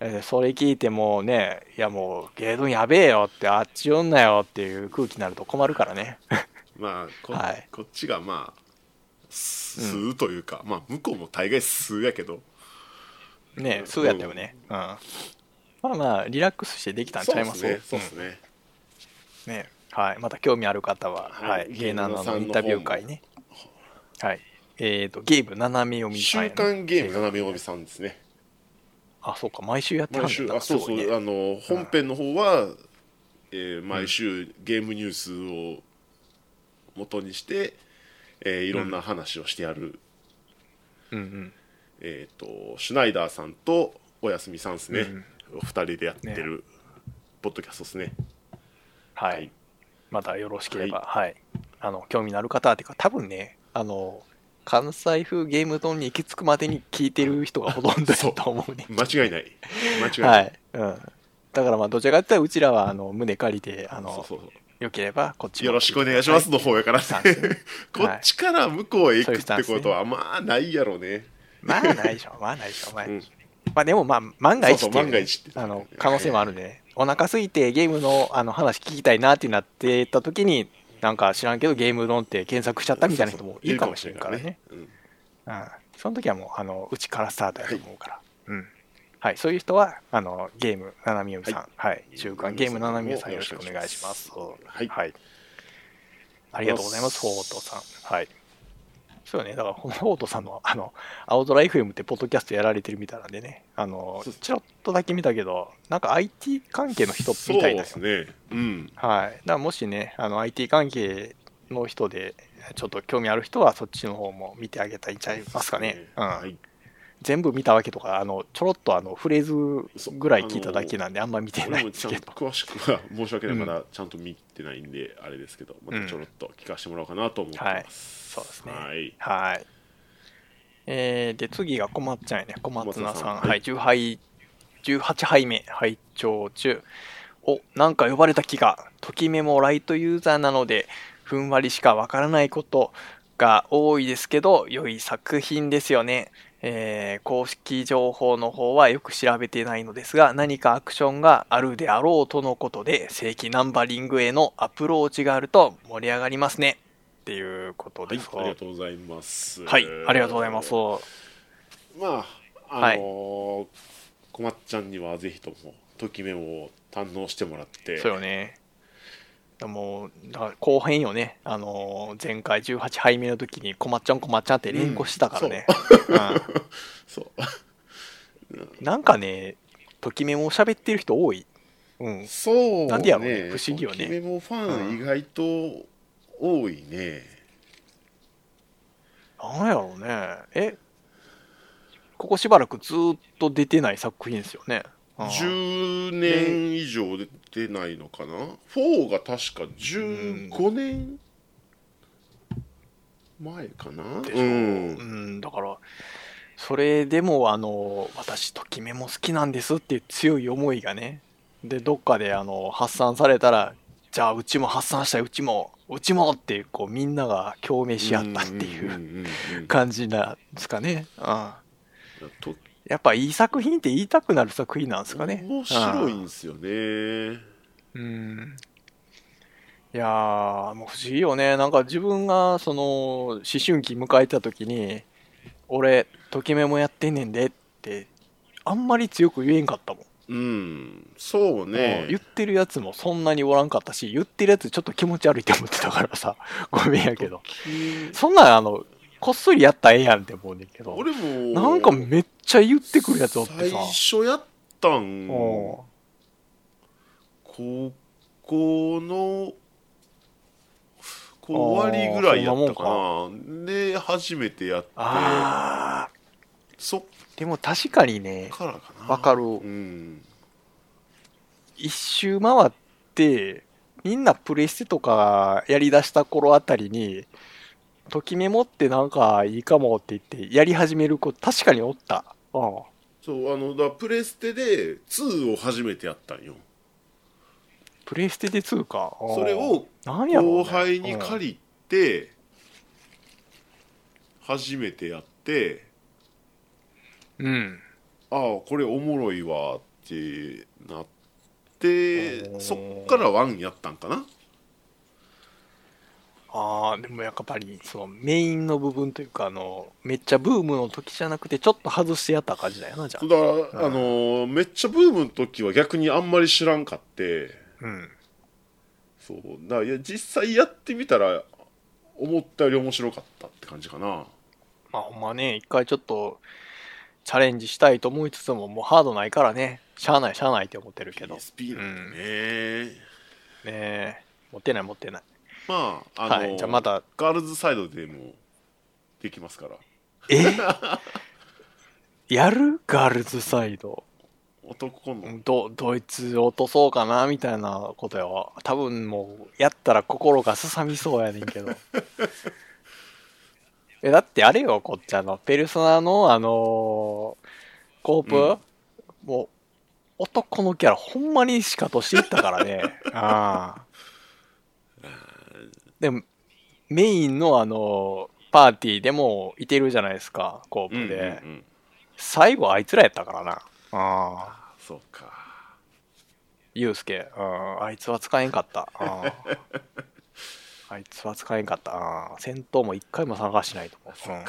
B: えーそれ聞いてもうね、いやもう、ゲードンやべえよって、あっち寄んなよっていう空気になると困るからね。
A: まあこ,、
B: はい
A: こっちがまあ数というか、まあ向こうも大概数やけど
B: ねそうやったよね。うん。まあまあ、リラックスしてできたんちゃいます
A: そうっすねそうっすね、
B: うんねはい。また興味ある方は、は。
A: はいい
B: ゲーナナのインタビュー会ね。はい。えっ、と、ゲーム斜め読み会
A: 週
B: ね
A: 刊ゲーム斜め読みさんですね。
B: あ、そうか、毎週やってはん
A: 毎
B: だ
A: 週
B: な
A: あそう
B: す
A: そ
B: ご
A: う、
B: いね
A: あの本編の方は、えー毎週ゲームニュースを元にして、えーいろんな話をしてやる、
B: うんうん。
A: えっ、とシュナイダーさんとおやすみさんですね、お二人でやってる、ポッドキャストですね。
B: はい。
A: はい
B: またよろしければ、はい。あの、興味のある方っていうか、多分ね、あの、関西風ゲームドンに行き着くまでに聞いてる人がほとんど
A: そ
B: だ
A: う
B: と思うね。
A: 間違いない。間違いな。
B: はいい。うん。だからまあ、どちらかというと、うちらは、あの、胸借りて、あの、
A: そうそうそう
B: よければ、こっちも
A: よろしくお願いします
B: は
A: の方やからね、
B: はい
A: こっちから向こうへ行
B: そ
A: く
B: ういう
A: っ
B: スタン
A: て
B: スね
A: ことはまあないやろうね。
B: まあ、ないでしょ。まあ、ないでしょ。まあ、
A: うん
B: まあ、でもまあ、万が一
A: そうそう万が一って
B: あの、可能性もあるんでね。お腹空いてゲームの、あの、話聞きたいなってなってた時に、なんか知らんけど、ゲームドンって検索しちゃったみたいな人もいるかもしれんからね。
A: そうそう。いるかもしれんからねうん
B: うん、その時はもう、あの、うちからスタートやと思うから。うん。はい、そういう人は、あの、ゲーム、ななみゆみさん。はい。週刊ゲームななみゆみさん、よろしくお願いします。
A: はい
B: はい。ありがとうございます、フォートさん。はい。そうよね、だから、このフォートさんの、あの、青空 FM ってポッドキャストやられてるみたいなんでね、あの
A: そう、です
B: ちょっとだけ見たけど、なんか IT 関係の人みたいな
A: そうですね。うん。
B: はい。だからもしね、あの IT 関係の人で、ちょっと興味ある人は、そっちの方も見てあげたいんちゃいますかね。うん。
A: はい。
B: 全部見たわけとか、あの、ちょろっとあの、フレーズぐらい聞いただけなんで、あんま見てな
A: 俺
B: いん
A: も
B: で
A: ち
B: す
A: ゃん
B: け
A: と
B: ど。
A: 詳しくは申し訳ないからちゃんと見てないんであれですけどまたちょろっと聞かせてもらおうかなと思ってます、
B: そうですね。
A: はい
B: はい。えー、で、次が小松ちゃんやね。小松菜
A: 小松菜
B: さん。
A: さん
B: はい、10杯、18杯目、拝聴中。お、なんか呼ばれた気が、ときめもライトユーザーなので、ふんわりしかわからないことが多いですけど、良い作品ですよね。えー公式情報の方はよく調べてないのですが、何かアクションがあるであろうとのことで、正規ナンバリングへのアプローチがあると盛り上がりますね。っていうこと
A: は
B: で
A: い
B: す。
A: ありがとうございます
B: はい、ありがとうございます。
A: まああのーこまっちゃんにはぜひともときめもを堪能してもらって
B: そうよね。もう、だから後編よね。あのー前回18杯目の時に、こまっちゃんこまっちゃんって連呼してたからね。う
A: そう
B: んなんかね、ときめも喋ってる人多い。うん。
A: そう
B: なんでやろうね不思議よね
A: ときめもファン意外と多いね、
B: なんやろうね。えここしばらくずーっと出てない作品ですよね。うん
A: 10年以上出てないのかな、4が確か15年前かな
B: でし
A: う
B: ょうんん、だから、それでも、あの、私、ときめも好きなんですっていう強い思いがね、で、どっかで、あの、発散されたら、じゃあ、うちも発散したい、うちも、うちもって、こう、みんなが共鳴し合ったってい
A: ん
B: うん
A: んうん
B: 感じなんですかね。うん。
A: と
B: やっぱ、いい作品って言いたくなる作品なんですかね。
A: 面白いんですよね
B: うんいやー、もう不思議よね。なんか自分が、その、思春期迎えた時に、俺、ときめもやってんねんでって、あんまり強く言えんかったもん。
A: うんそう
B: もう
A: ね
B: 言ってるやつもそんなにおらんかったし、言ってるやつちょっと気持ち悪いって思ってたからさ、 ごめんやけど。そんなん、あの、こっそりやったらええやんって思うねんけど、
A: 俺も
B: なんかめっちゃ言ってくるやつおってさ
A: 最、初やったん
B: うん
A: 高校のこう終わりぐらいやったか
B: あ
A: なで初めてやって
B: あ
A: そっ
B: ー、でも確かにね、
A: からかな
B: わかる。
A: うん
B: 一周回ってみんなプレステとかやりだした頃あたりにときめもってなんかいいかもって言ってやり始める子確かにおったうん
A: そうあのだからプレステで2を初めてやったんよ
B: プレステで2かうん
A: それを
B: なんやろうね
A: 後輩に借りて初めてやって
B: うんうん
A: ああこれおもろいわってなってそっから1やったんかな
B: ああでもやっぱりそのメインの部分というかあのめっちゃブームの時じゃなくてちょっと外してやった感じだよなじゃ
A: そう
B: あ
A: だから、あのーめっちゃブームの時は逆にあんまり知らんかって
B: うん
A: そうだからいや実際やってみたら思ったより面白かったって感じかな
B: まあほんまね一回ちょっとチャレンジしたいと思いつつももうハードないからねしゃあないしゃあないって思ってるけど
A: PSP なんでね、
B: ねえ、持ってない持ってない。
A: まああのー
B: はい、じゃあまた、
A: ガールズサイドでもできますから
B: え やるガールズサイド。
A: 男の、
B: ど、ドイツ落とそうかなみたいなことよ。多分もう、やったら心がすさみそうやねんけど。 え、だってあれよ、こっちあの、ペルソナのあのーコープ、
A: うん
B: もう、男のキャラほんまにしかとしていったか らね。ああ。でも、メインのあのーパーティーでもいてるじゃないですか、コープ
A: う
B: で。
A: んうんうん
B: 最後あいつらやったからな。ああ。
A: あそうか
B: ゆうすけ、うんあいつは使えんかった。 あーあいつは使えんかった。あー戦闘も一回も参加しないと思う。うん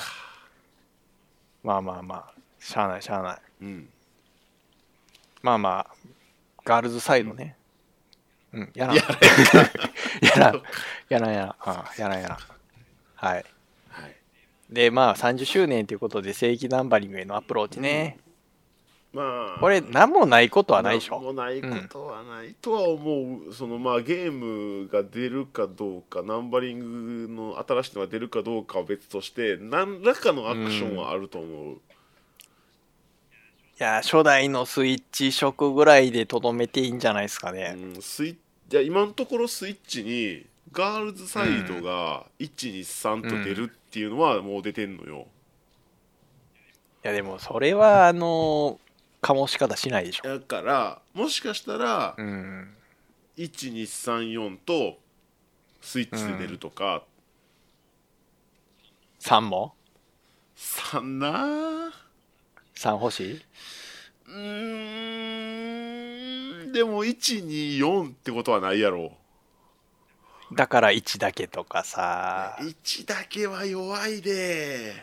B: まあまあまあ、しゃあないしゃあない。
A: うん
B: まあまあ、ガールズサイドね。うん、やらん。
A: や
B: やら
A: そ
B: ん
A: う。
B: やらんやらん。あーやらんやらん。はい。
A: はい
B: で、まあ30周年ということで、正規ナンバリングへのアプローチね。
A: まあ
B: これ、何もないことはないでし
A: なん
B: ょ。
A: もないことはないとは思う、そのまあゲームが出るかどうかナンバリングの新しいのが出るかどうかは別として何らかのアクションはあると思う、
B: や、初代のスイッチ色ぐらいでとどめていいんじゃないですかね。
A: うん、スイいや今のところスイッチにガールズサイドが123と出るっていうのはもう出てんのよ、
B: いや、でもそれは、あの、醸し方しないでしょ。
A: だからもしかしたら
B: うん。
A: 1234とスイッチで出るとか、
B: 3も
A: 3なあ
B: ?3 欲しいう
A: ーんでも124ってことはないやろ
B: だから1だけとかさ、
A: 1だけは弱いで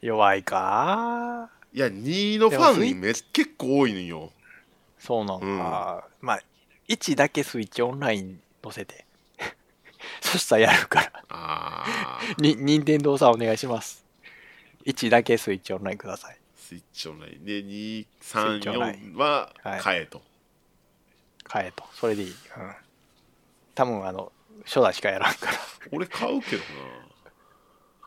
B: 弱いか
A: いや2のフ
B: でもスイ
A: ァ
B: ッ
A: ンめ結構多いのよ
B: そうなんか、まあ、1だけスイッチオンライン載せて。 そしたらやるから。
A: あー
B: に、任天堂さんお願いします。1だけスイッチオンラインください。
A: スイッチオンラインで
B: イッチオンライン
A: 234は買えと、
B: 買えと。それでいい。うん。多分あの、初代しかやらんから。
A: 俺買うけど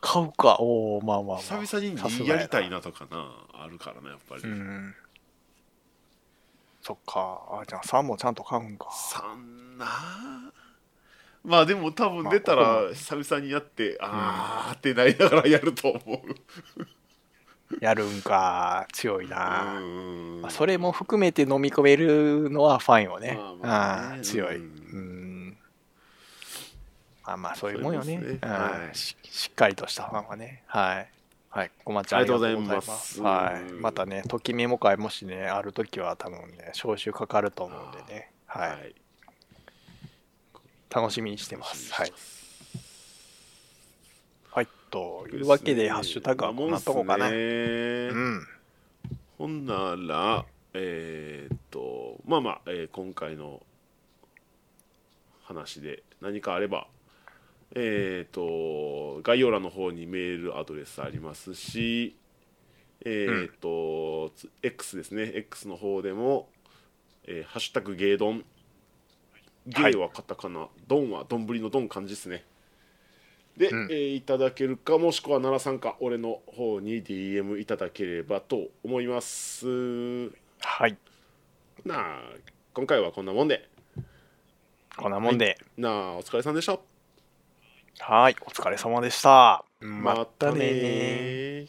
B: 買うか。おおまあまあまあ。
A: な久々に
B: さす
A: 2
B: が
A: やりたいなとかなあるからなやっぱり、
B: うん。そっか。あ、じゃあ3もちゃんと買うんか。
A: 3なあまあでも多分出た
B: まあこ
A: ら久々にやって、あーってなりながらやると思う
B: やるんか。強いな。
A: うん
B: まあそれも含めて飲み込めるのはファンよね。
A: まあ
B: あ
A: まあね
B: あ強い。
A: う
B: うんん。まあまあ、そういうもんよね。
A: そういうもんです
B: う
A: ね
B: ん
A: はい
B: ししっかりとしたファンはね。はい。はい。ごまちゃん
A: ありがとうございます
B: ありがとうございますは
A: う
B: い。
A: ん
B: またね、ときメモ会もしね、あるときは多分ね、招集かかると思うんでね。はい。
A: はい
B: 楽しみにしてます。はい。はい。と
A: と
B: いうわけで、ハッシュタグはこんなとこかな。うん。
A: ほんなら、えーっと、まあまあ、えー今回の話で何かあれば、えーっと、概要欄の方にメールアドレスありますし、えーっと、つ X ですね、X の方でも、えーハッシュタグゲイドン、
B: は
A: ゲ
B: い
A: イはカタカナ、ドンはどんぶりのドン漢字ですね。で、
B: うん
A: えーいただけるかもしくは奈良さんか俺の方に DM いただければと思います
B: はい。
A: なあ今回はこんなもんで
B: こんなもんで。
A: なあお疲れさんでした
B: はい。お疲れ様でした。ま
A: ま
B: たねー。
A: ー